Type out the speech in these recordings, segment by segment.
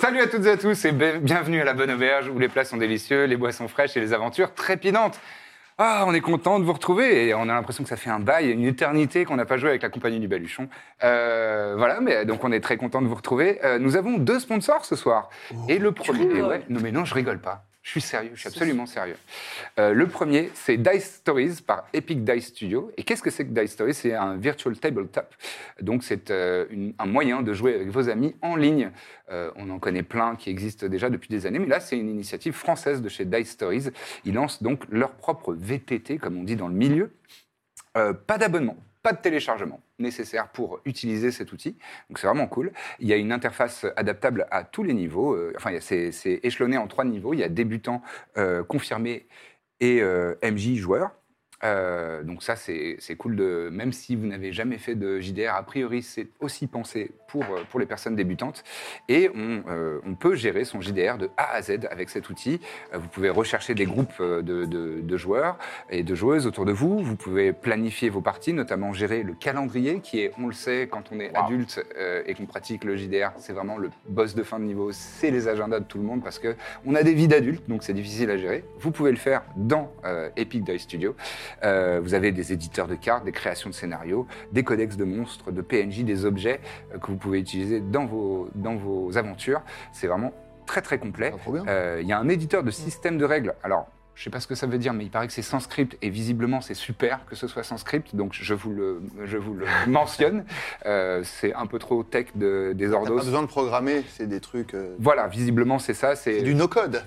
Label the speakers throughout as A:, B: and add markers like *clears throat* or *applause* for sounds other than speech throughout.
A: Salut à toutes et à tous et ben- bienvenue à la Bonne Auberge où les plats sont délicieux, les boissons fraîches et les aventures trépidantes. Ah, on est content de vous retrouver et on a l'impression que ça fait un bail, une éternité qu'on n'a pas joué avec la compagnie du Baluchon. Euh, voilà, mais donc on est très content de vous retrouver. Euh, nous avons deux sponsors ce soir. et le premier, eh ouais, non mais non, je rigole pas. Je suis sérieux, je suis absolument sérieux. Euh, le premier, c'est Dice Stories par Epic Dice Studio. Et qu'est-ce que c'est que Dice Stories C'est un virtual tabletop. Donc c'est euh, une- un moyen de jouer avec vos amis en ligne. Euh, on en connaît plein qui existent déjà depuis des années, mais là c'est une initiative française de chez Dice Stories. Ils lancent donc leur propre VTT, comme on dit dans le milieu. Euh, pas d'abonnement, pas de téléchargement nécessaire pour utiliser cet outil. Donc c'est vraiment cool. Il y a une interface adaptable à tous les niveaux. Euh, enfin, il y a- c'est c'est échelonné en trois niveaux. Il y a débutant, euh, confirmé et euh, MJ joueur. Euh, donc ça, c'est c'est cool. De, même si vous n'avez jamais fait de JDR, a priori, c'est aussi pensé pour, euh, pour les personnes débutantes. Et on, euh, on peut gérer son JDR de A à Z avec cet outil. Euh, vous pouvez rechercher des groupes euh, de, de- de joueurs et de joueuses autour de vous. Vous pouvez planifier vos parties, notamment gérer le calendrier, qui est, on le sait, quand on est adulte euh, et qu'on pratique le JDR, c'est vraiment le boss de fin de niveau. C'est les agendas de tout le monde parce que on a des vies d'adultes, donc c'est difficile à gérer. Vous pouvez le faire dans euh, Epic Dice Studio. Euh, vous avez des éditeurs de cartes, des créations de scénarios, des codex de monstres, de PNJ, des objets euh, que vous pouvez utiliser dans vos, dans vos aventures. C'est vraiment très très complet.
B: Ah, trop bien.
A: Euh, Il y a un éditeur de système de règles. Alors, je sais pas ce que ça veut dire, mais il paraît que c'est sans script et visiblement c'est super que ce soit sans script. Donc je vous le, je vous le *laughs* mentionne. Euh, c'est un peu trop tech de, des
B: T'as
A: ordos.
B: pas besoin de programmer, c'est des trucs. euh,
A: Voilà, visiblement c'est ça.
B: c'est du no-code.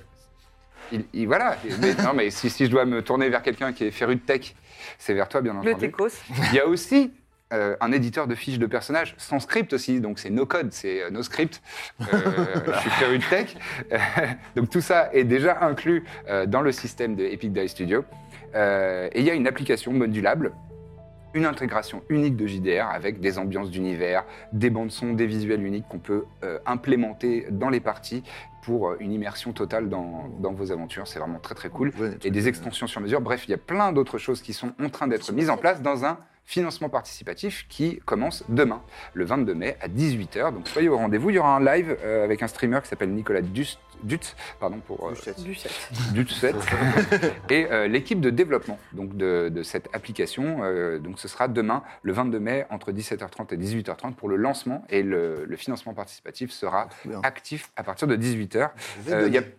A: Il- il- voilà. Mais, non, mais si, si je dois me tourner vers quelqu'un qui est féru de tech, c'est vers toi, bien
C: Le
A: entendu.
C: Tecos.
A: *laughs* Il y a aussi euh, un éditeur de fiches de personnages sans script aussi, donc c'est no code, c'est euh, no script. Euh, je suis féru de tech. *laughs* Euh, donc tout ça est déjà inclus euh, dans le système de Epic Die Studio. Euh, et il y a une application modulable. Une intégration unique de JDR avec des ambiances d'univers, des bandes son, des visuels uniques qu'on peut euh, implémenter dans les parties pour euh, une immersion totale dans, dans vos aventures. C'est vraiment très très cool et des extensions sur mesure. Bref, il y a plein d'autres choses qui sont en train d'être mises en place dans un financement participatif qui commence demain, le 22 mai à 18h. Donc soyez au rendez-vous. Il y aura un live euh, avec un streamer qui s'appelle Nicolas Dust, Dutz, pardon pour euh, Dutz7, et euh, l'équipe de développement donc de, de cette application. Euh, donc ce sera demain, le 22 mai, entre 17h30 et 18h30 pour le lancement et le, le financement participatif sera
B: bien.
A: actif à partir de 18h.
B: Je vais,
A: Euh, il y a-
B: donner.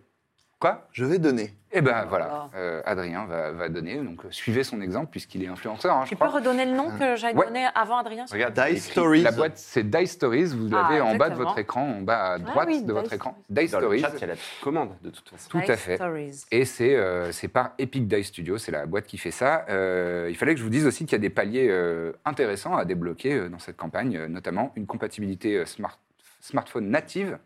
A: Quoi
B: Je vais donner.
A: eh ben voilà,
C: Voilà.
A: euh, Adrien va, va donner, donc euh, suivez son exemple puisqu'il est influenceur, hein, je
C: Tu peux
A: crois.
C: redonner le
B: Mm.
C: nom que j'avais
A: Ouais.
C: donné avant Adrien s'il te
A: Regarde,
B: Dice
A: écrit-
B: Stories.
A: La boîte, c'est Dice Stories, vous
C: Ah,
A: l'avez en bas de
C: exactement. Ah
A: votre écran, en bas à droite
C: oui,
A: de votre
C: Dice
A: écran. Dice
D: Dans le
A: Stories,
D: chat, il y a la commande, de toute façon.
A: tout
C: plaît
A: à fait.
C: Stories.
A: Et c'est euh, c'est par Epic Dice Studio, c'est la boîte qui fait ça. Euh, il fallait que je vous dise aussi qu'il y a des paliers euh, intéressants à débloquer euh, dans cette campagne, euh, notamment une compatibilité euh, smart- smartphone native,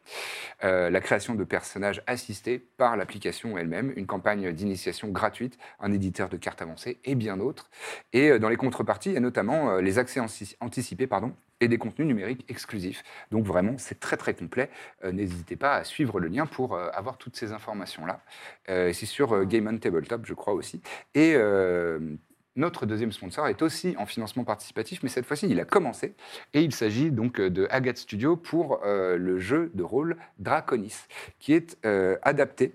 A: euh, la création de personnages assistés par l'application elle-même, une campagne d'initiation gratuite, un éditeur de cartes avancées et bien d'autres. Et euh, dans les contreparties, il y a notamment euh, les accès anci- anticipés pardon, et des contenus numériques exclusifs. Donc vraiment, c'est très très complet. Euh, N'hésitez pas à suivre le lien pour euh, avoir toutes ces informations-là. Euh, c'est sur euh, Game on Tabletop, je crois aussi. Et euh, notre deuxième sponsor est aussi en financement participatif, mais cette fois-ci, il a commencé. Et il s'agit donc euh, de Agathe Studio pour euh, le jeu de rôle Draconis, qui est euh, adapté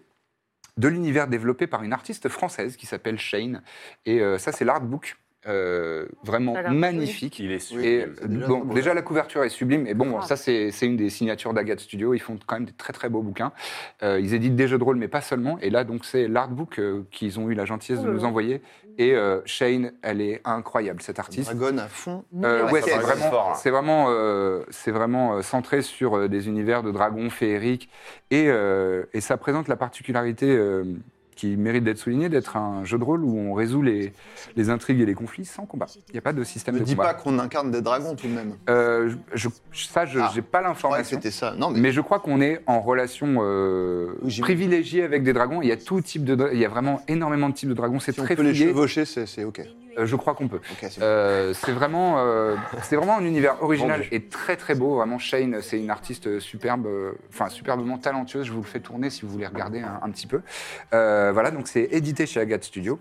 A: de l'univers développé par une artiste française qui s'appelle Shane. Et euh, ça, c'est l'artbook. euh, vraiment
C: Ça a l'air
A: magnifique.
D: Il est
B: Oui,
A: Et euh,
D: sublime.
B: c'est déjà
A: bon,
B: très beau.
A: déjà la couverture est sublime. Et bon,
C: Grave.
A: ça c'est c'est une des signatures d'Agathe Studio. Ils font quand même des très très beaux bouquins. Euh, ils éditent des jeux de rôle, mais pas seulement. Et là, donc c'est l'artbook euh, qu'ils ont eu la gentillesse
C: Oh
A: de
C: là
A: nous
C: là.
A: envoyer. Et euh, Shane, elle est incroyable cette artiste.
B: Dragon à fond.
A: Euh,
B: Ouais,
A: ouais,
B: ça
A: c'est
B: va, c'est
A: vraiment,
D: fort, là.
A: c'est vraiment, euh, c'est vraiment euh, centré sur euh, des univers de dragons féeriques et, euh, et ça présente la particularité euh, qui mérite d'être souligné, d'être un jeu de rôle où on résout les, les intrigues et les conflits sans combat. Il n'y a pas de système
B: Ne
A: de
B: dis
A: combat.
B: pas qu'on incarne des dragons tout de même.
A: Euh, je, je- ça, je n'ai
B: Ah.
A: pas
B: Je croyais que
A: l'information.
B: c'était ça. Non, mais,
A: Mais je crois qu'on est en relation euh,
B: Oui, j'imagine.
A: privilégiée avec des dragons. Il y a tout type de, dra- il y a vraiment énormément de types de dragons. C'est
B: si on
A: très
B: peut les
A: fouillé.
B: chevaucher, c'est c'est OK. Ok,
A: Euh, je crois qu'on peut.
B: c'est bon.
A: Euh, c'est vraiment, euh, c'est vraiment un univers original
B: Vendu.
A: et très très beau. Vraiment, Shane, c'est une artiste superbe, euh, enfin superbement talentueuse. Je vous le fais tourner si vous voulez regarder un, un petit peu. Euh, voilà, donc c'est édité chez Agathe Studio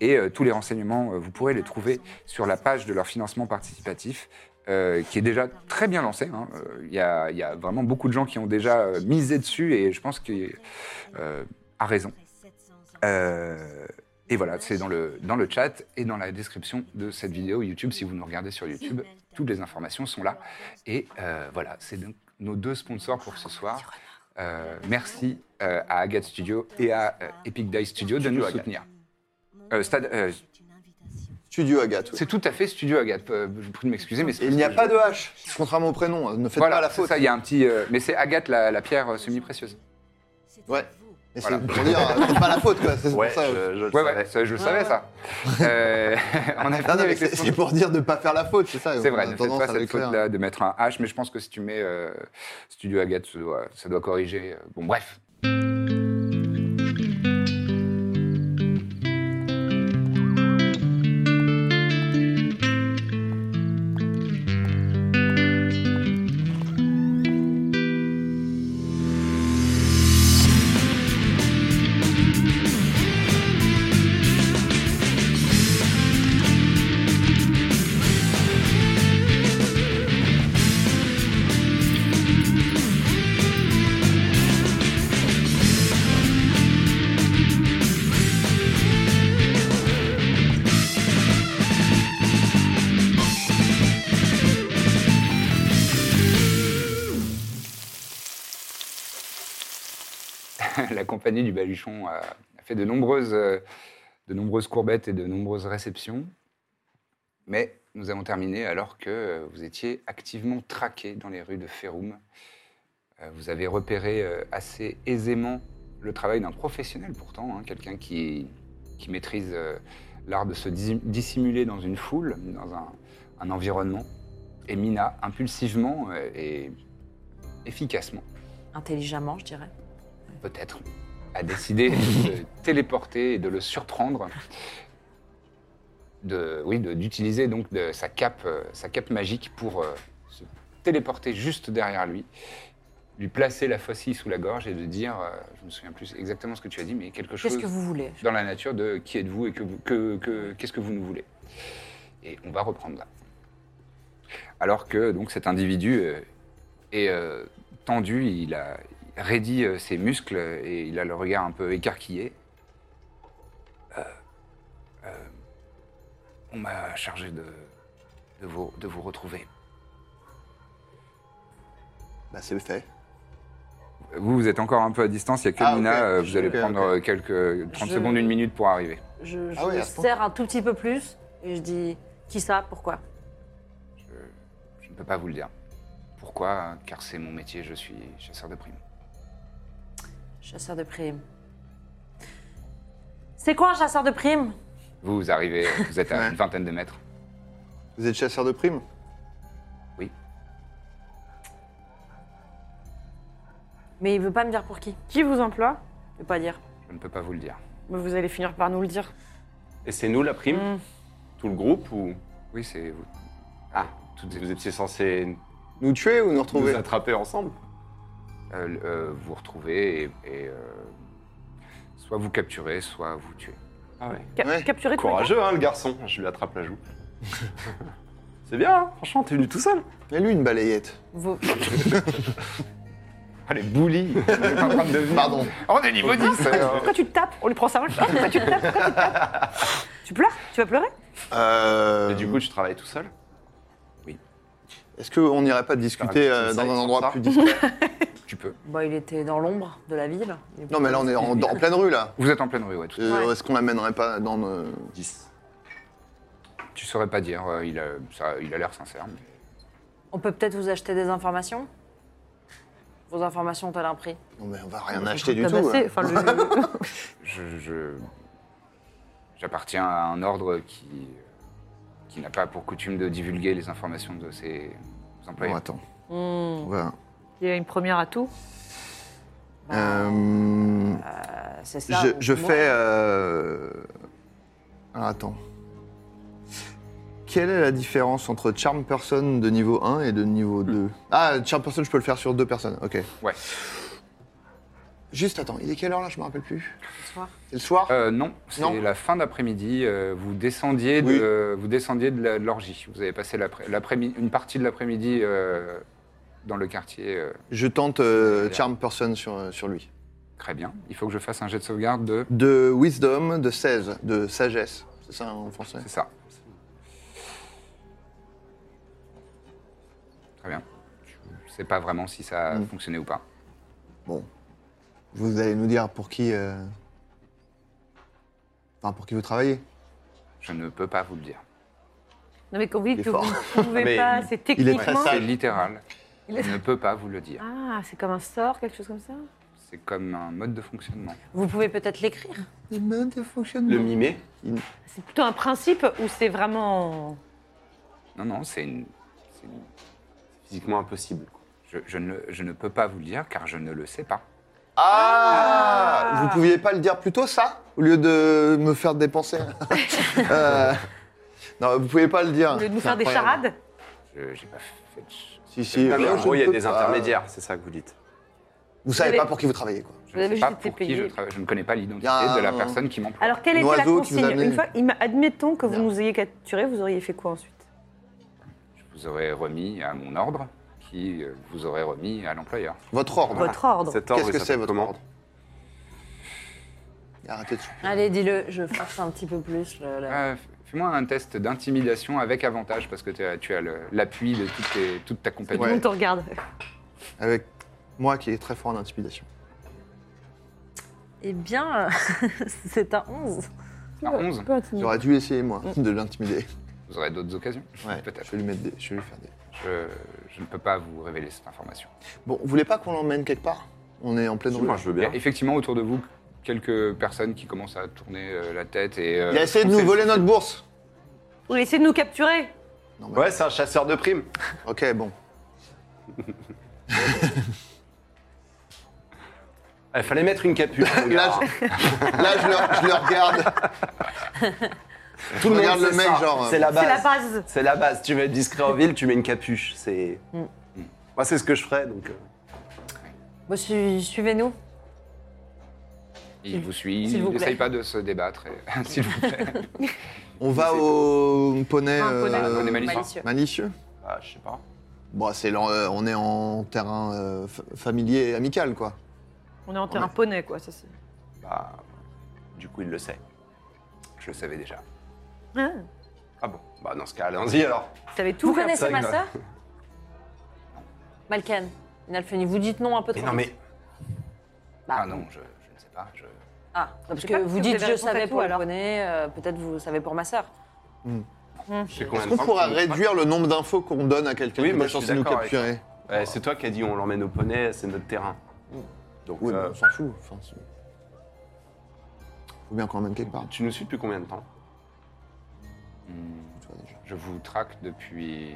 A: et euh, tous les renseignements, euh, vous pourrez les trouver sur la page de leur financement participatif. euh, qui est déjà très bien lancée. hein. Euh, Il y, a, il y a vraiment beaucoup de gens qui ont déjà euh, misé dessus et je pense qu'il euh, a raison. Euh, et voilà, c'est dans le, dans le chat et dans la description de cette vidéo YouTube. Si vous nous regardez sur YouTube, toutes les informations sont là. Et euh, voilà, c'est donc nos deux sponsors pour ce soir. Euh, merci euh, à Agathe Studio et à euh, Epic Dice Studio de nous
D: Agathe.
A: soutenir. Euh, stade- euh,
B: Studio Agathe. oui.
A: c'est tout à fait Studio Agathe. Euh, je vous prie de m'excuser, mais c'est
B: Et il n'y a
A: parce que je-
B: pas de H, contrairement au prénom. hein. Ne faites
A: Voilà,
B: pas la
A: c'est
B: faute.
A: ça. Il y a un petit, euh, mais c'est Agathe la, la pierre euh, semi-précieuse.
B: Ouais. Mais
A: Voilà.
B: c'est pour dire, euh, ne faites pas la faute, quoi. C'est pour ça.
D: je, je le
A: Ouais,
D: savais.
A: ouais, ça, je le savais ça. *laughs* Euh, on a fini
B: Non, non, mais
A: avec les
B: c'est c'est
A: sponsors.
B: pour dire de ne pas faire la faute, c'est ça.
A: C'est
B: on
A: vrai,
B: a
A: ne faites
B: tendance
A: pas
B: à
A: cette
B: l'écrire.
A: faute-là de mettre un H, mais je pense que si tu mets euh, Studio Agathe, ça doit, ça doit corriger. euh, Bon, bref. *laughs* La compagnie du Baluchon a, a fait de nombreuses, euh, de nombreuses courbettes et de nombreuses réceptions. Mais nous avons terminé alors que euh, vous étiez activement traqué dans les rues de Ferrum. Euh, Vous avez repéré euh, assez aisément le travail d'un professionnel pourtant, hein, quelqu'un qui, qui maîtrise euh, l'art de se dis- dissimuler dans une foule, dans un, un environnement. Et Mina, impulsivement euh, et efficacement,
C: Intelligemment, je dirais.
A: peut-être, a décidé de le téléporter et de le surprendre. De, oui, de- d'utiliser donc de, sa, cape, euh, sa cape magique pour euh, se téléporter juste derrière lui, lui placer la faucille sous la gorge et de dire, euh, je me souviens plus exactement ce que tu as dit, mais quelque chose
C: Qu'est-ce que vous voulez
A: dans la nature de qui êtes-vous et que vous- que- que- qu'est-ce que vous nous voulez. Et on va reprendre là. Alors que donc cet individu euh, est euh, tendu, il a raidi euh, ses muscles et il a le regard un peu écarquillé. Euh, euh, on m'a chargé de, de vous, de vous retrouver.
B: Bah, c'est fait.
A: Vous, vous êtes encore un peu à distance, il n'y a que
B: Ah,
A: Mina,
B: ok.
A: euh, vous allez
B: Ok,
A: prendre
B: ok.
A: euh, quelques 30
C: Je-
A: secondes, une minute pour arriver.
C: Je, je
B: Ah oui,
C: me
B: à ce point.
C: serre un tout petit peu plus et je dis qui ça, pourquoi
A: Je ne peux pas vous le dire. Pourquoi hein, Car c'est mon métier, je suis chasseur de primes.
C: Chasseur de primes. C'est quoi un chasseur de primes
A: Vous, vous arrivez, vous êtes à
B: Ouais.
A: une vingtaine de mètres.
B: Vous êtes chasseur de primes
C: Mais il veut pas me dire pour qui.
E: Qui vous emploie
C: Il veut pas dire.
A: Je ne peux pas vous le dire.
E: Mais vous allez finir par nous le dire.
D: Et c'est nous la prime
E: Hmm.
D: Tout le groupe ou
A: Oui, c'est vous.
D: Ah,
A: Tout est-
D: vous étiez censés
B: Nous tuer ou nous retrouver
D: nous attraper ensemble
A: Euh, le- euh, vous retrouvez et, et, euh, soit vous capturez, soit vous tuez.
D: Ah ouais.
E: Ca-
B: Ouais.
E: Capturer tous les
D: Courageux, hein, le garçon. Je lui attrape la joue. *laughs* c'est bien, hein franchement, t'es venu tout seul.
B: Mais lui, une balayette.
C: Vous-
A: Allez, bully On est pas en train de devenir-
B: Pardon.
A: On est niveau 10
B: euh,
E: quatre.
A: alors.
E: Pourquoi tu te tapes On lui prend sa main. Pourquoi tu te tapes Pourquoi tu te
B: *laughs*
E: tapes Tu pleures Tu vas pleurer
B: Euh,
D: Et du coup, tu travailles tout seul
B: Est-ce qu'on n'irait pas discuter
D: Ah,
B: euh,
D: c'est
B: dans
D: ça,
B: un
D: ils
B: endroit
D: sont ça.
B: plus discret
A: Tu peux.
C: Bah, il était dans l'ombre de la ville. Il
B: Non, mais là, on est en, en pleine rue, là.
A: Vous êtes en pleine rue, ouais. tout-
B: Euh,
C: Ouais.
B: Est-ce qu'on l'amènerait pas dans le...
D: 10.
A: Tu saurais pas dire, euh, il a ça- il a l'air sincère. mais-
C: On peut peut-être vous acheter des informations Vos informations ont-elles un prix
B: Non, mais on va rien acheter du tout.
E: Tabasser,
B: hein.
E: enfin, le-
A: Je. je- J'appartiens à un ordre qui. qui n'a pas pour coutume de divulguer les informations de ses employés.
B: Bon, attends. *laughs*
E: Hmm.
B: On va-
E: Il y a une première atout. Bah,
B: Euh,
C: Euh, C'est Bah, ça.
B: je,
C: ou-
B: je
C: moi-
B: fais. euh, Alors attends. Quelle est la différence entre Charm Person de niveau 1 et de niveau 2
D: Hmm.
B: Ah, Charm Person, je peux le faire sur deux personnes, ok.
A: Ouais.
B: Juste attends, il est quelle heure là Je me rappelle plus.
C: Ce soir.
B: C'est le soir
A: Euh, non,
B: Non.
A: c'est la fin d'après-midi. euh, vous descendiez de,
B: Oui.
A: euh, vous descendiez de la- de l'orgie. Vous avez passé l'après- l'après-midi- une partie de l'après-midi euh, dans le quartier. euh,
B: Je tente euh,
A: c'est-
B: Charm Person sur, euh, sur lui.
A: très bien. Il faut que je fasse un jet de sauvegarde de.
B: De Wisdom, de 16, de sagesse. C'est ça en français
A: C'est ça. Très bien. Je sais pas vraiment si ça a
B: Mm.
A: fonctionné ou pas.
B: Bon. Vous allez nous dire pour qui. euh, Enfin, pour qui vous travaillez
A: Je ne peux pas vous le dire.
E: Non, mais quand vous
B: Il est
E: dites que
B: fort.
E: vous ne
B: *laughs*
E: pouvez
D: Mais
E: pas,
D: il-
E: c'est
B: il est
E: techniquement.
B: très
A: C'est
B: sage.
A: littéral.
E: Il
A: Je ne peux pas vous le dire.
E: Ah, c'est comme un sort, quelque chose comme ça
A: C'est comme un mode de fonctionnement.
C: Vous pouvez peut-être l'écrire.
B: Les modes de fonctionnement.
D: Le mimer
E: C'est plutôt un principe ou c'est vraiment.
A: Non, non, c'est une- c'est une
D: Physiquement impossible. quoi.
A: Je, je ne, je ne peux pas vous le dire car je ne le sais pas.
B: Ah Vous pouviez pas le dire plus tôt, ça Au lieu de me faire
D: *laughs*
B: dépenser Euh, Non, vous pouvez pas le dire.
E: Au lieu de nous
B: Ah, C'est
E: faire des
B: incroyable.
E: charades
A: Je j'ai pas fait. de ch-
B: Si, si.
D: Non, Ah, mais en
B: je
D: gros, il y a
B: peux
D: des
B: pas.
D: intermédiaires, c'est ça que vous dites.
B: Vous savez pas pour qui vous travaillez, quoi.
A: Je
E: Vous
A: ne
E: avez
A: sais pas
E: juste été
A: pour qui je
E: payé.
A: travaille. Je ne connais pas l'identité
B: Il y a
A: de la
B: un-
A: personne qui m'emploie.
E: Alors, quelle était la
B: L'oiseau qui vous a
E: consigne
B: amené.
E: Une fois, im- admettons que vous
B: Bien.
E: nous ayez capturés, vous auriez fait quoi ensuite Ah.
A: Je vous aurais remis à mon ordre qui euh, vous aurait remis à l'employeur.
B: Votre ordre.
E: Votre ordre.
D: Cet ordre,
B: Qu'est-ce
D: il
B: que c'est,
D: s'appelle
B: votre
D: comment
B: ordre Arrêtez de
E: Ah,
B: souffler.
C: Allez, dis-le. Je force un petit peu plus. le- le-
B: Ah,
A: Euh, f- Fais-moi un test d'intimidation avec avantage parce que t'as- tu as le- l'appui de toutes tes- toute ta
E: Tout
A: compagnie.
E: le monde te regarde.
B: Avec moi qui est très fort en intimidation.
C: Eh bien, *laughs* c'est un 11.
A: À 11,
B: J'aurais dû essayer, moi,
A: *laughs*
B: de l'intimider.
A: vous aurez d'autres occasions.
B: Ouais,
A: Mm. Peut-être.
B: je vais lui mettre des... Je vais lui faire des...
A: Je, je ne peux pas vous révéler cette information.
B: Bon, vous voulez pas qu'on l'emmène quelque part On est en pleine
D: Si,
B: rue.
D: Moi, je veux
A: Il y
D: bien.
A: a effectivement autour de vous quelques personnes qui commencent à tourner euh, la tête et. euh,
B: Il a essayé de
A: on
B: nous
A: sait-
B: voler notre bourse.
E: Vous essayez de nous capturer
D: Ouais, c'est un chasseur de primes.
B: Ok, bon.
D: Il fallait mettre une *laughs* capuche. mon
B: Là,
D: gars.
B: je, là, je le, je le regarde.
D: Tout le monde
B: regarde le
D: sait
B: mec,
D: ça.
B: genre, euh.
D: C'est la
E: C'est la
D: base.
E: base.
D: C'est la base. Tu veux être discret en ville, tu mets une capuche. C'est.
C: Mm.
D: Moi, c'est ce que je ferais. Donc. euh,
C: Bon, su- suivez-nous.
A: Il vous suit,
C: S'il
A: il
C: vous plaît.
A: n'essaye pas de se débattre. et- *laughs* S'il vous plaît.
B: On va au poney,
E: Un poney.
B: euh,
A: Un poney malicieux.
B: malicieux.
D: Ah, je sais pas.
B: Bon, c'est l'en- euh, on est en terrain euh, fa- familier et amical, quoi.
E: On est en terrain poney, quoi. Ça, c'est-
D: Bah. Du coup, il le sait.
A: Je le savais déjà.
E: Ah,
D: Ah bon Bah, dans ce cas, allons-y alors.
E: vous savez tout.
C: Vous
E: faire.
C: connaissez ma
D: ça,
C: sœur Malken, Nalfeni, vous dites non un peu trop.
D: Mais non, mais.
C: Bah,
A: Ah non, je, je ne sais pas. Je...
C: Ah, parce
E: sais
C: que
E: pas,
C: vous
E: vous
C: dites
E: avez
C: je
E: réponse à
C: savais
E: tout,
C: pour le
E: alors.
C: poney, euh, peut-être vous savez pour ma sœur.
D: J'ai
B: Est-ce qu'on pourra réduire le nombre d'infos qu'on donne à quelqu'un
D: Oui,
B: qui
D: moi,
B: est
D: je suis
B: censé nous
D: d'accord avec
B: capturer
D: Ouais, Eh, c'est toi qui as dit on l'emmène au poney, c'est notre terrain. Donc,
B: Oui, mais
D: euh,
B: on s'en fout. Enfin, c'est- Faut bien qu'on emmène quelque part.
D: tu nous suis depuis combien de temps
A: Hmm,
B: tu vois, déjà.
A: Je vous traque depuis.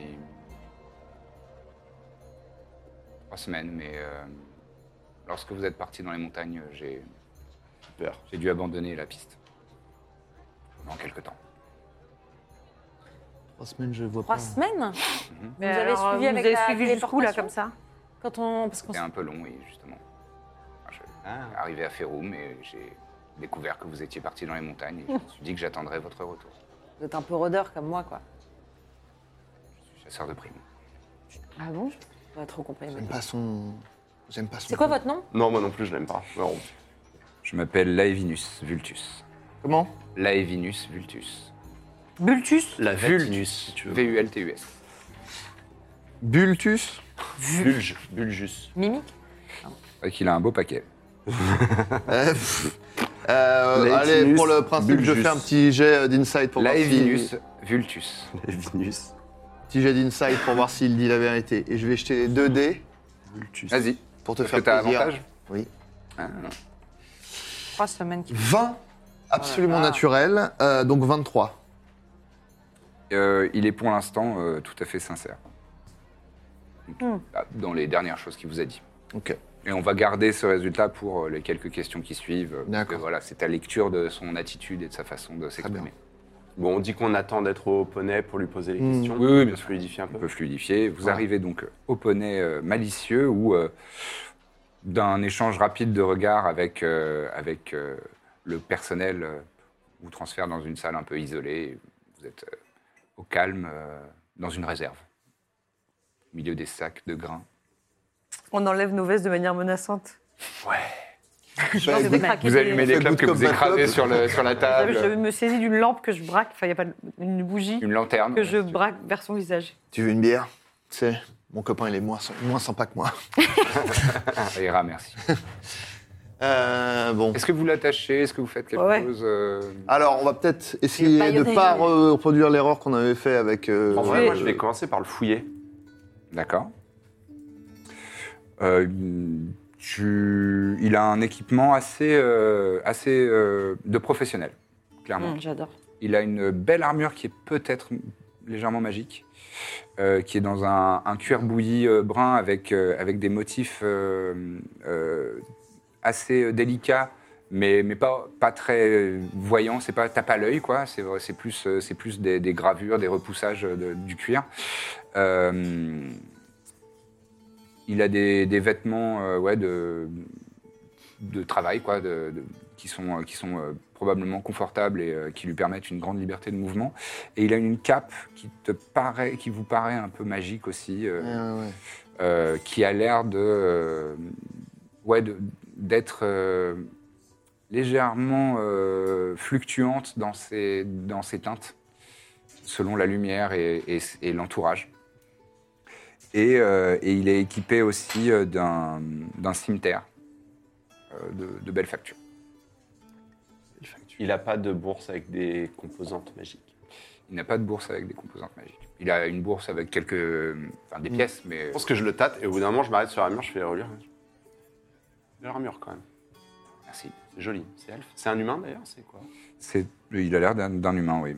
A: trois semaines, mais. euh, Lorsque vous êtes parti dans les montagnes, j'ai
D: Super.
A: j'ai dû abandonner la piste. Dans quelques temps.
B: Trois semaines, je vois
C: Trois
B: pas.
C: semaines
E: Mais
C: Vous avez
E: alors,
C: suivi
E: vous
C: avec
E: avez
C: la
E: suivi jusqu'où, là,
C: téléportation
E: comme ça
C: Quand on, parce qu'on
A: C'était un peu long, oui, justement. Enfin, Je
D: Ah.
A: arrivé à Ferrum et j'ai découvert que vous étiez parti dans les montagnes et je me suis dit que j'attendrais votre retour.
C: vous êtes un peu rôdeur comme moi, quoi.
A: Je suis chasseur de primes.
C: Ah bon On a trop compris. mais-
B: J'aime pas son... J'aime pas son...
C: C'est quoi votre nom
D: Non, moi non plus, je l'aime pas. Mais bon,
A: Je m'appelle Laevinus Vultus.
B: Comment
A: Laevinus Vultus.
E: Bultus
D: La
A: Vultus,
D: si tu veux.
A: V-U-L-T-U-S.
B: Bultus
D: Bulge, Bulgus.
C: Mimique
A: C'est vrai qu'il a un beau paquet.
B: Euh, pff. Euh,
D: Laetinus
B: allez, pour le principe, je
D: Bulgus.
B: fais un petit jet euh, d'insight pour voir si-
A: Laevinus Vultus.
D: Venus,
B: Petit jet d'insight pour voir s'il dit la vérité. Et je vais jeter les deux dés.
A: *laughs*
D: Bultus.
A: Vas-y. Ah.
B: pour te
A: Parce que
B: faire
A: t'as
B: plaisir.
A: avantage
B: Oui.
C: Trois semaines qui.
B: 20, absolument naturel, euh, donc 23.
A: Euh, il est pour l'instant euh, tout à fait sincère. Donc, ah, Dans les dernières choses qu'il vous a dit.
B: Ok.
A: Et on va garder ce résultat pour euh, les quelques questions qui suivent. euh, parce
B: D'accord.
A: que Voilà, c'est ta lecture de son attitude et de sa façon de s'exprimer.
D: Bon, on dit qu'on attend d'être au poney pour lui poser les questions.
A: Oui, oui, bien
D: On
A: sûr.
D: fluidifie un
A: On
D: peu.
A: peut fluidifier. Vous
B: Ouais.
A: arrivez donc au poney euh, malicieux où, euh, d'un échange rapide de regards avec, euh, avec euh, le personnel, euh, vous transfère dans une salle un peu isolée. Vous êtes euh, au calme, euh, dans une réserve, au milieu des sacs de grains.
F: On enlève nos vestes de manière menaçante.
E: Je
B: Bah,
E: pense que
B: écoute,
E: c'était craqué
A: Vous
E: des-
A: allumez des
B: Ça
A: clopes
B: goûte
A: que
B: comme
A: vous
B: ma
A: écrasez
B: clope.
A: sur, le- sur la
F: *laughs* Je
A: table,
F: me saisis d'une lampe que je braque, enfin, il n'y a pas de- une bougie
A: une lanterne.
F: que je braque vers son visage.
B: Tu veux une bière Tu sais, mon copain, il est moins, moins sympa que moi.
A: Ça ira, Ah, merci.
B: Euh, bon.
A: Est-ce que vous l'attachez Est-ce que vous faites quelque
F: Ouais.
A: chose euh,
B: Alors, on va peut-être essayer de ne
C: baïonner.
B: pas re- reproduire l'erreur qu'on avait fait avec. euh,
D: En vrai,
B: euh,
D: moi, je vais commencer par le fouiller.
A: D'accord. Euh, tu... Il a un équipement assez, euh, assez euh, de professionnel, clairement.
F: Mmh,
C: Hum, J'adore.
A: Il a une belle armure qui est peut-être légèrement magique, euh, qui est dans un, un cuir bouilli euh, brun avec, euh, avec des motifs euh, euh, assez euh, délicats, mais, mais pas, pas très euh, voyants, c'est pas tape à l'œil, quoi. C'est, vrai, c'est plus, euh, c'est plus des, des gravures, des repoussages euh, de- du cuir. Euh, il a des, des vêtements euh, ouais, de, de travail, quoi, de- de- qui sont, euh, qui sont euh, probablement confortables et euh, qui lui permettent une grande liberté de mouvement. Et il a une cape qui, te paraît, qui vous paraît un peu magique aussi, euh,
B: ouais, ouais.
A: euh, qui a l'air de, euh, ouais, de- d'être euh, légèrement euh, fluctuante dans ses, dans ses teintes, selon la lumière et, et- et l'entourage. Et, euh, et il est équipé aussi euh, d'un d'un cimetière euh, de, de belle facture.
D: Il n'a pas de bourse avec des composantes magiques.
A: Il n'a pas de bourse avec des composantes magiques. Il a une bourse avec quelques. euh, Enfin, des pièces, mais.
D: Je pense que je le tâte et au bout d'un moment, je m'arrête sur l'armure, je fais relire. De l'armure quand même.
A: Merci.
D: C'est joli. C'est elfe. C'est un humain d'ailleurs, c'est quoi
A: C'est- il a l'air d'un d'un humain, oui.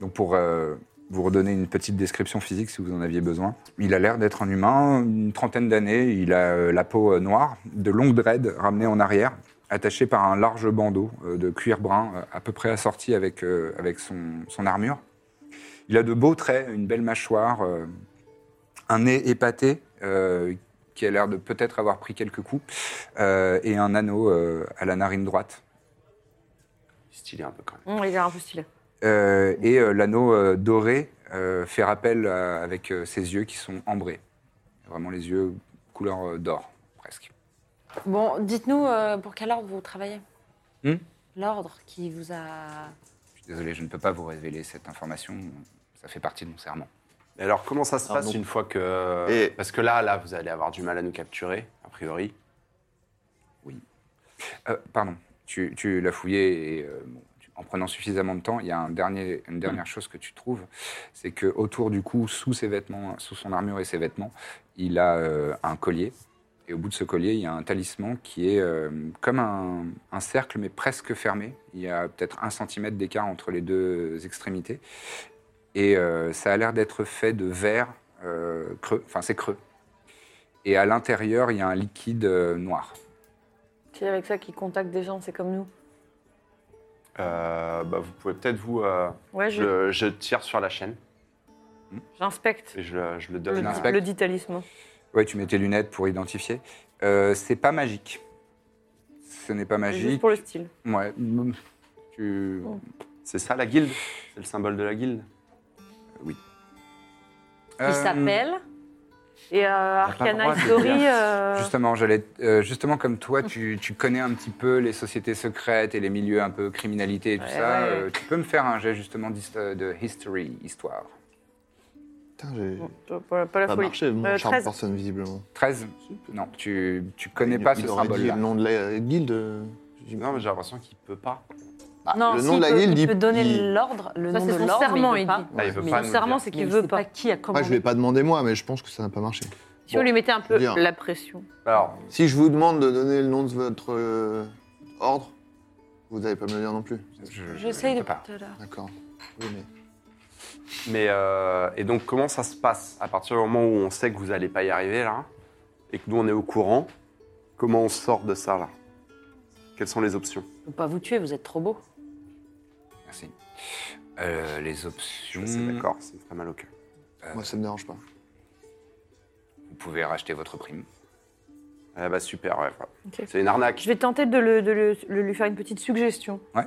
A: Donc pour euh, vous redonner une petite description physique si vous en aviez besoin, il a l'air d'être un humain, une trentaine d'années, il a euh, la peau euh, noire, de longues dreads ramenées en arrière, attachées par un large bandeau euh, de cuir brun euh, à peu près assorti avec, euh, avec son, son armure. Il a de beaux traits, une belle mâchoire, euh, un nez épaté euh, qui a l'air de peut-être avoir pris quelques coups, euh, et un anneau euh, à la narine droite.
D: Stylé un peu quand même.
C: Mmh,
F: Hum, il a l'air un peu stylé.
A: Euh, et euh, l'anneau euh, doré euh, fait rappel euh, avec euh, ses yeux qui sont ambrés. Vraiment les yeux couleur euh, d'or, presque.
C: Bon, dites-nous euh, pour quel ordre vous travaillez
A: Hum
C: L'ordre qui vous a.
A: Je suis désolé, je ne peux pas vous révéler cette information. Ça fait partie de mon serment.
D: Mais alors, comment ça se
B: Pardon.
D: passe une fois que.
B: Et-
D: Parce que là, là, vous allez avoir du mal à nous capturer, a priori.
A: Euh, pardon, tu, tu l'as fouillé et euh, bon, tu- en prenant suffisamment de temps, il y a un dernier, une dernière chose que tu trouves, c'est que autour du cou, sous ses vêtements, sous son armure et ses vêtements, il a euh, un collier. Et au bout de ce collier, il y a un talisman qui est euh, comme un, un cercle, mais presque fermé. Il y a peut-être un centimètre d'écart entre les deux extrémités. Et euh, ça a l'air d'être fait de verre euh, creux. Enfin, c'est creux. Et à l'intérieur, il y a un liquide euh, noir.
F: C'est avec ça qu'il contacte des gens, c'est comme nous.
D: Euh, bah, vous pouvez peut-être vous. euh,
F: Ouais,
D: je,
F: je-
D: je tire sur la chaîne
F: j'inspecte
D: et je, je le donne.
F: le,
D: à-
A: l'inspectes
F: le dit talisman.
A: Ouais, tu mets tes lunettes pour identifier. Euh, c'est pas magique. Ce n'est pas
F: C'est Juste
A: magique.
F: pour le style.
A: Ouais. mm, Tu...
D: C'est ça la guilde C'est le symbole de la guilde
C: Qui
A: Euh,
C: s'appelle
F: Et euh,
D: pas le
F: Arcana
D: droit de
F: History,
D: dire.
F: euh,
A: Justement, j'allais, euh, justement, comme toi, tu, tu connais un petit peu les sociétés secrètes et les milieux un peu criminalité et tout
F: Ouais,
A: ça.
F: ouais.
A: euh, tu peux me faire un jet justement d'hist- euh, de history, histoire.
B: Putain, j'ai
F: pas, pas la
B: pas
F: folie.
B: marché, mon
F: Euh,
B: charme
F: 13.
B: personne, visiblement.
A: 13 Non, tu, tu connais pas ce
B: il aurait dit
A: symbole-là.
B: le nom de la guilde. euh,
D: Non, mais j'ai l'impression qu'il peut pas.
B: bah,
C: Non,
B: le
C: si,
B: nom de
C: il
B: la
C: peut-
B: guilde,
C: il peut donner
B: il-
C: l'ordre, le
F: Ça,
C: nom de
F: c'est son
C: l'ordre, mais
F: serment,
C: il
F: il
C: peut pas.
F: dit.
D: Ah, il veut
F: Mais
D: pas
F: son
D: nous
F: serment,
D: dire.
F: c'est
C: Mais
F: qu'il
C: je
F: veut
C: sais
F: pas.
C: qui a
B: Moi,
C: commandé.
B: je l'ai pas demandé moi, mais je pense que ça n'a pas marché.
F: Si on lui mettait un peu
B: Bien.
F: la pression.
D: Alors,
B: Si je vous demande de donner le nom de votre euh, ordre, vous n'allez pas me le dire non plus.
A: Je-
C: J'essaye
A: je peux
C: depuis
A: pas.
C: tout à l'heure.
B: D'accord. Oui, mais
D: mais euh, et donc comment ça se passe à partir du moment où on sait que vous n'allez pas y arriver là et que nous on est au courant Comment on sort de ça là Quelles sont les options
C: Je peux pas vous tuer, vous êtes trop beau.
A: Merci. Euh, les options.
D: Je sais, d'accord, c'est très mal au cœur.
B: moi, ça me dérange pas.
A: Vous pouvez racheter votre prime.
D: Ah bah super, ouais. voilà.
F: Ok.
D: C'est une arnaque.
F: Je vais tenter de, le- de le- le- lui faire une petite suggestion.
A: Ouais.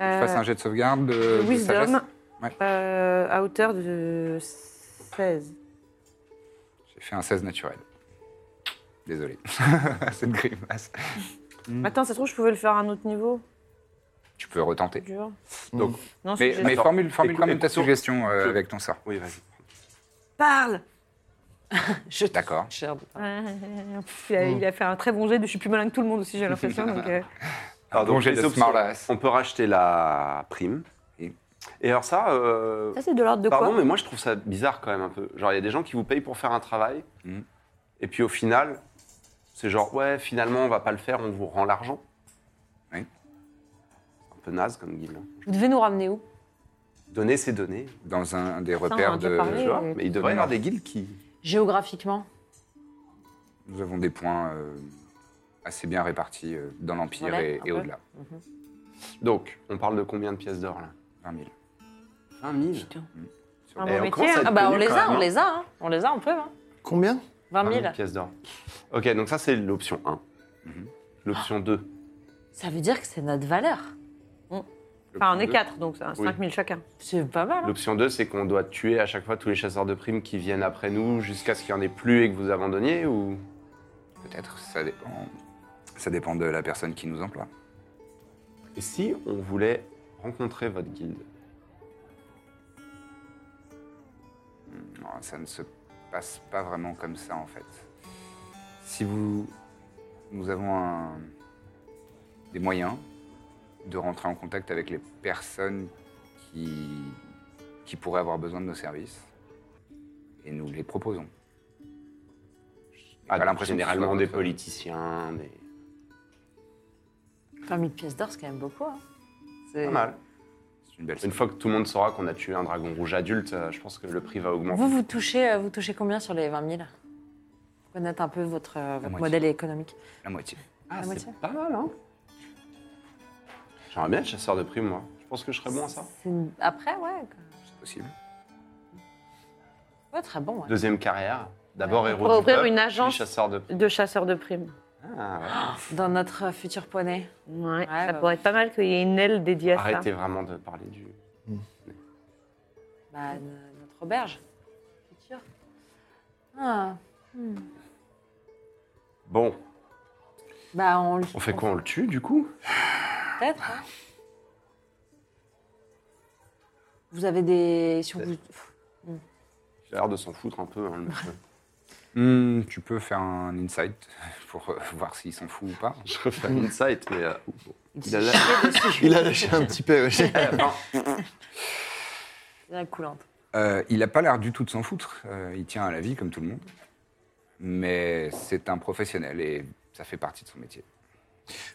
A: Je fasse
F: Euh,
A: un jet de sauvegarde de, de sagesse.
F: Wisdom
A: Ouais.
F: euh, à hauteur de 16.
A: J'ai fait un 16 naturel. Désolé. *laughs* Cette grimace. Hmm.
F: Attends, ça se trouve, je pouvais le faire à un autre niveau
A: Tu peux retenter.
F: dur.
D: Donc-
F: non,
A: Hmm. Mais,
F: *laughs* suggestion.
A: mais formule, formule
D: Écoute-
A: quand même ta
D: écoute-
A: suggestion euh,
D: je-
A: avec ton sort.
D: Oui, vas-y.
F: Parle
C: Je
A: D'accord.
C: Cher de-
F: il, a,
A: Hmm.
F: il a fait un très bon jet de je suis plus malin que tout le monde aussi, j'ai l'impression. donc, euh,
D: Alors,
A: Bon
D: donc,
A: jet
D: les
A: de
D: options,
A: smartass.
D: on peut racheter la prime. Et, et alors ça, euh,
F: Ça, c'est de l'ordre de
D: pardon,
F: quoi
D: mais moi je trouve ça bizarre quand même un peu. Genre, il y a des gens qui vous payent pour faire un travail,
A: Mhm.
D: et puis au final, c'est genre, ouais, finalement, on va pas le faire, on vous rend l'argent.
A: Oui.
D: Un peu naze comme guild. hein.
C: Vous devez nous ramener où
D: Donner, c'est donner.
A: Dans un des
C: on en a
A: repères
C: déjà
A: de.
C: parlé.
D: Tu
C: Oui,
D: vois
C: oui.
D: Mais il devrait y avoir des guilds qui.
C: Géographiquement.
A: Nous avons des points euh, assez bien répartis euh, dans l'Empire
C: Voilà,
A: et,
C: un
A: et
C: peu.
A: au-delà.
D: Donc, on parle de combien de pièces d'or là
A: 20 000.
D: 20 000.
A: Sur les-
F: Un bon
D: Et on
F: métier.
D: commence à
F: hein.
D: être
C: Ah bah on
D: connu
C: les
D: quand
C: a,
D: même,
C: on
D: hein.
C: les a, hein. on les a, on peut. Hein.
B: Combien
C: 20 000.
D: pièces d'or. Ok, donc ça c'est l'option 1. Mhm. L'option 2.
C: Ça veut dire que c'est notre valeur.
F: Enfin, on est
D: deux.
F: 4, donc c'est 5000 chacun.
C: C'est pas mal. hein.
D: L'option 2, c'est qu'on doit tuer à chaque fois tous les chasseurs de primes qui viennent après nous jusqu'à ce qu'il n'y en ait plus et que vous abandonniez ou...
A: Peut-être, ça dépend. Ça dépend de la personne qui nous emploie.
D: Et si on voulait rencontrer votre guilde
A: Non, ça ne se passe pas vraiment comme ça en fait. Si vous. Nous avons un- des moyens de rentrer en contact avec les personnes qui, qui pourraient avoir besoin de nos services. Et nous les proposons.
D: Ah,
A: pas
D: donc
A: l'impression que ce
D: Ah, Généralement
A: soit
D: des
A: votre-
D: politiciens, des...
C: 20 000 pièces d'or, c'est quand même beaucoup. hein. C'est
D: Pas mal.
A: C'est une belle
D: Une fois que tout le monde saura qu'on a tué un dragon rouge adulte, euh, je pense que le prix va augmenter.
C: Vous, vous touchez, euh, vous touchez combien sur les 20 000 Pour Connaître un peu votre, euh, votre
A: moitié.
C: modèle économique.
A: La moitié.
D: Ah,
C: la moitié.
D: c'est pas mal, hein J'aimerais bien être chasseur de primes, moi. Je pense que je serais bon à ça.
C: C'est une- Après, ouais. quoi.
A: C'est possible.
C: Ouais, très bon. ouais.
D: Deuxième carrière. D'abord héros
F: pourrait
D: du
F: ouvrir
D: peuple,
F: une
D: puis
F: agence.
D: chasseur de...
F: De chasseurs de primes.
D: Ah, ouais.
C: Dans notre euh, futur poney.
F: Ouais, ça
C: bah.
F: pourrait être pas mal qu'il y ait une aile dédiée à
D: Arrêtez vraiment de parler du...
C: Bah, no- notre auberge. Futur. Ah.
D: Bon,
C: Bah, on le
D: on fait quoi On le tue, du coup
C: peut-être. hein. Vous avez des. Si on vous-
D: J'ai l'air de s'en foutre un peu, hein, le *laughs* monsieur.
A: Hmm, tu peux faire un insight *laughs* pour euh, voir s'ils sont fous ou pas.
D: Je refais un insight, mais... euh, bon. Il a
C: s'est
D: la-
C: chié dessus.
B: Il a lâché un petit peu. ouais. *laughs*
C: Il a la coulante.
A: Euh, il n'a pas l'air du tout de s'en foutre. Euh, il tient à la vie comme tout le monde. Mais c'est un professionnel et ça fait partie de son métier.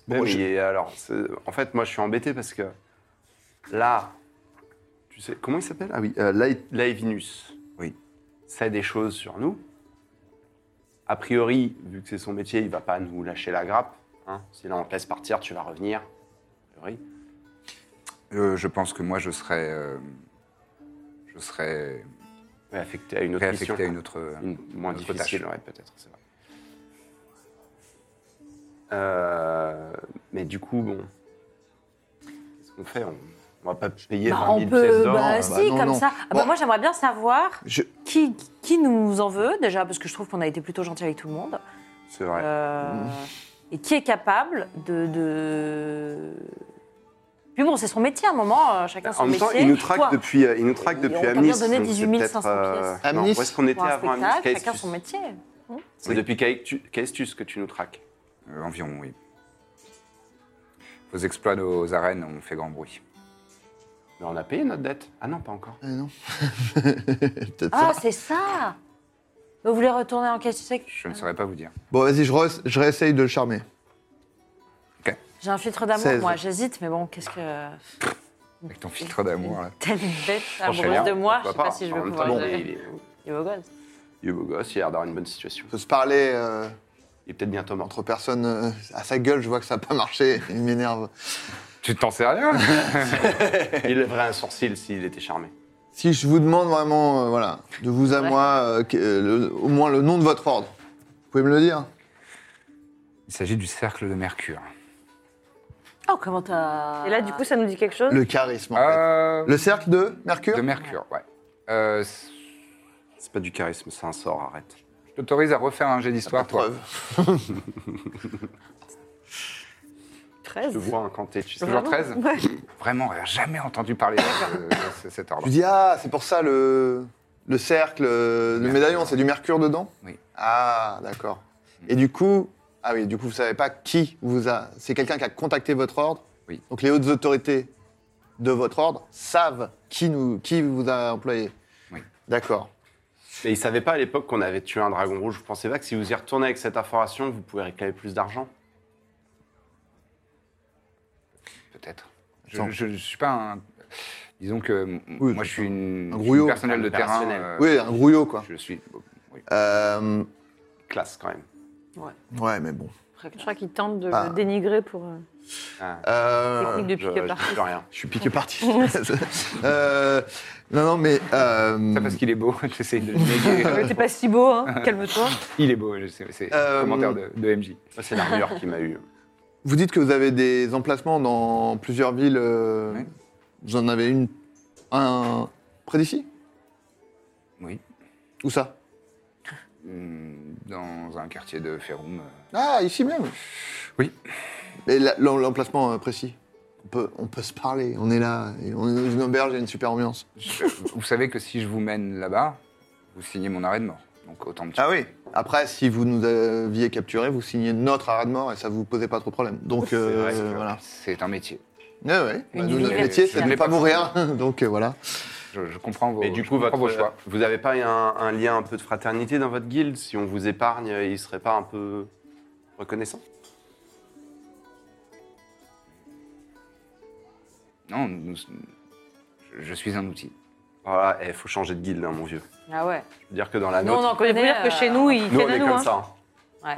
D: Bon, il est- alors, c'est- en fait, moi, je suis embêté parce que là, tu sais, comment il s'appelle Ah oui, euh, Lai- Laivinus.
A: Oui.
D: Sait des choses sur nous. A priori, vu que c'est son métier, il va pas nous lâcher la grappe. Hein. Si là, on te laisse partir, tu vas revenir. A priori.
A: Euh, je pense que moi, je serais, euh, je serais
D: Ouais, affecté à une autre
A: réaffecté
D: mission.
A: à une autre.
D: Une- moins
A: Notre
D: difficile,
A: tâche.
D: ouais, peut-être, c'est vrai. Euh, mais du coup, bon. Qu'est-ce qu'on fait on, on va pas payer
C: Bah,
D: 20
C: on
D: 000 pièces
C: peut.
D: d'or. euh,
C: Bah,
B: bah
C: si,
B: non,
C: comme
B: non.
C: ça. Ah, bah,
B: Bon.
C: moi, j'aimerais bien savoir
B: Je-
C: qui, qui nous en veut, déjà, parce que je trouve qu'on a été plutôt gentil avec tout le monde.
D: C'est vrai.
C: Euh, et qui est capable de. de... Puis bon, c'est son métier à un moment, euh, chacun son
D: en même
C: métier.
D: temps, il nous traque
C: Toi,
D: depuis, euh, il nous traque
C: On
D: depuis
C: t'a bien
D: Amnis.
C: donné
D: donc c'est
C: 18
D: peut-être,
C: 500 pièces.
D: non,
B: Amnis
D: Où est-ce qu'on était
C: pour un
D: avant Amnis
C: spectacle, chacun
D: Caestus.
C: son métier.
D: C'est depuis Caestus Caestus que tu nous traques.
A: Euh, environ, oui. Vos exploits aux arènes ont fait grand bruit.
D: Mais Ben, on a payé notre dette. Ah non, pas encore.
B: Ah, non. Peut-être
C: Ah,
B: ça.
C: c'est ça Vous voulez retourner en caisse sec
A: Je ne saurais pas vous dire.
B: Bon, vas-y, je, re- je réessaye de le charmer.
C: J'ai un filtre d'amour,
B: 16.
C: moi, j'hésite, mais bon, qu'est-ce que. *laughs*
A: Avec ton filtre d'amour, là.
C: Telle bête
D: Franchement,
C: amoureuse de moi, je
D: pourquoi
C: sais pas si je
D: En
C: veux
D: même
C: pouvoir.
D: temps,
B: le
D: il, est,
C: gérer.
D: il est-
C: Il est beau gosse.
D: il est beau gosse, il a l'air d'avoir une bonne situation.
B: Faut se parler euh,
D: Il est peut-être bientôt mort.
B: entre personnes. euh, à sa gueule, je vois que ça n'a pas marché. Il m'énerve.
A: Tu t'en sais rien
C: *laughs*
D: Il lèverait un sourcil s'il était charmé.
B: Si je vous demande vraiment, euh, voilà, de vous à moi, euh, que- euh, le- au moins le nom de votre ordre, vous pouvez me le dire
A: *laughs* Il s'agit du cercle de Mercure.
C: Oh, comment t'as.
F: Et là, du coup, ça nous dit quelque chose
B: Le charisme, en
A: Euh,
B: fait. Le cercle de Mercure
A: de Mercure, ouais. Euh, c-
D: C'est pas du charisme, c'est un sort, arrête.
A: je t'autorise à refaire un jet d'histoire, toi.
B: Preuve.
D: Je te
F: 13.
D: vois incanté, tu sais.
A: Toujours 13 Vraiment, on n'a jamais entendu parler de, de- de cet ordre.
B: Tu dis, ah, c'est pour ça le, le cercle, euh, le
A: Mercure.
B: médaillon, c'est du mercure dedans
A: Oui.
B: Ah, d'accord. Et du coup, ah oui, du coup, vous savez pas qui vous a. C'est quelqu'un qui a contacté votre ordre.
A: Oui.
B: Donc les hautes autorités de votre ordre savent qui, nous, qui vous a employé.
A: Oui.
B: D'accord.
D: Mais il savait pas à l'époque qu'on avait tué un dragon rouge. Vous pensez pas que si vous y retournez avec cette information, vous pouvez réclamer plus d'argent
A: Peut-être.
B: Attends.
A: Je ne suis pas un. Disons que m-
B: Oui,
A: moi, je suis une, je
B: un
A: suis
B: grouillot.
A: une personnelle de
D: Un
A: terrain.
D: personnel.
A: euh,
B: oui, un grouillot, quoi.
A: Je suis. oui.
B: Euh,
D: Classe quand même.
B: ouais, mais bon.
F: Je crois qu'il tente de
D: Bah.
B: Ah.
F: le dénigrer pour. euh,
D: Ah,
B: Euh,
F: Technique de
D: je-
F: piquet
D: je
F: par
D: dis plus rien.
B: je suis piqué parti. *laughs* Euh, non, non, mais. euh,
A: Pas parce qu'il est beau, *laughs* j'essaye
B: *laughs*
A: de le néguer.
F: Mais T'es pas si
D: *laughs*
F: beau, hein. Calme-toi.
A: Il est beau, je sais, c'est
B: Euh,
A: un commentaire de, de MJ.
D: Moi, C'est l'armure qui m'a eu.
B: Vous dites que vous avez des emplacements dans plusieurs villes. euh,
A: Oui.
B: Vous en avez une. Un. Près d'ici
A: Oui.
B: Où ça
A: Hum, Dans un quartier de Ferrum. euh,
B: Ah, ici même
A: Oui.
B: Et la- l'em- l'emplacement euh, précis on peut, on peut se parler, on est là, et on est dans une auberge, il y a une super ambiance.
A: je- vous savez que si je vous mène là-bas, vous signez mon arrêt de mort. Donc autant me tuer.
B: Ah oui Après, si vous nous aviez capturé, vous signez notre arrêt de mort et ça vous posait pas trop de problème. Donc, euh,
D: vrai que-
B: voilà.
A: C'est un métier.
B: Ouais, ouais.
C: Une
B: Bah, nous, notre
C: liberté.
B: métier,
A: Je
B: c'est de ne
A: l'ai
B: pas
A: pas
B: mourir. *laughs* Donc, euh, voilà.
A: Je, je comprends vos,
D: Mais du
A: je
D: coup,
A: comprends
D: votre,
A: vos choix.
D: vous n'avez pas un, un lien un peu de fraternité dans votre guilde Si on vous épargne, il serait pas un peu reconnaissant
A: Non, nous- je, je suis un outil.
D: Voilà, il faut changer de guilde, hein, mon vieux.
C: Ah ouais.
D: Je veux dire que dans la
C: Nous, on
D: nôtre,
C: en
F: Vous
C: connaît.
F: dire que
C: euh,
F: chez nous, il
D: nous,
F: fait
D: on est
F: nanou,
D: comme
F: hein.
D: ça. hein.
C: Ouais.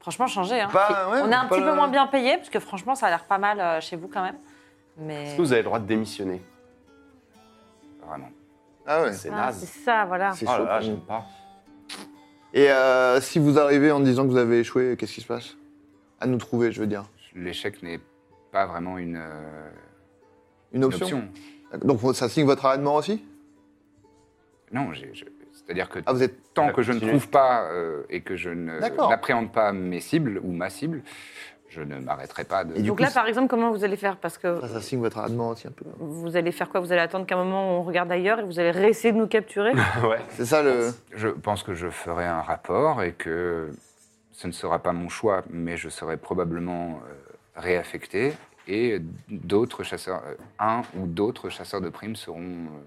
C: Franchement, changé. Hein.
B: Bah, ouais,
C: on est un
B: pas
C: petit
B: le-
C: peu moins bien payé, parce que franchement, ça a l'air pas mal euh, chez vous quand même. Mais.
B: Eh.
D: Est-ce que vous avez le droit de démissionner
A: Vraiment.
B: Ah ouais. Ah
D: C'est
F: Ah, c'est
D: naze.
F: ça, voilà.
B: C'est
D: Oh là
B: chaud
D: là,
B: pour nous.
D: j'aime pas.
B: Et euh, si vous arrivez en disant que vous avez échoué, qu'est-ce qui se passe À nous trouver, je veux dire.
A: L'échec n'est pas vraiment une, euh,
B: Une
A: une
B: option, Donc ça signe votre arrêt de mort aussi
A: Non, j'ai- je- c'est-à-dire que
B: Ah, vous êtes.
A: tant
D: Ouais,
A: que je ne
D: continuez.
A: trouve pas euh, et que je ne-
B: D'accord.
A: n'appréhende pas mes cibles ou ma cible, je ne m'arrêterai pas de.
B: Et du
F: Donc
B: coup,
F: là,
B: c'est-
F: par exemple, comment vous allez faire Parce que
B: Ça, ah, ça signe votre arrêt de mort aussi un peu.
F: vous allez faire quoi Vous allez attendre qu'à un moment on regarde ailleurs et vous allez réessayer de nous capturer
D: ouais.
B: C'est ça
F: Ah,
B: le.
A: Je pense que je ferai un rapport et que ce ne sera pas mon choix, mais je serai probablement euh, réaffecté et d'autres chasseurs, euh, un ou d'autres chasseurs de primes seront euh,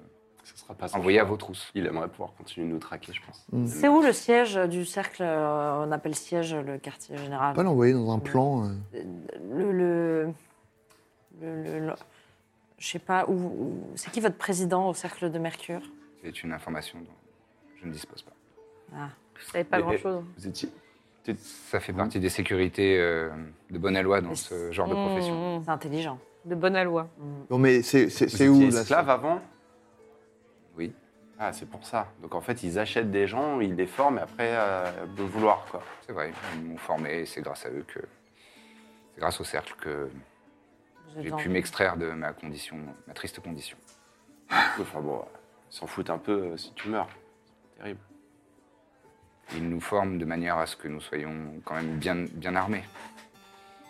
D: Ce sera pas son
A: envoyés à
D: choix.
A: vos trousses.
D: Il aimerait pouvoir continuer de nous traquer, je pense.
C: C'est où le siège du cercle euh, On appelle siège le quartier général.
B: Pas l'envoyer dans un plan. euh.
C: le, le, le- le- le- je sais pas où, où- c'est qui votre président au cercle de Mercure
A: C'est une information dont je ne dispose pas.
F: Vous savez pas
D: Et-
F: grand-chose.
D: Vous étiez.
A: Ça
F: Mm.
A: fait partie des sécurités euh, de bonne loi dans ce genre de profession.
F: Mmh,
C: C'est intelligent.
F: mmh. De bonne à loi.
B: Non mais c'est c'est-
D: vous
B: c'est
D: étiez
B: où là
D: esclave avant
A: Oui.
D: Ah, c'est pour ça. Donc en fait, ils achètent des gens, ils les forment et après, euh, bon vouloir, quoi.
A: C'est vrai, ils m'ont formé et c'est grâce à eux que. C'est grâce au cercle que
C: Vous êtes
A: j'ai
C: dans-
A: pu m'extraire de ma condition, ma triste condition.
D: Enfin bon, ils s'en foutent un peu euh, si tu meurs. C'est terrible.
A: Ils nous forment de manière à ce que nous soyons quand même bien, bien armés.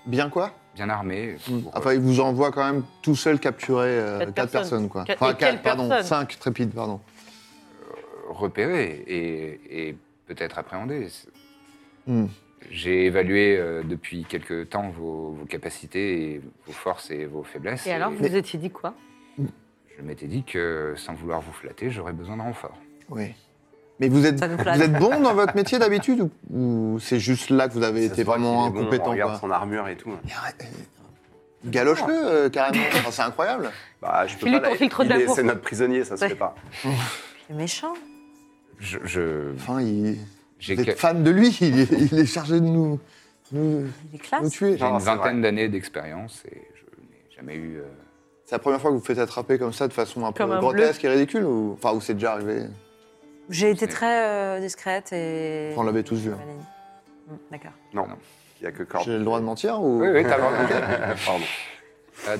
B: Bien quoi
A: Bien armés. pour,
B: Enfin, il vous envoie quand même tout seul capturer euh,
F: Quatre
B: quatre,
F: personnes.
B: personnes. quoi.
F: Quatre-
B: Enfin,
F: et quelles
B: quatre, pardon,
F: personnes
B: cinq trépides, pardon.
A: euh, repérer et, et peut-être appréhender. C'est-
B: Hmm.
A: J'ai évalué euh, depuis quelque temps vos, vos capacités, et vos forces et vos faiblesses.
F: Et alors, vous vous étiez dit quoi
A: Je m'étais dit que, sans vouloir vous flatter, j'aurais besoin de renfort.
B: Oui. Mais vous êtes,
C: Ça nous flatte.
B: vous êtes bon dans votre métier d'habitude ou, ou c'est juste là que vous avez
D: Ça
B: été
D: se voit
B: vraiment
D: qu'il est bon, on
B: incompétent
D: regarde
B: quoi
D: son armure et tout.
B: Galoche-le euh, carrément, Enfin, c'est incroyable.
D: Bah, je peux
E: Philippe,
D: pas la-
E: on filtre de
D: il
E: la
D: est-
E: peau.
D: C'est notre prisonnier, ça se
C: Ouais.
D: fait pas.
C: C'est méchant.
A: Je. je-
B: Enfin, il...
A: J'ai
B: vous êtes
A: que-
B: fan de lui, il est, il est chargé de nous, nous,
C: Il est
B: nous
C: classe.
B: tuer.
A: j'ai une
D: Non, c'est
A: vingtaine d'années d'expérience et je n'ai jamais eu. euh,
B: C'est la première fois que vous vous faites attraper comme ça de façon un peu
E: Comme un
B: grotesque et ridicule ou... Enfin, ou c'est déjà arrivé
C: J'ai été très euh, discrète et.
B: On l'avait tous vu, hein.
C: Mm, D'accord.
D: Non, il n'y a que Corbe.
B: J'ai le droit de mentir ou...
A: Oui, oui, t'as le droit de *laughs* mentir.
D: Pardon.
A: Euh,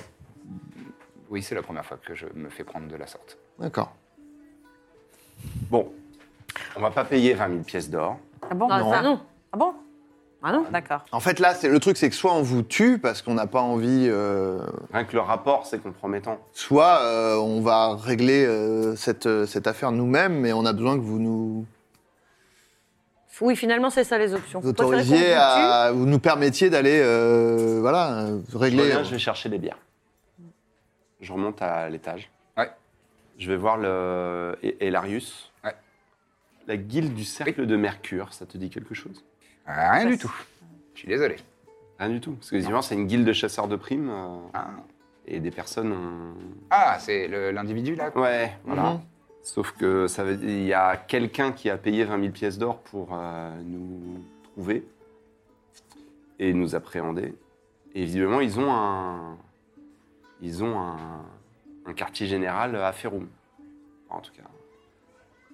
A: Oui, c'est la première fois que je me fais prendre de la sorte.
B: D'accord.
D: Bon, on va pas payer 20 000 pièces d'or.
C: Ah bon
E: Ah, ça, non.
C: Ah bon
E: Ah non.
C: D'accord.
B: En fait, là, c'est le truc, c'est que soit on vous tue parce qu'on n'a pas envie, euh,
D: Rien que le rapport, c'est compromettant.
B: soit euh, on va régler euh, cette, euh, cette affaire nous-mêmes, mais on a besoin que vous nous
E: Oui, finalement, c'est ça les options.
B: vous
E: Vous préférez qu'on
B: autorisiez
E: vous tue
B: à, vous nous permettiez d'aller, euh, voilà, euh,
D: Je
B: régler.
D: reviens, je vais chercher des bières. Je remonte à l'étage.
A: Ouais.
D: Je vais voir le Hé- Hélarius.
A: Ouais.
D: La guilde du cercle de Mercure, ça te dit quelque chose
A: Ah, Rien du tout. Je suis désolé.
D: Rien du tout. Parce que visiblement, c'est une guilde de chasseurs de primes. euh,
A: Ah,
D: Et des personnes ont...
A: Ah, c'est le- l'individu là
D: Ouais, voilà.
B: Mhm.
D: Sauf que ça veut dire- il y a quelqu'un qui a payé 20 000 pièces d'or pour euh, nous trouver et nous appréhender. Et visiblement, ils ont un, ils ont un, un quartier général à Ferrum. En tout cas.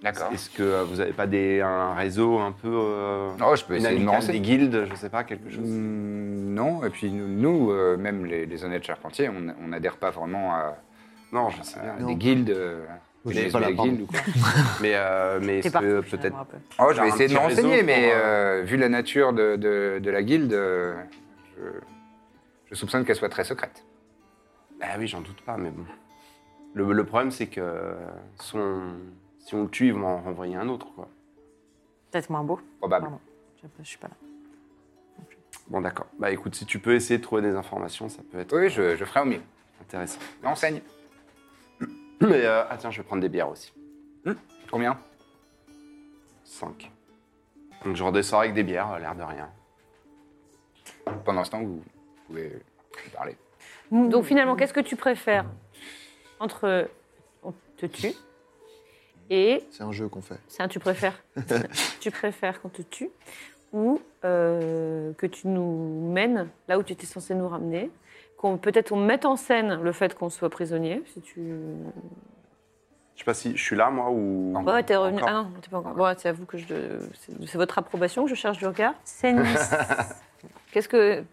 A: D'accord.
D: Est-ce que euh, vous n'avez pas des, un réseau un peu. euh,
A: Oh, je peux
D: une
A: essayer de me
D: amicale, des
A: renseigner.
D: guildes, je sais pas, quelque chose.
A: Mm, Non, et puis nous, nous, euh, même les, les honnêtes charpentiers, on on n'adhère pas vraiment à,
D: Non, je sais
A: à
D: bien.
A: des guildes. euh,
B: Moi, je
A: les-
B: suis pas là,
A: les
B: pardon.
A: guildes ou quoi.
D: Mais, euh, mais
C: T'es
D: est-ce
C: parti.
D: que
C: finalement,
D: peut-être.
C: un peu.
A: Oh, je
D: Faire un
A: vais essayer de
D: petit
A: me
D: réseau
A: renseigner,
D: pour,
A: mais euh, vu la nature de, de- de la guilde, euh, je, je soupçonne qu'elle soit très secrète.
D: Ah oui, j'en doute pas, mais bon. Le, le problème, c'est que son... si on le tue, ils vont en renvoyer un autre, quoi.
C: Peut-être moins beau.
A: Probable.
C: Pardon. Je, je suis pas là.
D: Bon, d'accord. Bah écoute, si tu peux essayer de trouver des informations, ça peut être
A: Oui, je, je ferai au mieux.
D: intéressant.
A: Enseigne.
D: Mais, euh, ah tiens, je vais prendre des bières aussi.
A: Combien
D: 5. Donc je redescends avec des bières, euh, l'air de rien.
A: Pendant ce temps, vous pouvez parler.
E: Donc finalement, qu'est-ce que tu préfères entre euh, on te tue et
B: C'est un jeu qu'on fait.
E: c'est un tu préfères Tu préfères qu'on te tue ou euh, que tu nous mènes là où tu étais censé nous ramener qu'on peut-être on mette en scène le fait qu'on soit prisonnier si tu
D: Je sais pas si je suis là, moi, ou...
A: Non.
E: ouais t'es revenu
D: Encore.
E: ah non t'es pas encore ouais c'est à vous que je c'est- c'est votre approbation que je cherche du regard
C: C'est
B: *laughs*
E: qu'est-ce que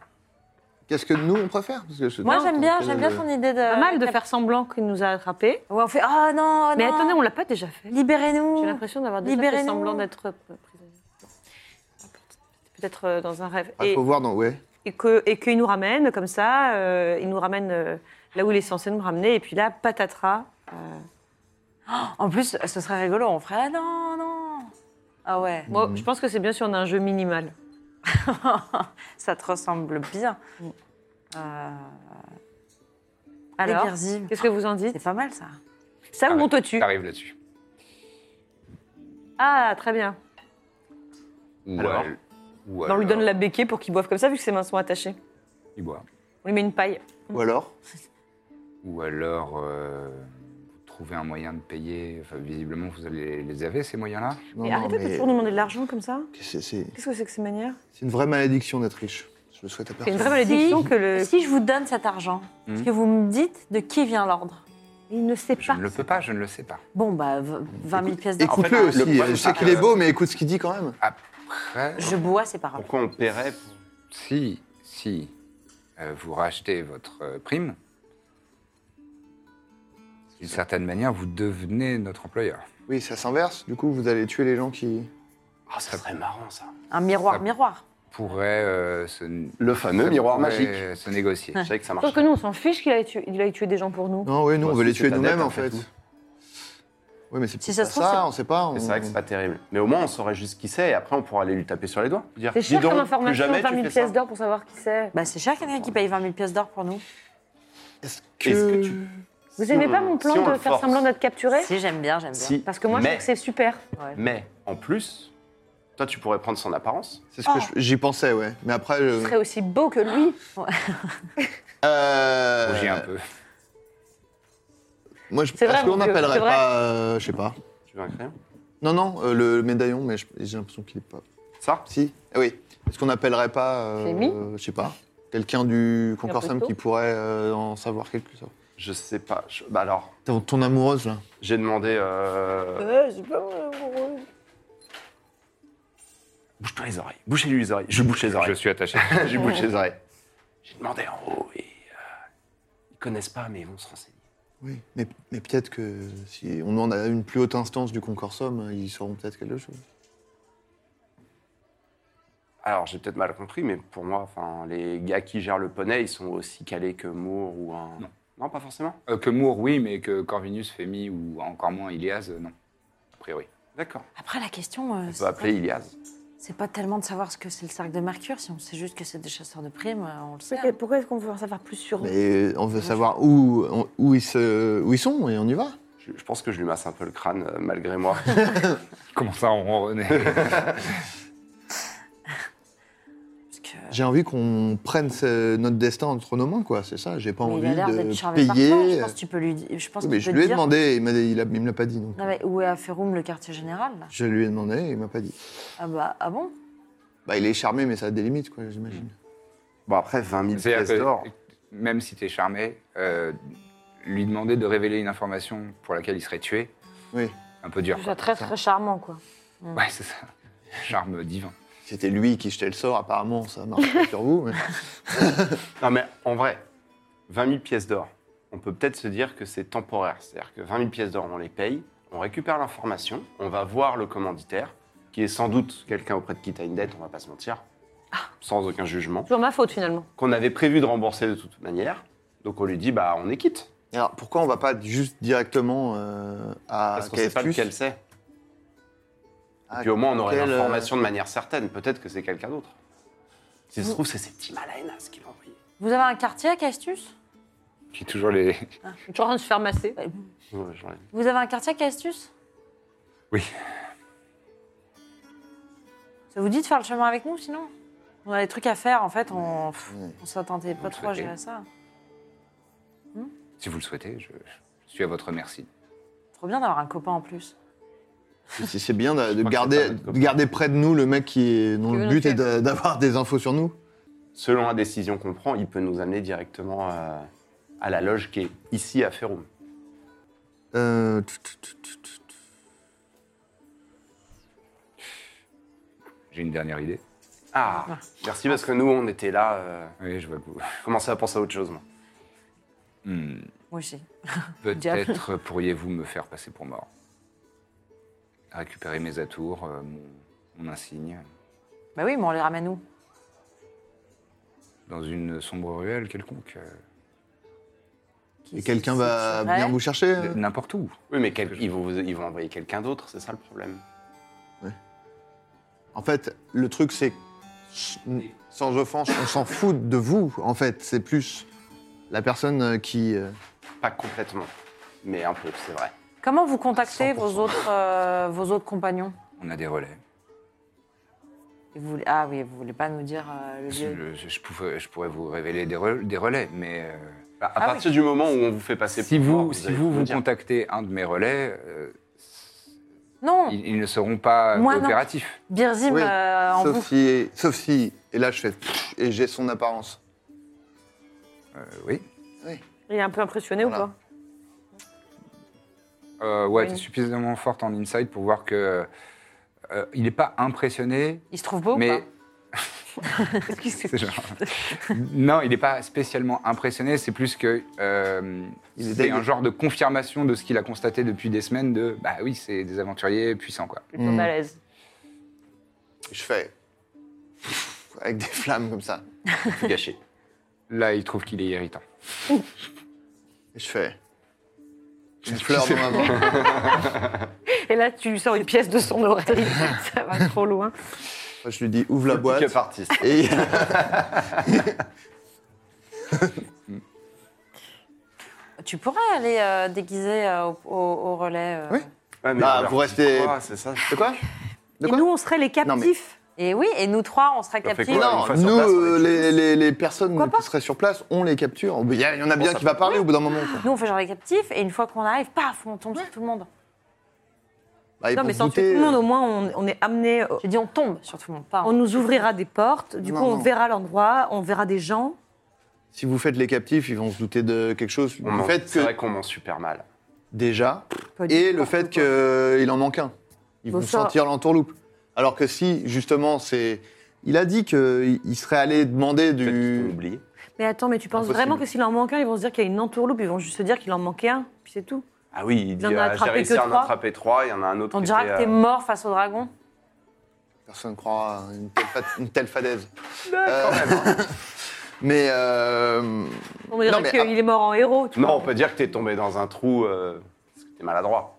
B: Qu'est-ce que nous on préfère Parce que je-
C: Moi, j'aime bien,
B: Quel est
C: j'aime bien
B: le-
C: ton idée de.
E: pas mal de faire semblant qu'il nous a attrapés
C: Ouais, on fait. Oh non, oh,
E: mais
C: non.
E: attendez on l'a pas déjà fait J'ai
C: Libérez-nous.
E: l'impression d'avoir déjà fait
C: Libérez-nous.
E: semblant d'être euh, prisonnier. Peut-être euh, dans un rêve.
B: Ah,
E: et,
B: faut voir dans. Ouais.
E: et que et qu'il nous ramène comme ça, euh, il nous ramène euh, là où il est censé nous ramener, et puis là, patatras. euh,
C: En plus, ce serait rigolo. On ferait. Ah non, non. Ah ouais.
E: moi,
D: Mhm.
E: je pense que c'est bien si on a un jeu minimal.
C: Ça te ressemble bien. Euh,
E: Alors,
C: les Guerzi.
E: qu'est-ce que vous en dites
C: C'est pas mal ça.
E: Ça ou
A: Ah,
E: on te tue
A: T'arrives là-dessus.
E: Ah, très bien.
A: Ou
D: Alors
A: euh, ou
E: on lui
A: alors,
E: donne la béquille pour qu'il boive comme ça, vu que ses mains sont attachées.
A: il boit.
E: On lui met une paille.
B: Ou alors
A: Ou alors, euh, vous trouvez un moyen de payer. Enfin, visiblement, vous allez les avez, ces moyens-là.
B: Non,
E: mais
B: non,
E: arrêtez de
B: mais-
E: toujours demander de l'argent comme ça.
B: C'est c'est-
E: Qu'est-ce que c'est que ces manières
D: Ah,
B: c'est une vraie malédiction d'être riche. Je le souhaite à personne.
E: C'est une vraie malédiction que le.
C: Si je vous donne cet argent,
B: Hmm.
C: est-ce que vous me dites de qui vient l'ordre
E: Il ne sait
A: Je
E: pas.
A: ne le peux pas, je ne le sais pas.
C: Bon, bah, v- 20 000 pièces d'or.
D: En fait,
B: Écoute-le
D: le
B: aussi.
D: problème,
B: Je sais
D: c'est
B: qu'il
D: que-
B: est beau, mais écoute ce qu'il dit quand même.
A: Après,
C: Je bois ses paroles.
D: Pourquoi on paierait pour-
A: si, si euh, vous rachetez votre euh, prime, d'une certaine manière, vous devenez notre employeur.
B: Oui, ça s'inverse. Du coup, vous allez tuer les gens qui.
D: Ah, ça serait marrant, ça.
C: Un miroir,
A: Ça-
C: miroir.
A: pourrait euh, se,
D: Le fameux
A: ça
D: miroir
A: pourrait
D: magique.
A: se négocier.
D: Je savais que ça
E: Sauf
D: marche.
E: que nous, on s'en fiche qu'il aille tuer, il aille tuer des gens pour nous.
B: Non, oui, nous,
D: Bah,
B: on veut
D: si
B: les
D: c'est
B: tuer
D: ta
B: nous-mêmes,
D: dette,
B: en
D: en fait,
B: fait. Oui, mais c'est
C: Si
B: si
C: ça
B: ça,
C: se trouve, c'est-
B: on sait pas. on-
D: C'est vrai que c'est pas terrible. Mais au moins, on saurait juste qui c'est, et après, on pourra aller lui taper sur les doigts. Dire,
E: C'est
D: dis
E: cher
D: donc,
E: comme
D: plus
E: information,
D: jamais tu
E: 20 000
D: fais ça.
E: pièces d'or pour savoir qui c'est.
C: Bah, c'est cher quelqu'un qui paye 20 000 pièces d'or pour nous.
B: Est-ce que...
D: Est-ce que tu-
E: Vous
D: Si
E: aimez
D: on-
E: pas mon plan
D: si on
E: de
D: le
E: faire
D: force.
E: semblant d'être capturé
C: Si, j'aime bien, j'aime bien.
D: Si,
E: Parce que moi, je
D: mais,
E: trouve que c'est super.
D: Mais En plus, toi, tu pourrais prendre son apparence.
B: C'est ce que je- j'y pensais, ouais. Mais après, euh,
E: Il
B: je-
E: serait aussi beau que lui.
B: Euh,
A: Rougis un peu.
B: Moi, je...
F: C'est vrai,
B: est-ce qu'on
F: mon vieux,
B: n'appellerait
F: c'est vrai.
B: pas, euh, je sais pas.
D: Tu veux un crayon
B: Non, non, euh, le médaillon, mais je- j'ai l'impression qu'il est pas.
D: Ça
B: Si, eh oui. Est-ce qu'on n'appellerait pas, euh,
F: Rémi
B: je sais pas, quelqu'un du Concorsam
F: Caputo
B: qui pourrait euh, en savoir quelque chose
D: Je sais pas. Je- Bah alors,
B: ton, ton amoureuse là.
D: j'ai demandé. euh,
F: Ah,
D: Bouge-toi les oreilles. Bouchez-lui les oreilles. Je bouche les
A: Je
D: oreilles.
A: suis attaché.
D: *laughs* Je, bouche les oreilles. J'ai demandé en haut et. euh, Ils connaissent pas, mais ils vont se renseigner.
B: Oui, mais, mais peut-être que si on demande à une plus haute instance du Concorsum, ils sauront peut-être quelque chose.
D: Alors, j'ai peut-être mal compris, mais pour moi, enfin, les gars qui gèrent le poney, ils sont aussi calés que Moore ou un.
A: Non.
D: pas forcément.
A: Euh, que Moore, oui, mais que Corvinus, Femi ou encore moins Ilias, euh, non. A priori.
D: D'accord.
C: Après, la question, euh,
D: On
C: c'est
D: peut appeler Ilias.
C: pas- c'est pas tellement de savoir ce que c'est le cercle de Mercure, si on sait juste que c'est des chasseurs de primes, euh, on le sait. hein.
E: Pourquoi est-ce qu'on veut en savoir plus sur eux
B: Mais euh, on veut savoir où, on- où, ils se, où ils sont et on y va.
D: Je, je pense que je lui masse un peu le crâne, euh,
A: *laughs*
D: malgré moi.
A: Il commence à ronronner.
D: *laughs*
C: Parce que...
B: J'ai envie qu'on prenne ce- notre destin entre nos mains, quoi. C'est ça. J'ai pas
C: Mais il
B: envie
C: a l'air d'être
B: de
C: charmé par toi, je
B: payer. euh.
C: pense que tu peux lui dire... Je pense
B: Oui, mais
C: qu'il
B: je
C: peut
B: lui ai
C: te dire-
B: demandé, il, m'a dit- il, a- il me l'a pas dit. Donc.
C: Non, mais où est à Ferrum, le quartier général là
B: Je lui ai demandé, il m'a pas dit.
C: Ah bah, ah bon
B: Bah, il est charmé, mais ça a des limites, quoi,
C: Mm.
B: j'imagine.
D: Bon, après, 20 000
A: C'est-à-dire
D: pièces
A: que
D: d'or.
A: même si tu es charmé, euh, lui demander de révéler une information pour laquelle il serait tué,
B: Oui.
A: un peu dur.
F: Déjà très très charmant quoi.
A: quoi. Ouais, c'est ça. Charme divin.
B: C'était lui qui jetait le sort, apparemment, ça marche pas sur
C: *laughs*
B: vous. mais-
D: Non, mais en vrai, 20 000 pièces d'or, on peut peut-être se dire que c'est temporaire. C'est-à-dire que 20 000 pièces d'or, on les paye, on récupère l'information, on va voir le commanditaire, qui est sans doute quelqu'un auprès de qui tu une dette, on va pas se mentir, sans aucun jugement,
F: Toujours ma faute finalement.
D: qu'on avait prévu de rembourser de toute manière. Donc on lui dit, bah on est quitte.
B: Alors, pourquoi on va pas juste directement euh, à
D: Parce qu'on sait pas
B: Caescus
D: lequel c'est.
B: Ah,
D: Puis au moins on aurait
B: quel, euh,
D: l'information de manière certaine. Peut-être que c'est quelqu'un d'autre. Si ça se trouve, c'est cet Himalayanas qui l'a envoyé.
C: Vous avez un quartier à Castus
A: Qui toujours les. *laughs*
F: Toujours en train de se faire masser.
D: Ouais, j'en ai-
C: Vous avez un quartier à Castus
A: Oui.
C: Ça vous dit de faire le chemin avec nous, sinon On a des trucs à faire, en fait, on, pff,
B: ouais.
C: on s'attendait pas
A: le
C: trop à
A: souhaitez.
C: gérer ça.
A: Si vous le souhaitez, je, je suis à votre merci.
C: Trop bien d'avoir un copain en plus.
B: euh, C'est c'est bien de, de
D: crois que c'est pas
B: garder,
D: notre
B: de
D: copain.
B: garder près de nous le mec qui est, dont
F: Qui veut
B: le
F: nous
B: but est
F: faire.
B: d'a- d'avoir des infos sur nous.
D: selon la décision qu'on prend, il peut nous amener directement euh, à la loge qui est ici à Ferrum.
B: Euh, tu- tu- tu- tu- tu- tu-
A: J'ai une dernière idée.
D: Ah, merci parce que nous, on était là. euh,
A: Oui, je vois que vous. *laughs*
D: je commençais à penser à autre chose, moi.
A: Hmm,
C: Moi aussi.
A: Peut-être pourriez-vous me faire passer pour mort. Récupérer mes atours, euh, mon, mon insigne,
C: Bah oui, mais on les ramène où
A: dans une sombre ruelle quelconque. euh,
B: Et quelqu'un va
C: C'est vrai
B: venir vous chercher
A: de-
B: euh
A: N'importe où.
D: Oui, mais quel- ils, vont, ils vont envoyer quelqu'un d'autre, c'est ça le problème.
B: En fait, le truc, c'est. Sans offense, on s'en fout de vous, en fait. C'est plus la personne euh, qui. euh,
D: Pas complètement, mais un peu, c'est vrai.
C: Comment vous contactez
B: 100%.
C: vos autres, euh, vos autres compagnons
A: On a des relais.
C: Et vous voulez- Ah oui, vous voulez pas nous dire euh, le lieu
A: Je, je pouvais- je pourrais vous révéler des, rel- des relais, mais euh,
D: Bah, à
C: Ah
D: partir du moment où on vous fait passer
A: si
D: pour mort,
A: vous, si
D: allez
A: vous,
D: me
A: vous
D: dire.
A: contactez un de mes relais, euh,
E: Oh.
C: Non,
A: ils, ils ne seront pas
C: Moi, non.
A: coopératifs.
C: Birzim
B: Oui,
C: euh, en
B: sauf,
C: boucle.
B: si, sauf si- Et là, je fais. pfff Et j'ai son apparence.
A: Euh, oui.
F: Il est un peu impressionné
B: Voilà.
F: ou pas
A: Euh, ouais,
F: Oui.
A: t'es suffisamment forte en inside pour voir que euh, il n'est pas impressionné,
C: Il se trouve beau ou
A: mais *laughs*
C: pas
A: C'est genre- *laughs* non, il n'est pas spécialement impressionné. C'est plus que euh,
B: Il est
A: c'est
B: dingue.
A: un genre de confirmation de ce qu'il a constaté depuis des semaines. De bah oui, c'est des aventuriers puissants quoi.
F: Plutôt
B: Mm.
F: malaise.
B: Je fais. pfff Avec des flammes comme ça.
D: Tout gâché. *laughs*
A: Là, il trouve qu'il est irritant.
B: Et je fais. Une fleur dans ma main.
F: Et là tu lui sors une pièce de son
B: *laughs*
F: oreille. ça va trop loin.
B: Je lui dis, ouvre la boîte.
D: Pick-up artist.
B: Et.
C: Tu pourrais aller euh, déguiser euh, au, au- au relais. euh,
B: Oui.
D: Ouais, mais
B: Bah,
D: alors,
B: vous restez-
D: quoi, c'est ça.
B: De quoi De
E: Et
B: quoi
E: nous, on serait les
B: mais-
E: captifs.
C: Et oui, et nous trois, on sera
D: fait
C: captifs.
D: quoi,
B: Non,
D: une fois sur
B: nous,
D: place, on les
B: euh,
D: tue.
B: les, les- les personnes
E: Pourquoi
B: qui seraient sur place, on les capture. Il y, a- il y en a bien
D: ça
B: qui va parler au bout d'un moment. quoi.
C: Nous, on fait genre les captifs, et une fois qu'on arrive, paf, on tombe sur tout le monde.
B: Bah, ils
F: Non,
B: vont
F: mais
B: se
F: sans tuer
B: douter,
F: tout le monde, au moins, on, on est amené. euh,
C: J'ai dit, on tombe sur tout le monde, pas
F: On nous ouvrira des portes, du
B: Non,
F: coup, on
B: non.
F: verra l'endroit, on verra des gens.
B: Si vous faites les captifs, ils vont se douter de quelque chose.
D: On
B: Le
D: ment-
B: fait
D: C'est
B: que
D: vrai qu'on ment super mal.
B: déjà,
F: Pas du
B: et
F: tout
B: le fait qu'il en manque un. Ils
F: Bon,
B: vont
F: ça-
B: sentir l'entourloupe. Alors que si, justement, c'est. Il a dit qu'il serait allé demander
D: Peut-être qu'ils
B: du.
D: t'ont oublié.
F: Mais attends, mais tu penses
B: Impossible.
F: vraiment que s'il en manque un, ils vont se dire qu'il y a une entourloupe, ils vont juste se dire qu'il en manquait un, puis c'est tout.
D: Ah oui, il dit
F: en a
D: ah, j'ai
F: attrapé
D: réussi
F: que
D: à en
F: trois.
D: attraper trois, il y en a un autre
C: On
D: qui
C: dira
D: était,
C: que t'es
D: euh,
C: mort face au dragon.
B: Personne ne croira à une telle, fa- une telle fadaise. Euh,
F: hein.
B: *laughs* mais. euh,
F: On va dire
B: Non, mais-
F: qu'il est mort en héros. tu
D: Non,
F: vois.
D: on peut dire que t'es tombé dans un trou, euh, parce que t'es maladroit.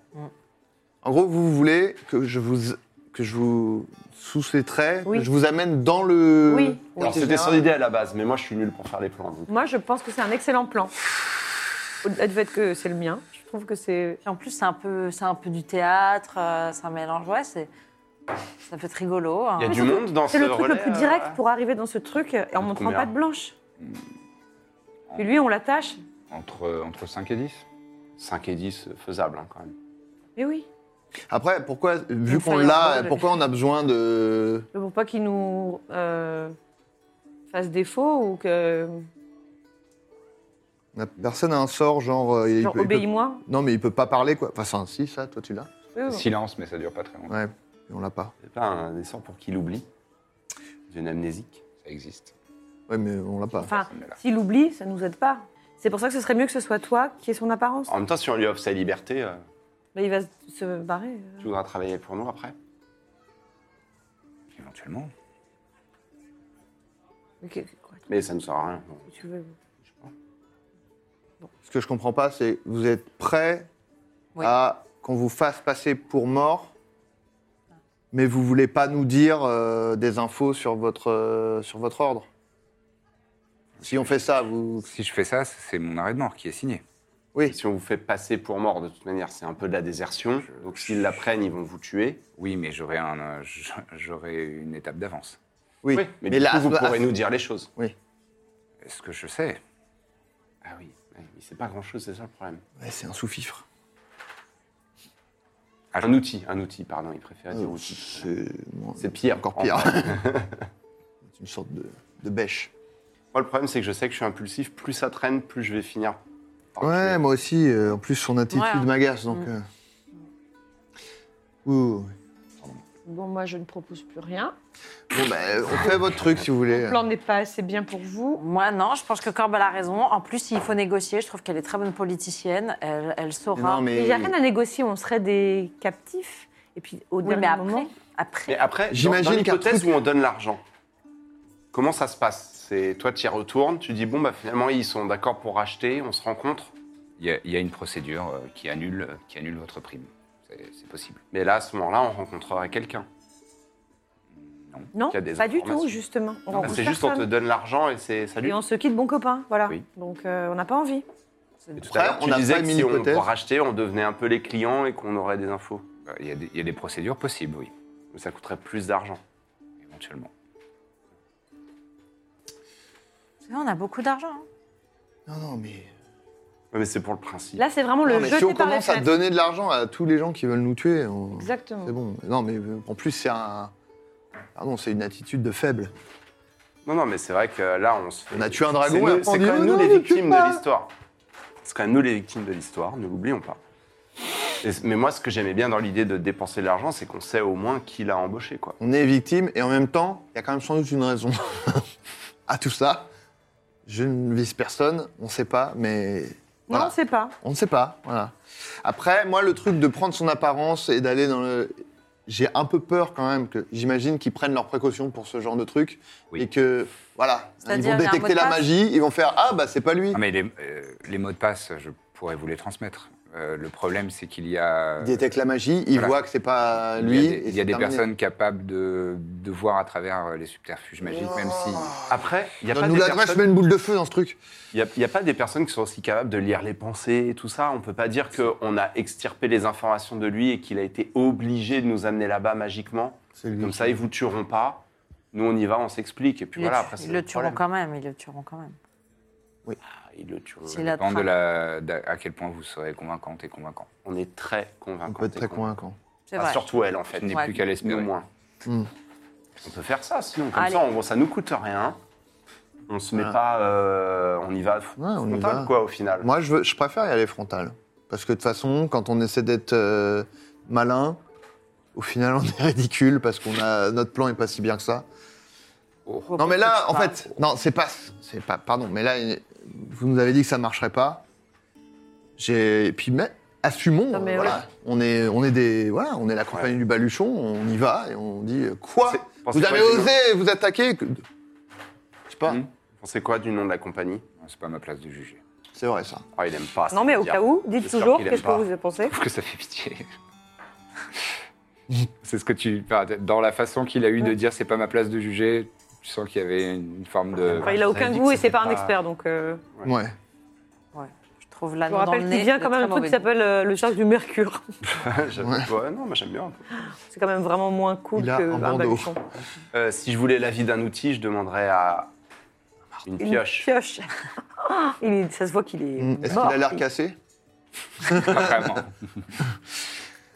B: En gros, vous voulez que je vous que je vous sous-traiterai,
F: Oui.
B: que je vous amène dans le.
F: Oui.
D: Alors c'était son idée à la base, mais moi je suis nul pour faire les plans. donc.
F: Moi, je pense que c'est un excellent plan. Au-delà du fait que c'est le mien, je trouve que c'est.
C: Puis en plus, c'est un peu, c'est un peu du théâtre, euh, c'est un mélange, ouais, c'est, ça peut être rigolo. hein.
D: Il y a du monde dans ce
F: C'est le truc le
D: relais,
F: plus
D: euh,
F: direct pour arriver dans ce truc et en
D: Combien Hmm.
F: montrant pas de blanche. Et lui, on l'attache.
A: Entre, entre 5 et 10.
D: 5 et 10, euh, faisable hein, quand même.
F: Mais oui.
B: Après, pourquoi, vu
F: Donc,
B: qu'on
F: ça y est,
B: l'a,
F: on va-
B: pourquoi on a besoin de.
F: Mais Pour pas qu'il nous euh, fasse défaut ou que.
B: on a- Personne a un sort genre. euh, il-
F: Genre,
B: il peut-
F: obéis-moi.
B: Non, mais il peut pas parler quoi. Enfin, c'est un si, ça, toi tu l'as.
F: Oui,
C: Oh.
F: oui.
A: Silence, mais ça dure pas très longtemps.
B: Ouais, mais on l'a pas.
D: C'est pas un des sorts pour qu'il oublie. J'ai une amnésique.
A: Ça existe.
B: Ouais, mais on l'a pas.
C: Ah.
F: Enfin,
A: personne ne l'a.
F: s'il oublie, ça nous aide pas. C'est pour ça que ce serait mieux que ce soit toi qui ait son apparence.
D: En même temps, si on lui offre sa liberté, euh,
F: Là, il va se- se barrer.
D: tu voudras travailler pour nous après
A: Éventuellement.
F: Mais qu'est- quoi,
D: Mais ça ne sert à rien.
F: tu veux
B: Ce que je comprends pas, c'est vous êtes prêt
C: Oui.
B: à qu'on vous fasse passer pour mort, mais vous voulez pas nous dire euh, des infos sur votre euh, sur votre ordre. Si on fait ça, vous
A: Si je fais ça, c'est mon arrêt de mort qui est signé.
D: Et Si on vous fait passer pour mort, de toute manière, c'est un peu de la désertion. Donc s'ils la prennent, ils vont vous tuer.
A: Oui, mais j'aurai un, euh, j- j'aurai une étape d'avance.
B: oui.
D: Mais, du
B: là,
F: bah,
D: coup, vous
B: à-
F: ah,
D: pourrez nous dire les choses.
A: Ce que je sais,
D: Ah oui, ouais, mais c'est pas grand-chose, c'est ça le problème.
B: Ouais, c'est un sous-fifre.
A: Ah,
D: Un outil, un outil, pardon, il préfère dire outil.
B: Euh, C'est
D: C'est pire.
B: Encore
D: en
B: pire. Ah.
D: vrai.
B: C'est *laughs* une sorte de, de bêche.
D: Moi, le problème, c'est que je sais que je suis impulsif. Plus ça traîne, plus je vais finir. par
B: Ouais,
D: tuer.
B: moi aussi. euh, en plus, son attitude
C: Ouais. hein. Mm.
B: m'agace, donc. euh. Ouh.
F: Bon, moi, je ne propose plus rien.
B: Bon, bah, on fait votre truc si vous voulez.
F: Le plan n'est pas assez bien pour vous.
C: Moi, non, je pense que Corbe a la raison. En plus, il faut négocier. Je trouve qu'elle est très bonne politicienne. Elle, elle saura.
B: Non,
F: Il
B: mais
F: n'y a rien à négocier, on serait des captifs. Et puis, au
C: Oui,
F: dernier
C: mais après,
F: moment,
C: après,
D: Mais après,
B: J'imagine
D: j'imagine
B: qu'un
D: l'hypothèse
B: truc-
D: où on donne l'argent, comment ça se passe C'est toi, tu y retournes, tu dis bon, bah finalement, ils sont d'accord pour acheter, on se rencontre.
A: il y, a- il y a une procédure euh, qui, annule, euh, qui annule votre prime. C'est c'est possible.
D: Mais là, à ce moment-là, on rencontrerait quelqu'un.
F: non,
D: qu'il y a des
F: pas du
D: informations.
F: tout, justement. On
D: Ah,
F: rencontre
D: c'est juste, on te
F: personne.
D: donne l'argent et c'est salut.
F: Et on se quitte bon copain, voilà.
D: Oui.
F: Donc, euh, on n'a pas
D: Et
F: envie.
D: tout
B: Après,
D: à l'heure,
B: on
D: tu
B: a
D: disais
B: pas
D: que
B: mis
D: si on
B: l'hypothèse.
D: rachetait, on devenait un peu les clients et qu'on aurait des infos.
A: Euh, Il y, a des- il y a des procédures possibles, oui,
D: Mais ça coûterait plus d'argent.
A: éventuellement.
C: c'est vrai, on a beaucoup d'argent. hein.
B: Non, non, mais.
D: Ouais, Mais c'est pour le principe.
F: Là, c'est vraiment
B: Non,
F: le
B: mais
F: jeter
B: si on
F: par les
B: commence à
F: fenêtres.
B: donner de l'argent à tous les gens qui veulent nous tuer, on-
F: Exactement.
B: c'est bon. Non, mais euh, en plus, c'est un. Pardon, c'est une attitude de faible.
D: Non, non, mais c'est vrai que là, on se fait.
B: On a tué un dragon
D: C'est
B: et
D: nous-
B: après on
D: c'est
B: dit,
D: quand
B: oh
D: même nous
B: non,
D: les
B: ne tue
D: victimes de
B: pas.
D: l'histoire. C'est quand même nous les victimes de l'histoire, ne l'oublions pas. Et c- mais moi, ce que j'aimais bien dans l'idée de dépenser de l'argent, c'est qu'on sait au moins qui l'a embauché, quoi.
B: On est victime et en même temps, il y a quand même sans doute une raison *laughs* à tout ça. Je ne vise personne, on ne sait pas, mais
F: Non,
B: Voilà.
F: on sait pas.
B: on ne sait pas. Voilà. Après, moi, le truc de prendre son apparence et d'aller dans le. J'ai un peu peur quand même que j'imagine qu'ils prennent leurs précautions pour ce genre de truc
A: Oui.
B: et que voilà, ils
C: C'est-à-dire,
B: vont
C: il y a un mot
B: détecter
C: de
B: la
C: passe
B: magie, ils vont faire ah bah c'est pas lui.
A: Ah, mais les, euh, les mots de passe, je pourrais vous les transmettre. Euh, le problème, c'est qu'il y a.
B: Il détecte la magie, il
A: Euh, Voilà.
B: voit que c'est pas
A: il
B: lui.
A: y a des, il y
B: et
A: a
B: c'est
A: des
B: terminé.
A: personnes capables de, de voir à travers euh, les subterfuges magiques, même si.
D: Après, il n'y a, pas
B: Donne-nous
D: des
B: Bah, l'adresse, je
D: personnes-
B: mets une boule de feu dans ce truc.
D: y a- y a pas des personnes qui sont aussi capables de lire les pensées et tout ça. On ne peut pas dire qu'on a extirpé les informations de lui et qu'il a été obligé de nous amener là-bas magiquement.
B: C'est lui.
D: Comme ça, ils vous tueront pas. Nous, on y va, on s'explique. Et puis
C: Ils
D: voilà,
C: le, tu-
D: après, c'est
C: ils le tueront
D: problème.
C: quand même, ils le tueront quand même.
D: Ah, Ils le tueront.
F: Oh.
C: C'est la
A: Dépend de
C: trappe.
A: la, d'a- à quel point vous serez convaincante et convaincant.
D: On est très
B: On
D: convaincants.
B: peut être très
D: et convaincants.
B: convaincant.
C: C'est
D: Ah,
C: vrai.
D: surtout elle, en fait.
A: Je n'ai
C: Ouais.
A: plus qu'à l'espérer.
D: Nous moins.
B: Hmm.
D: On peut faire ça, sinon comme
C: Allez.
D: ça, on, ça nous coûte rien. On se met
B: Ouais.
D: pas, euh, on y va
B: on y
D: frontal,
B: va.
D: quoi, au final.
B: Moi, je, veux- je préfère y aller frontal. Parce que de toute façon, quand on essaie d'être euh, malin, au final, on est ridicule parce qu'on a notre plan est pas si bien que ça.
D: Oh,
B: Non, mais là, en fait, non, c'est pas, c'est pas, pardon, mais là, vous nous avez dit que ça marcherait pas. J'ai, et puis mais, assumons,
F: Non, mais
B: euh, voilà, on est, on est des, voilà, on est la compagnie du baluchon, on y va et on dit euh, quoi
D: C'est- pensez
B: Vous avez
D: quoi du nom-
B: osé vous attaquer que- Je sais pas,
D: Hmm. Pensez quoi du nom de la compagnie
A: C'est pas ma place de juger.
B: c'est vrai ça.
D: Ah, il aime pas. ça
E: Non, mais
D: veut
E: au
D: dire.
E: cas où, dites
D: J'espère
E: toujours
D: qu'il aime
E: qu'est-ce que
D: pas.
E: vous pensez.
A: Je trouve que ça fait pitié.
D: Mm.
A: c'est ce que tu. enfin, Dans la façon qu'il a eu de dire c'est pas ma place de juger, tu sens qu'il y avait une forme de.
F: Enfin, il a
D: Ça
F: aucun
D: dit
F: goût
D: que
F: et c'est
D: c'était
F: pas un
D: pas-
F: expert, donc. euh,
D: Ouais.
B: Ouais.
C: Je trouve
F: Je vous
C: l'anneau dans le
F: rappelle
C: nez.
F: qu'il vient quand
C: de
F: même un
C: très
F: truc qui
C: mauvais
F: s'appelle euh, le charge du mercure. *laughs*
D: J'avoue, ouais, non, mais *laughs* j'aime bien. un peu.
F: C'est quand même vraiment moins cool
B: Il a un
F: que
B: bandeau.
F: baluchon.
D: Euh, si je voulais l'avis d'un outil, je demanderais à une
F: Une
D: pioche.
F: Pioche. *laughs* Il est- ça se voit qu'il est.
B: Hmm. Est-ce
F: mort.
B: qu'il a l'air cassé
A: Pas vraiment.
B: *laughs*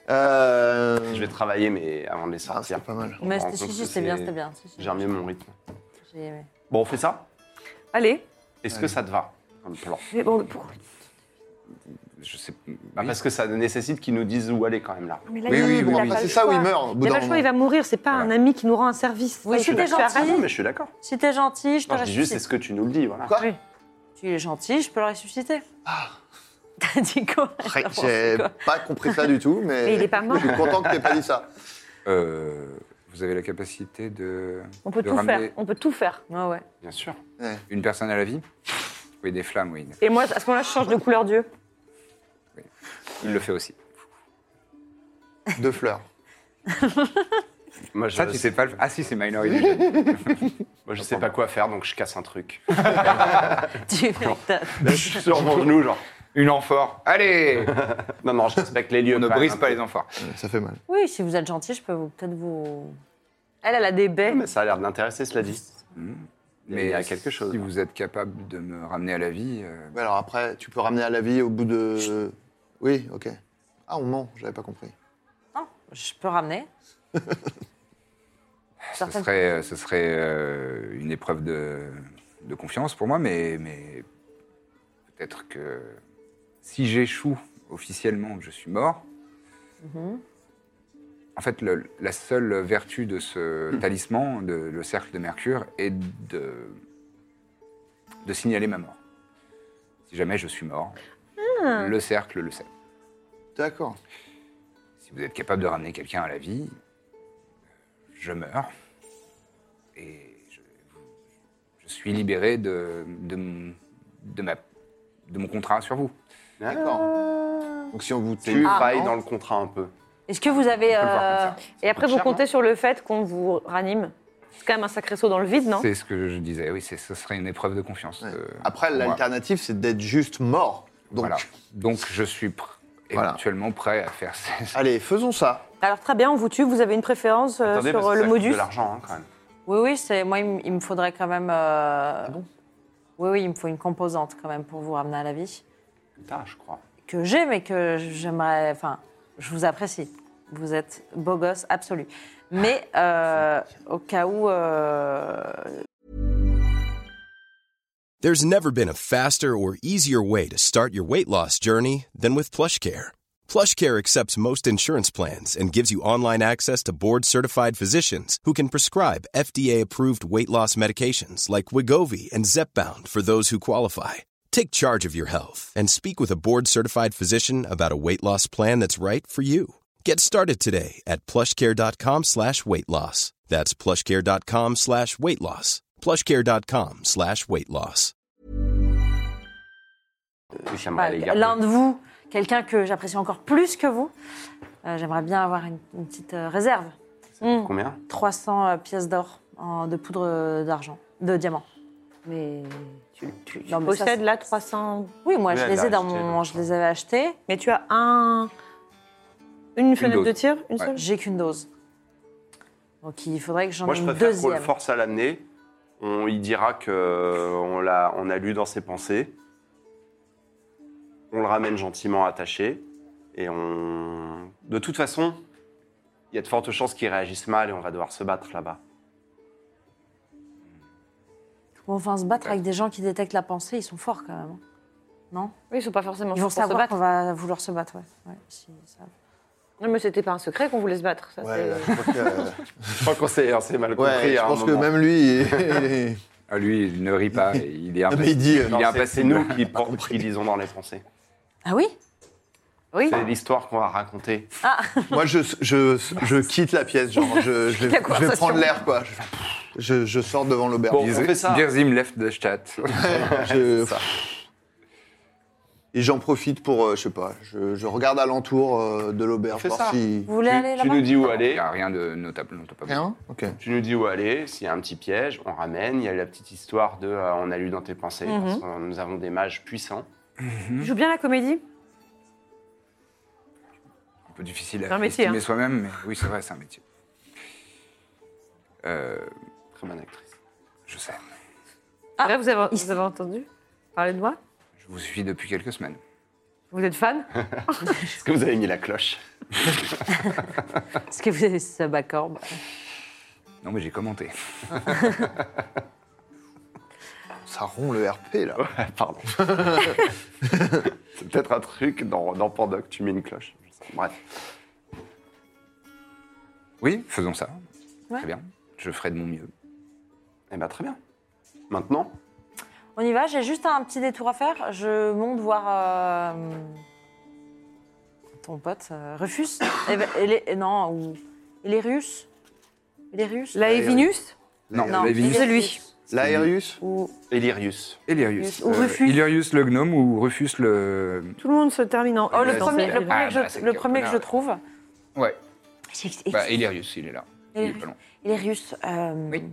B: Euh,
D: Je vais travailler, mais avant de les
B: Ah,
D: sortir.
B: c'est pas mal.
D: On
C: Mais
D: se rend
C: c'était si,
D: compte
C: si,
D: que
C: c'était bien,
D: c'est-
C: c'était bien. si, si.
D: J'ai remis mon rythme.
C: J'ai aimé.
D: Bon, on fait ça
F: Allez.
D: Est-ce que ça te va comme plan
F: Mais bon, pourquoi
A: Je sais.
D: Bah,
A: oui.
D: Parce que ça nécessite qu'ils nous disent où aller quand même là.
F: Mais là,
A: Oui,
F: il-
A: oui,
F: il
A: oui,
F: a
A: oui.
F: pas
B: C'est
F: le
B: ça où
F: choix.
B: il meurt. au
F: Il
B: bout
F: n'a
B: d'un
F: pas le choix, il
B: moment.
F: va mourir. C'est pas
A: Voilà.
F: un ami qui nous rend un service.
C: Oui,
F: Ça,
C: si
F: je
C: t'es
F: suis d'accord.
C: gentil.
D: Ah Non, mais je suis d'accord.
C: Si t'es gentil, je te
D: Non, je dis juste, c'est
C: ressuscite.
D: ce que tu nous le dis, voilà.
B: Quoi
C: Si il est gentil, je peux le ressusciter.
F: *laughs*
C: T'as dit quoi
B: Après,
C: T'as pensé
B: Ah. J'ai
C: quoi
B: pas compris ça du tout, mais,
F: Mais il est pas mort.
B: je suis content que t'aies pas dit
F: *laughs*
B: ça.
A: Euh, vous avez la capacité de.
F: On peut
A: de
F: tout
A: ramener
F: faire. On peut tout faire.
C: Ouais, ouais.
D: Bien sûr.
A: Une personne à la vie Oui, des flammes, oui.
F: Et moi, à ce moment-là, je change de couleur d'yeux.
A: Il le fait aussi.
B: Deux fleurs.
D: Moi, je,
A: Ça, tu sais pas le. Ah, si, c'est Minor Illusion.
D: moi, je sais pas quoi faire, donc je casse un *laughs* truc.
C: Tu t'as-
D: Là, je suis sur mon genou, genre.
A: Une amphore.
D: *laughs*
A: Allez
D: Non, non, je respecte les lieux.
A: On ne
D: quand même,
A: brise
D: un
A: pas
D: peu.
A: les amphores.
B: Euh, Ça fait mal.
C: Oui, si vous êtes gentil, je peux vous- peut-être vous.
F: Elle, elle a des baies.
D: Mais ça a l'air de l'intéresser, cela dit. Mais il y a quelque chose. hein.
A: Si vous êtes capable de me ramener à la vie, euh,
B: Mais alors après, tu peux ramener à la vie au bout de. Oui, ok. Ah, on ment, j'avais pas compris.
C: Non, je peux ramener.
A: ce serait, euh, ce serait euh, une épreuve de, de confiance pour moi, mais, mais peut-être que si j'échoue officiellement, que je suis mort. En fait, le- la seule vertu de ce talisman, de, le cercle de Mercure, est de, de signaler ma mort. Si jamais je suis mort, le cercle le sait.
B: D'accord.
A: Si vous êtes capable de ramener quelqu'un à la vie, je meurs. Et je, je suis libéré de, de, mon- de ma, de mon contrat sur vous.
B: D'accord.
F: Euh.
B: Donc si on vous
D: Ah, C'est une
B: tue.
D: faille
B: non
D: dans le contrat un peu.
C: Est-ce que vous avez.
A: On peut le voir comme
C: euh,
A: ça.
F: Et après, vous
D: cher,
F: comptez sur le fait qu'on vous ranime. C'est quand même un sacré saut dans le vide, non
A: C'est ce que je disais, oui, c'est- ce serait une épreuve de confiance.
B: Ouais.
A: euh,
D: Ah,
B: Après,
A: pour moi.
B: l'alternative, c'est d'être juste mort. Donc,
A: Voilà. Donc je suis pr-
B: Voilà.
A: éventuellement prêt à faire ça.
B: allez, faisons ça.
F: Alors très bien, on vous tue. Vous avez une préférence euh,
D: Attendez,
F: sur
D: parce
F: euh,
D: que
F: le
D: ça coûte
F: modus
D: de l'argent, hein, quand même.
C: Oui, oui, c'est... moi, il m- il me faudrait quand même.
D: Ah
C: euh, Oui, oui, il me faut une composante quand même pour vous ramener à la vie.
D: Putain, je crois.
C: Que j'ai, mais que j'aimerais. Enfin, je vous apprécie. Vous êtes beau gosse absolu. Mais euh, au cas où. euh,
G: There's never been a faster or easier way to start your weight loss journey than with PlushCare. PlushCare accepts most insurance plans and gives you online access to board-certified physicians who can prescribe FDA-approved weight loss medications like Wigovi and Zepbound for those who qualify. Take charge of your health and speak with a board-certified physician about a weight loss plan that's right for you. Get started today at plushcare.com slash weight loss. That's plushcare.com slash weight loss. Plushcare.com slash weight loss.
D: Oui, ça
C: Bah,
D: m'aurait les gardés.
C: L'un de vous quelqu'un que j'apprécie encore plus que vous, euh, j'aimerais bien avoir une, une petite euh, réserve. Hmm,
D: Combien
C: 300 euh, pièces d'or en- de poudre euh, d'argent, de diamant. Mais
F: Tu, tu- tu
C: Non, mais ça,
F: possèdes
C: c'est-
F: là 300.
C: oui, moi
D: Oui,
C: je
D: elle
C: les
D: l'a
C: ai dans
D: acheté,
C: mon,
D: donc. euh.
C: je les avais achetées.
F: Mais tu as un. Une fenêtre
A: dose.
F: de tir Une
A: Ouais.
F: seule
C: J'ai qu'une dose. Donc il faudrait que j'en
D: Moi,
C: ai
D: je
C: une
D: préfère qu'on le
C: deuxième.
D: force à l'amener. On, il dira que euh, on l'a, on a lu dans ses pensées. On le ramène gentiment attaché. Et on. De toute façon, il y a de fortes chances qu'il réagisse mal et on va devoir se battre là-bas.
C: Bon, enfin, se battre avec des gens qui détectent la pensée, ils sont forts quand même.
F: Oui, ils sont pas forcément
C: Ils vont
F: faits pour se
C: savoir
F: battre.
C: qu'on va vouloir se battre, ouais. Ouais, si, ça-
F: Non, mais c'était pas un secret qu'on voulait se battre. Ça,
B: Ouais,
F: c'est-
B: là, je crois que, euh,
D: *laughs* Je crois qu'on s'est, on s'est mal compris.
B: ouais, je
D: à un
B: pense que
D: moment.
B: même
D: *laughs*
B: lui, il est-
A: Ah, lui, il ne rit pas. et Il est
B: Ah, mais il
A: impassible.
B: dit, euh,
D: Non,
A: il est
D: c'est- c'est
A: impassible.
D: nous
B: *laughs*
D: qui, por- qui lisons dans les pensées.
C: Ah oui Oui
D: C'est l'histoire qu'on va raconter.
B: moi je, je, je quitte la pièce, genre je,
D: *laughs*
B: je, vais, je vais prendre l'air quoi. Je, je- je sors devant l'auberge.
D: Bon, on fait ça.
A: Birzim left the chat.
B: Je- Et j'en profite pour, euh, je sais pas, je, je regarde alentour euh, de
D: On
B: l'auberge,
D: fait
B: voir
D: ça.
B: si...
C: Vous voulez
D: tu,
C: aller
D: tu
C: là-bas
D: nous dis où
A: Il
D: aller.
A: n'y a rien de notable. Non, t'as pas
B: Rien Ok.
D: Tu nous dis où aller, s'il y a un petit piège, on ramène. Il y a la petite histoire de euh, on a lu dans tes pensées,
F: Mhm.
D: parce que nous avons des mages puissants.
F: Tu joues bien la comédie
A: un peu difficile
F: C'est un
A: à
F: métier,
A: estimer
F: hein.
A: soi-même, mais oui, c'est vrai, c'est un métier. Euh,
D: Très bonne actrice.
A: je sais.
C: Ah,
F: Là, vous avez, vous avez entendu parler de moi
A: Je vous suis depuis quelques semaines.
F: Vous êtes *laughs* fan
D: Est-ce que vous avez mis la cloche
C: Est-ce que vous avez ce bacorbe
A: Non, mais j'ai commenté.
B: Ça rompt le RP là.
D: Ouais, Pardon. C'est peut-être un truc dans, dans Pandoc, tu mets une cloche. Je sais pas. Bref.
A: Oui, faisons ça.
C: Ouais.
A: Très bien. Je ferai de mon mieux.
D: Eh bien, très bien. Maintenant,
C: On y va, j'ai juste un petit détour à faire. Je monte voir euh, ton pote euh, Rufus. *coughs* Eh ben, et les- et non, ou Ilerius Ilerius
F: Laevinus
A: Non,
C: Non,
A: Laevinus-
C: c'est lui.
B: L'Aerius
C: Ou
D: Elirius.
A: Illyrius.
C: Ou Rufus.
A: Euh, Illyrius le gnome ou Rufus le.
F: Tout le monde se termine en.
C: Oh, le
A: Vas-y.
C: premier, le premier,
A: Ah,
C: que,
A: bah,
C: je,
A: c'est
C: le premier que je
A: Capona.
C: trouve.
A: Ouais,
C: J'ai-
A: bah, Illyrius, il est là. Il est
C: Illyrius.
A: pas loin.
C: Ilerius, euh,
A: Oui.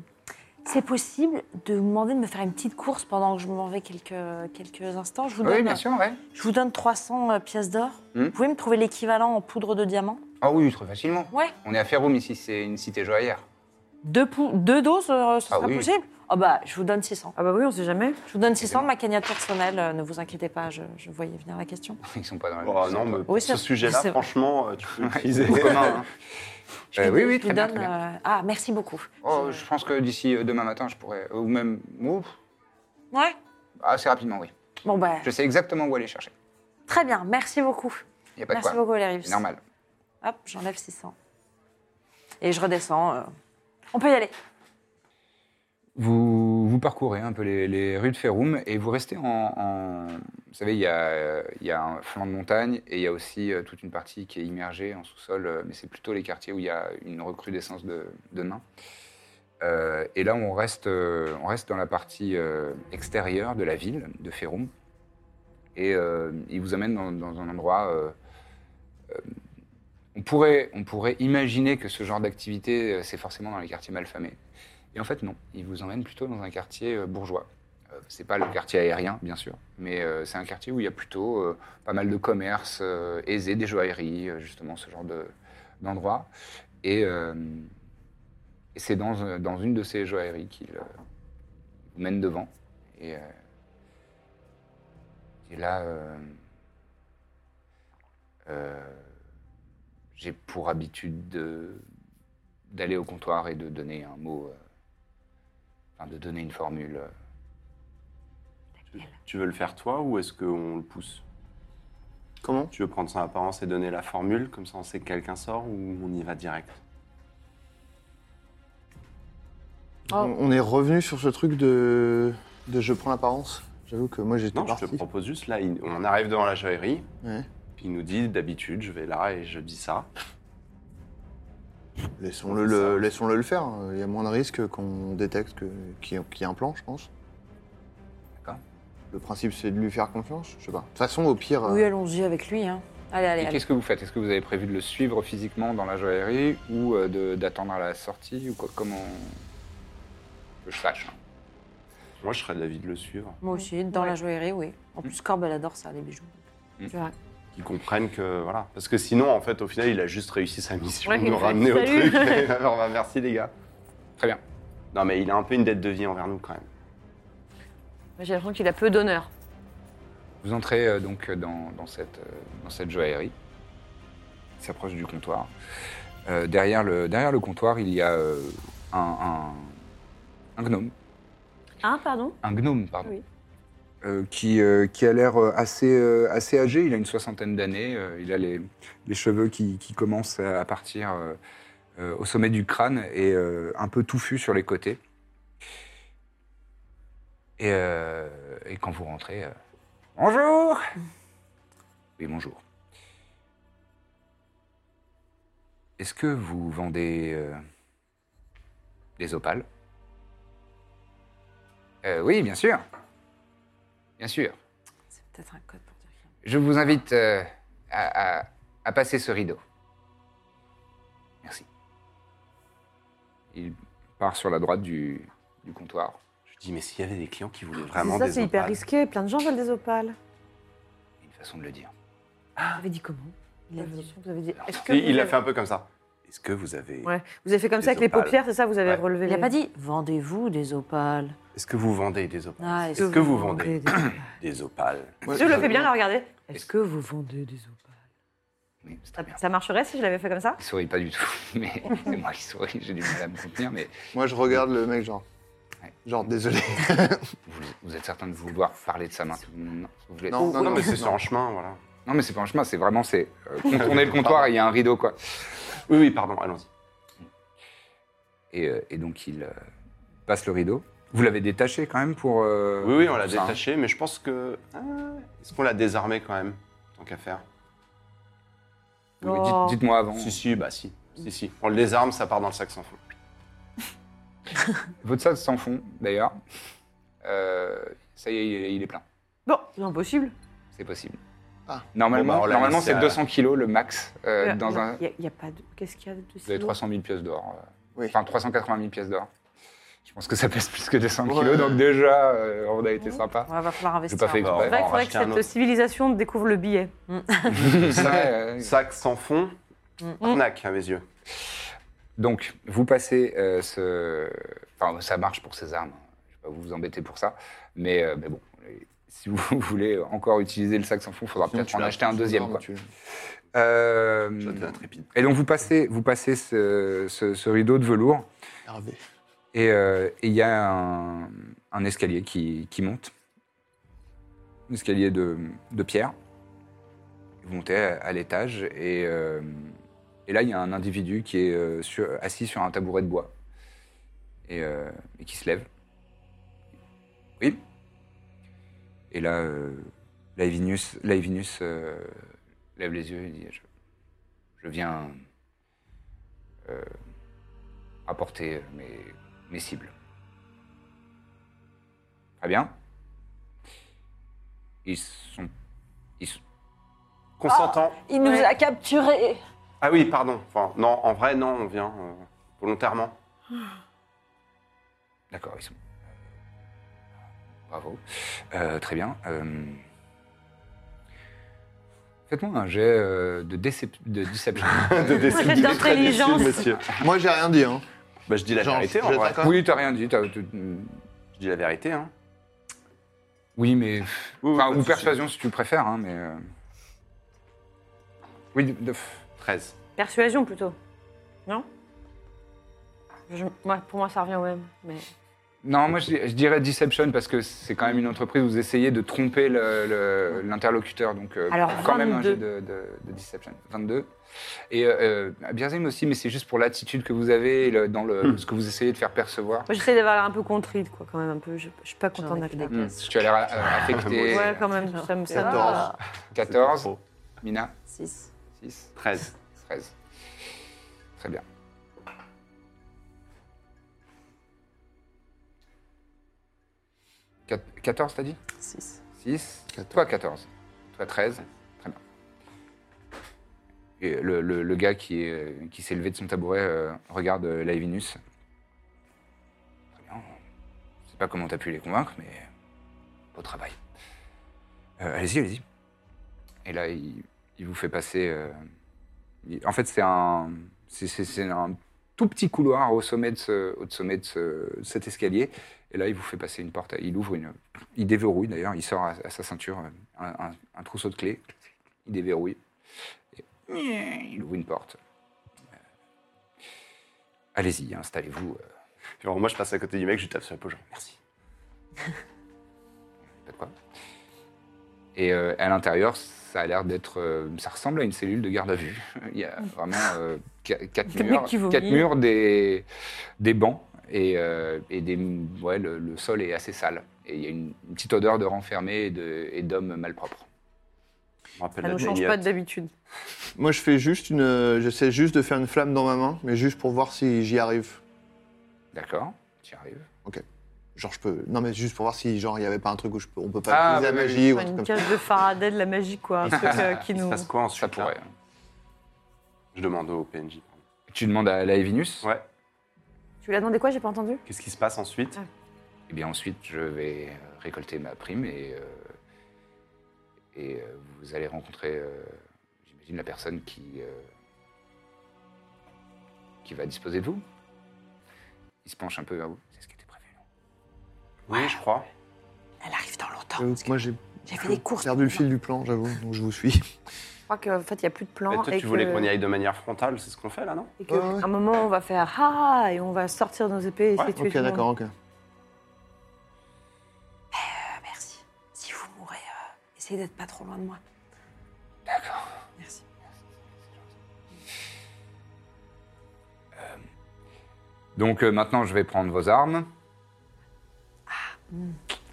C: c'est possible de vous demander de me faire une petite course pendant que je m'en vais quelques, quelques instants je vous,
A: Oui,
C: donne,
A: bien sûr, ouais.
C: je vous donne 300 euh, pièces d'or.
A: Hmm.
C: Vous pouvez me trouver l'équivalent en poudre de diamant
A: Ah oui, très facilement.
C: Ouais.
A: On est à Ferrum ici, c'est une cité joaillère.
C: Deux, pou- deux doses, euh, ce
A: Ah
C: sera
A: oui.
C: possible Ah bah, je vous donne 600.
F: Ah bah oui, on sait jamais.
C: Je vous donne
A: Eh
C: 600 de ma cagnotte personnelle, euh, ne vous inquiétez pas, je, je voyais venir la question.
A: *laughs* Ils sont pas dans la
D: Oh, non, mais pour
C: Oui,
D: ce
C: c'est-
D: sujet-là,
C: c'est-
D: franchement, euh, tu peux utiliser le commun. hein.
C: Je
A: Euh,
C: vous-
A: oui, oui,
C: je vous
A: très bien,
C: donne,
A: très
C: euh, Ah, merci beaucoup.
A: Oh, je pense que d'ici euh, demain matin, je pourrais. Ou même. Ouf,
C: Ouais
A: assez rapidement, oui.
C: Bon bah,
A: Je sais exactement où aller chercher.
C: très bien, merci beaucoup.
A: Il n'y a pas
C: Merci
A: de Bah, quoi.
C: beaucoup, Larius.
A: C'est normal.
C: Hop, j'enlève 600. Et je redescends. euh, On peut y aller.
A: Vous, vous parcourez un peu les, les rues de Ferrum et vous restez en. en- vous savez, il y, a, euh, il y a un flanc de montagne et il y a aussi euh, toute une partie qui est immergée en sous-sol, euh, mais c'est plutôt les quartiers où il y a une recrudescence de, de nains. Euh, et là, on reste, euh, on reste dans la partie euh, extérieure de la ville de Ferrum et euh, il vous amène dans, dans un endroit. euh, euh, on, pourrait, on pourrait imaginer que ce genre d'activité, euh, c'est forcément dans les quartiers malfamés. Et en fait, non. Il vous emmène plutôt dans un quartier euh, bourgeois. Euh, c'est pas le quartier aérien, bien sûr, mais euh, c'est un quartier où il y a plutôt euh, pas mal de commerces euh, aisés, des joailleries, euh, justement, ce genre de- d'endroit. et euh, et c'est dans, euh, dans une de ces joailleries qu'il euh, vous mène devant. Et, euh, et là, euh, euh, j'ai pour habitude de- d'aller au comptoir et de donner un mot. euh, Enfin, de donner une formule. euh.
D: Tu- Tu veux le faire toi ou est-ce qu'on le pousse
B: Comment
D: Tu veux prendre son apparence et donner la formule, comme ça on sait que quelqu'un sort ou on y va direct Oh.
B: on, on est revenu sur ce truc de, de je prends l'apparence. J'avoue que moi j'étais
D: Non,
B: parti.
D: je te propose juste là, il- on arrive devant la joaillerie,
B: Ouais.
D: il nous dit d'habitude je vais là et je dis ça.
B: Laissons-le
D: On fait
B: le,
D: ça.
B: laissons-le le faire. hein. Il y a moins de risques qu'on détecte que- qu'il y, a- qu'il y a un plan, je pense.
A: D'accord.
B: Le principe, c'est de lui faire confiance. Je sais pas. De toute façon, au pire.
C: Oui,
B: euh,
C: allons-y avec lui. Hein. Allez, allez,
A: Et
C: allez.
A: qu'est-ce que vous faites Est-ce que vous avez prévu de le suivre physiquement dans la joaillerie ou euh, de- d'attendre à la sortie ou quoi Comment que je sache hein.
D: Moi, je serais de l'avis de le suivre.
C: Moi aussi, dans
F: Ouais.
C: la joaillerie, oui. En
A: Mm.
C: plus, Corbe, elle adore ça, les bijoux.
D: Qu'ils comprennent que. Voilà. Parce que sinon, en fait, au final, il a juste réussi sa mission
F: Ouais,
D: de
F: il
D: nous
F: fait,
D: ramener au
F: salut.
D: truc. Alors, bah, merci, les gars.
A: Très bien.
D: Non, mais il a un peu une dette de vie envers nous, quand même.
F: J'ai l'impression qu'il a peu d'honneur.
A: Vous entrez euh, donc dans, dans cette, euh, dans cette joaillerie qui s'approche du comptoir. Euh, derrière, le, derrière le comptoir, il y a euh, un, un- un gnome,
F: Ah, pardon
A: un gnome pardon,
F: Oui.
A: Euh, qui, euh, qui a l'air euh, assez, euh, assez âgé. Il a une soixantaine d'années. euh, il a les, les cheveux qui, qui commencent à partir euh, euh, au sommet du crâne et euh, un peu touffus sur les côtés. Et, euh, et quand vous rentrez, euh, bonjour. Oui, bonjour. Est-ce que vous vendez euh, des opales Euh, Oui, bien sûr. Bien sûr.
C: C'est peut-être un code pour dire qu'il y a-
A: Je vous invite euh, à, à- à passer ce rideau. Merci. Il part sur la droite du, du comptoir.
D: Je dis, mais s'il y avait des clients qui voulaient vraiment
E: ça,
D: des
E: c'est hyper
D: opales.
E: risqué. Plein de gens veulent des opales.
A: Une façon de le dire.
F: Vous avez dit comment Vous
C: Il a
F: avez
C: dit.
F: dit- vous avez dit- est-ce que
D: Il
F: vous
D: il l'a
F: avez-
D: fait un peu comme ça. Est-ce que vous avez.
F: Ouais. Vous avez fait comme
D: Des
E: ça avec les
D: opales.
E: paupières, c'est ça Vous avez
D: Ouais.
E: relevé.
C: Il a pas dit vendez-vous des opales.
D: Est-ce que vous vendez des opales
C: Ah,
D: Est-ce que vous vendez *coughs* des opales
B: ouais,
F: Je le fais bien, là, regardez.
E: Est-ce que vous vendez des opales
A: Oui, c'est
F: Ça,
A: très bien.
F: ça marcherait si je l'avais fait comme ça
A: Il sourit pas du tout, *laughs* mais c'est moi qui souris, j'ai du mal à me contenir, mais
B: Moi, je regarde le mec, genre.
A: Ouais.
B: Genre, désolé.
A: vous, vous êtes certain de vouloir parler de ça maintenant Non, vous voulez-
B: Non,
D: Non, mais c'est
B: non.
D: sur un chemin, voilà.
A: Non, mais c'est pas un chemin, c'est vraiment, c'est euh, contourner le comptoir et il y a un rideau, quoi.
D: Oui, oui, pardon, allons-y.
A: Et, euh, et donc il euh, passe le rideau. Vous l'avez détaché quand même pour... euh,
D: Oui, oui, on l'a
A: pour ça, hein.
D: détaché, mais je pense que. ah, Est-ce qu'on l'a désarmé quand même Tant qu'à faire.
A: Oui, oui, dites-
E: Oh.
A: Dites-moi avant.
D: Si, si, bah si. Si, si. On le désarme, ça part dans le sac sans fond.
A: Votre sac sans fond, d'ailleurs, euh, ça y est, il est- il est plein.
F: Bon, c'est impossible.
A: C'est possible.
B: Ah.
A: Normalement,
D: Bon, bah, on l'a
A: normalement
D: laissé
A: c'est
D: à-
A: 200 kilos le max euh,
F: Il
A: dans un.
F: n'y a, pas de. Qu'est-ce qu'il y a de
A: Vous avez
F: si
A: 300 000 pièces d'or. euh.
B: Oui.
A: Enfin, 380 000 pièces d'or. Je pense que ça pèse plus que 200
B: Ouais.
A: kilos, donc déjà, euh, on a été sympa.
C: Ouais, va falloir
A: J'ai
C: investir.
A: pas fait
D: Bon,
A: exprès.
D: on va
F: vrai
D: en
F: qu'il faudrait que
D: racheter un
F: cette
D: autre.
F: civilisation découvre le billet.
A: Ouais, euh,
D: Sac sans fond,
C: Mm.
D: arnaque à mes yeux.
A: Donc, vous passez euh, ce. Enfin, ça marche pour ces armes. Je vais pas vous vous embêter pour ça. Mais, euh, mais bon, euh, si vous *laughs* voulez encore utiliser le sac sans fond, il faudra
B: *laughs*
A: peut-être en acheter un deuxième. Quoi. Euh,
D: Je deviens intrépide.
A: et donc, vous passez, vous passez ce, ce- ce rideau de velours.
B: Hervé.
A: Et euh, et il y a un, un escalier qui, qui monte. Un escalier de, de pierre. Vous montez à, à l'étage. Et, euh, et là, il y a un individu qui est euh, sur- assis sur un tabouret de bois. Et, euh, et qui se lève. Oui. Et là, euh, Laevinus, Laevinus, euh, lève les yeux et dit Je, je viens euh, apporter mes, mes cibles. Très bien. Ils sont. Ils sont-
D: Consentant.
C: Il nous
E: Ouais.
C: a capturés.
D: Ah, oui, pardon. Enfin, non, en vrai, non, on vient euh, volontairement.
A: D'accord, ils sont. Bravo. Euh, très bien. euh, Faites-moi un jet euh, de, décep- de
D: *laughs*
A: deception.
D: *laughs* De décès-
F: Peut-être
D: du-
F: d'intelligence.
D: du- monsieur.
B: Moi, j'ai rien dit, hein.
D: Bah, je dis la
B: Genre,
D: vérité, en
B: je
D: vrai.
B: t'accorde.
A: oui, t'as rien dit. t'as- t'as-
D: Je dis la vérité, hein.
A: Oui, mais.
D: Oui, oui,
A: Enfin,
D: pas de
A: ou
D: souci.
A: persuasion si tu préfères, hein, mais. euh, Oui, de- de-
D: 13.
F: Persuasion plutôt. Non Je- moi, Pour moi, ça revient au même. Mais...
A: Non, moi je, je dirais deception parce que c'est quand même une entreprise où vous essayez de tromper le- le- l'interlocuteur. Donc, euh,
F: Alors,
A: quand même un
F: 22.
A: jeu de, de- de deception. 22. Et euh, euh, Birzim aussi, mais c'est juste pour l'attitude que vous avez et le- dans le, ce que vous essayez de faire percevoir.
F: Moi, j'essaie d'avoir l'air un peu contrite, quoi, quand même, un peu. Je, je suis pas contente
C: J'en ai fait
F: d'être
C: des-
A: Hmm, Tu as l'air euh, affecté.
F: *laughs* Ouais, quand même, ça me ça me-
B: 14.
A: 14. Mina,
C: 6.
A: 6,
D: 13.
A: 13. Très bien. Quat- 14, t'as dit
C: 6.
A: 6. Toi, 14. Toi, 13. Très bien. Et le, le- le gars qui est- qui s'est levé de son tabouret euh, regarde euh, Laevinus. Très bien. Je sais pas comment t'as pu les convaincre, mais beau travail. Euh, allez-y, allez-y. Et là, il, il vous fait passer. euh, il- en fait, c'est un, c'est, c'est- c'est un tout petit couloir au sommet de, ce- au sommet de ce- cet escalier. Et là, il vous fait passer une porte. Il ouvre une, il déverrouille d'ailleurs, il sort à, à sa ceinture euh, un, un- un trousseau de clés, il déverrouille, et il ouvre une porte. Euh, Allez-y, installez-vous, euh,
D: Puis alors, moi, je passe à côté du mec, je lui tape sur l'épaule, genre merci.
A: je sais pas quoi. Et euh, à l'intérieur, ça a l'air d'être, euh, ça ressemble à une cellule de garde à vue. *laughs* Il y a vraiment euh, qua- quatre
F: Des
A: murs,
F: mecs qui vomissent.
A: quatre murs, des, des bancs et, euh, et des, ouais, le, le sol est assez sale. Et il y a une, une petite odeur de renfermé et de- et d'hommes malpropres.
D: Je me rappelle
F: Ça
D: la euh,
F: ne change
D: grignotte.
F: pas d'habitude.
B: Moi, je fais juste une. euh, J'essaie juste de faire une flamme dans ma main, mais juste pour voir si j'y arrive.
A: D'accord, j'y arrive.
B: Genre, je peux. Non, mais juste pour voir si, genre, il n'y avait pas un truc où je peux... on peut
A: Ah,
B: pas
A: oui,
B: utiliser la
A: oui,
B: magie ou un truc
F: Une
B: comme ça.
F: cage de Faraday de la magie, quoi. Un truc euh, qui
D: Il se
F: nous.
D: passe quoi ensuite
A: Ça pourrait. hein.
D: là Je demande au PNJ. pardon.
A: Tu demandes à Laevinus
D: Ouais.
F: Tu l'as demandé quoi J'ai pas entendu. Ah.
D: Qu'est-ce qui se passe ensuite
A: Eh bien, ensuite, je vais euh, récolter ma prime et, euh, et euh, vous allez rencontrer, euh, j'imagine, la personne qui, euh, qui va disposer de vous. Il se penche un peu vers vous. C'est ce qui était prévu. non
D: Oui, je crois.
C: Elle arrive dans longtemps.
B: J'avoue que Moi, j'ai
C: J'ai fait des courses.
B: perdu le fil du plan, j'avoue, donc je vous suis.
F: Je crois qu'en fait, il n'y a plus de plan.
D: Mais toi,
F: et
D: tu voulais
F: que-
D: qu'on y aille de manière frontale, c'est ce qu'on fait là, non
F: Et qu'à
B: Ouais, ouais.
F: un moment, on va faire ah et on va sortir nos
D: Ouais,
F: épées et essayer de tuer
B: Ok,
F: tout le monde.
B: d'accord, ok.
C: Ah, merci. Si vous mourrez, euh, essayez d'être pas trop loin de moi.
A: D'accord.
C: Merci.
A: Donc euh, maintenant, je vais prendre vos armes.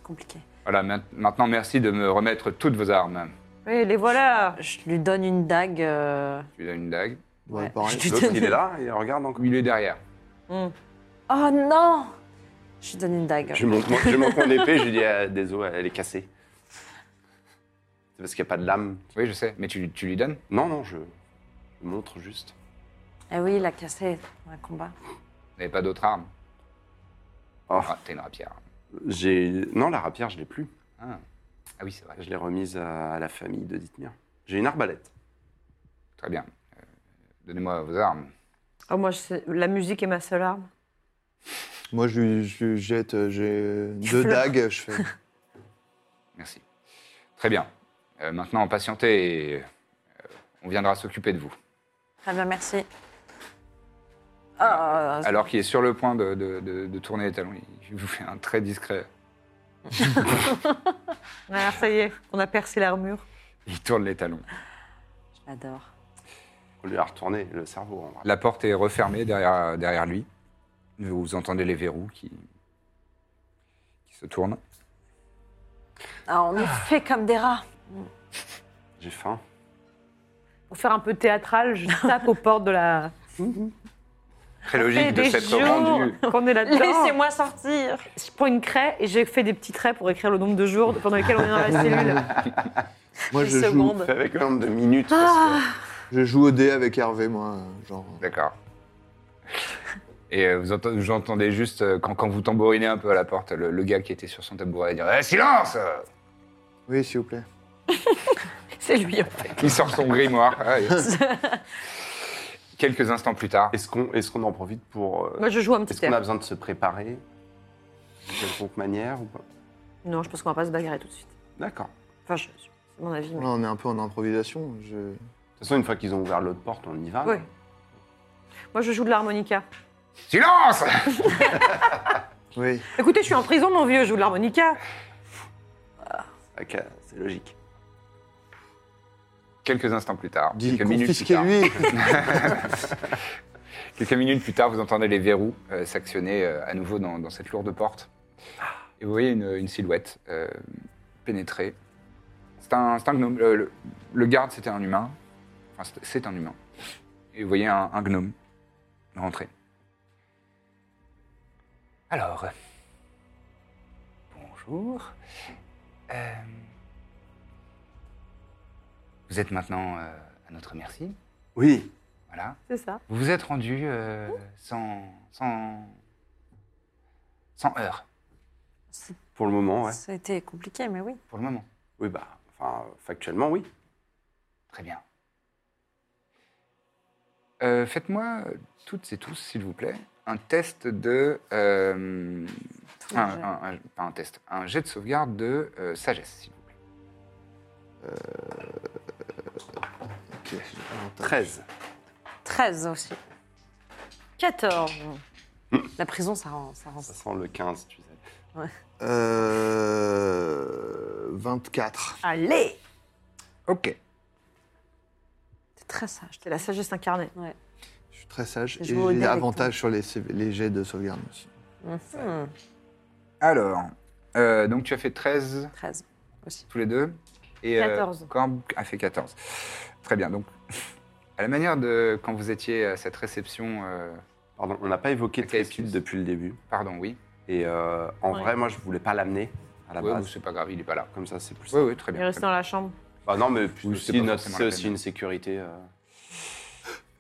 C: Compliqué.
A: Voilà, ma- maintenant, merci de me remettre toutes vos armes.
F: Oui, les voilà.
C: Je lui donne une dague. euh,
A: Tu lui donnes une dague.
B: Ouais,
C: Ouais.
B: pareil.
C: Je te-
D: L'autre, il est là, il regarde encore.
A: Il est derrière.
C: Oh non Je lui donne une dague.
D: Je monte, mon- je monte mon épée, je lui dis euh, désolé, elle est cassée. C'est parce qu'il n'y a pas de lame.
A: Oui, je sais, mais tu, tu lui donnes
D: Non, non, je je montre juste.
C: Eh oui, il a cassé dans un combat.
A: Vous n'avez pas d'autres armes
D: Oh.
A: Ah, t'es une rapière.
D: J'ai non la rapière, je l'ai plus.
A: Ah. Ah oui, c'est vrai.
D: Je l'ai remise à, à la famille de Dithmir. J'ai une arbalète.
A: Très bien. Euh, Donnez-moi vos armes.
F: Oh, moi, je sais- la musique est ma seule arme.
B: Moi, je lui, je lui jette, euh, j'ai deux
F: pleures.
B: dagues, je fais.
A: Merci. Très bien. Euh, maintenant, patientez et euh, on viendra s'occuper de vous.
C: Très bien, merci. Ah,
A: Alors qu'il est sur le point de, de- de- de tourner les talons, il vous fait un très discret.
F: Ah, ça y est, on a percé l'armure.
A: Il tourne les talons.
C: je l'adore.
D: On lui a retourné le cerveau en vrai.
A: La porte est refermée derrière, derrière lui. Vous entendez les verrous qui, qui se tournent.
C: Ah, on est fait comme des rats.
D: J'ai faim.
F: Pour faire un peu théâtral, *laughs* je tape aux portes de la.
A: Très
F: Et
A: logique de
F: des
A: s'être
F: jours
A: rendu.
F: qu'on est là-dedans.
C: Laissez-moi sortir.
F: Je prends une craie et j'ai fait des petits traits pour écrire le nombre de jours pendant lesquels on est dans la cellule.
B: Moi,
F: Des
B: je joue,
F: secondes.
D: Fais avec le nombre de minutes. parce
B: je joue au dé avec Hervé, moi. euh, Genre.
A: D'accord. Et euh, vous entendez, j'entendais juste euh, quand, quand vous tambourinez un peu à la porte, le, le gars qui était sur son tabouret dire Eh, silence
B: Oui, s'il vous plaît.
C: C'est lui.
A: Il sort son grimoire. Ah, et- Quelques instants plus tard,
D: que- Est-ce qu'on est-ce qu'on en profite pour euh,
F: Moi, je joue un petit
D: Est-ce qu'on a
F: air.
D: besoin de se préparer de quelconque manière ou pas
F: Non, je pense qu'on va pas se bagarrer tout de suite.
D: D'accord.
F: Enfin, je- c'est mon avis. mais-
B: Là, on est un peu en improvisation. Je...
D: De toute façon, une fois qu'ils ont ouvert l'autre porte, on y va.
F: Ouais. Moi, je joue de l'harmonica.
A: silence
B: Oui.
F: Écoutez, je suis en prison, mon vieux, je joue de l'harmonica.
D: Ok, c'est logique.
A: Quelques instants plus tard,
B: Dis,
A: quelques minutes plus tard,
B: confisquez-lui. *laughs*
A: quelques minutes plus tard, vous entendez les verrous euh, s'actionner euh, à nouveau dans, dans cette lourde porte. Et vous voyez une, une silhouette euh, pénétrer. C'est un, c'est un gnome. Le, le- le garde, c'était un humain. Enfin, c'est- c'est un humain. Et vous voyez un, un gnome rentrer. Alors. Bonjour. Bonjour. Euh, vous êtes maintenant euh, à notre merci.
D: Oui.
A: Voilà.
E: C'est ça.
A: Vous vous êtes rendu euh, sans, sans, sans heurts,
D: Pour le moment, ouais.
C: Ça a été compliqué, mais oui.
A: pour le moment.
D: Oui, bah, enfin, factuellement, oui.
A: Très bien. Euh, Faites-moi, toutes et tous, s'il vous plaît, un test de. euh, un,
C: jets.
A: un- un- pas un test, un jet de sauvegarde de euh, sagesse, s'il vous plaît.
D: 13.
C: 13 aussi.
E: 14.
C: La prison, ça rend. Ça rend...
D: Ça sent le 15, tu sais.
B: Euh, 24.
E: Allez
A: Ok.
C: C'est très sage.
E: C'est la sagesse incarnée.
B: Je suis très sage. Et
C: Je vais au
B: j'ai
C: dé avec
B: avantage sur les, CV les jets de sauvegarde aussi.
C: Hmm,
A: Alors, euh, donc tu as fait 13
C: 13.
A: tous les deux. Et, euh,
F: 14.
A: Corbe a fait 14. Très bien. Donc, à la manière de quand vous étiez à cette réception, euh,
D: Pardon, on n'a pas évoqué de
A: Ok, excuse.
D: Trépide depuis le début.
A: pardon, oui.
D: Et euh, en
F: Ouais.
D: vrai, moi, je voulais pas l'amener à la
A: Ouais,
D: base.
A: ou c'est pas grave, il est pas là.
D: Comme ça, c'est plus.
A: Oui, oui, très
F: Il
A: bien.
F: est resté
A: très bien.
F: dans la chambre.
D: Bah non, mais puis
A: Oui,
D: aussi,
A: c'était pas
D: notre-
A: forcément
D: c'est
A: la
D: aussi
A: peine.
D: une sécurité. euh.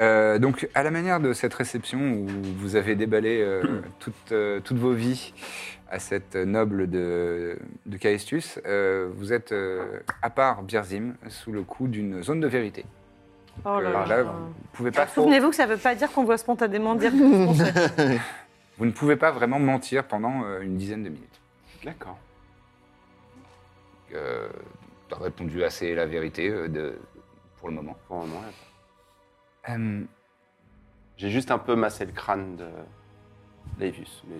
A: Euh, donc, à la manière de cette réception où vous avez déballé euh, toutes, euh, toutes vos vies à cette noble de, de Caestus, euh, vous êtes, euh, à part Birzim, sous le coup d'une zone de vérité.
F: Oh
A: Euh,
F: là
A: là,
F: là.
A: vous ne pouvez pas trop-
F: Ah, Souvenez-vous que ça ne veut pas dire qu'on doit spontanément dire tout *laughs* ce qu'on sait.
A: vous ne pouvez pas vraiment mentir pendant euh, une dizaine de minutes.
D: D'accord.
A: euh, t'as répondu assez la vérité euh, de, pour le moment.
D: Pour le moment, ouais.
A: Euh,
D: J'ai juste un peu massé le crâne de Laevius, mais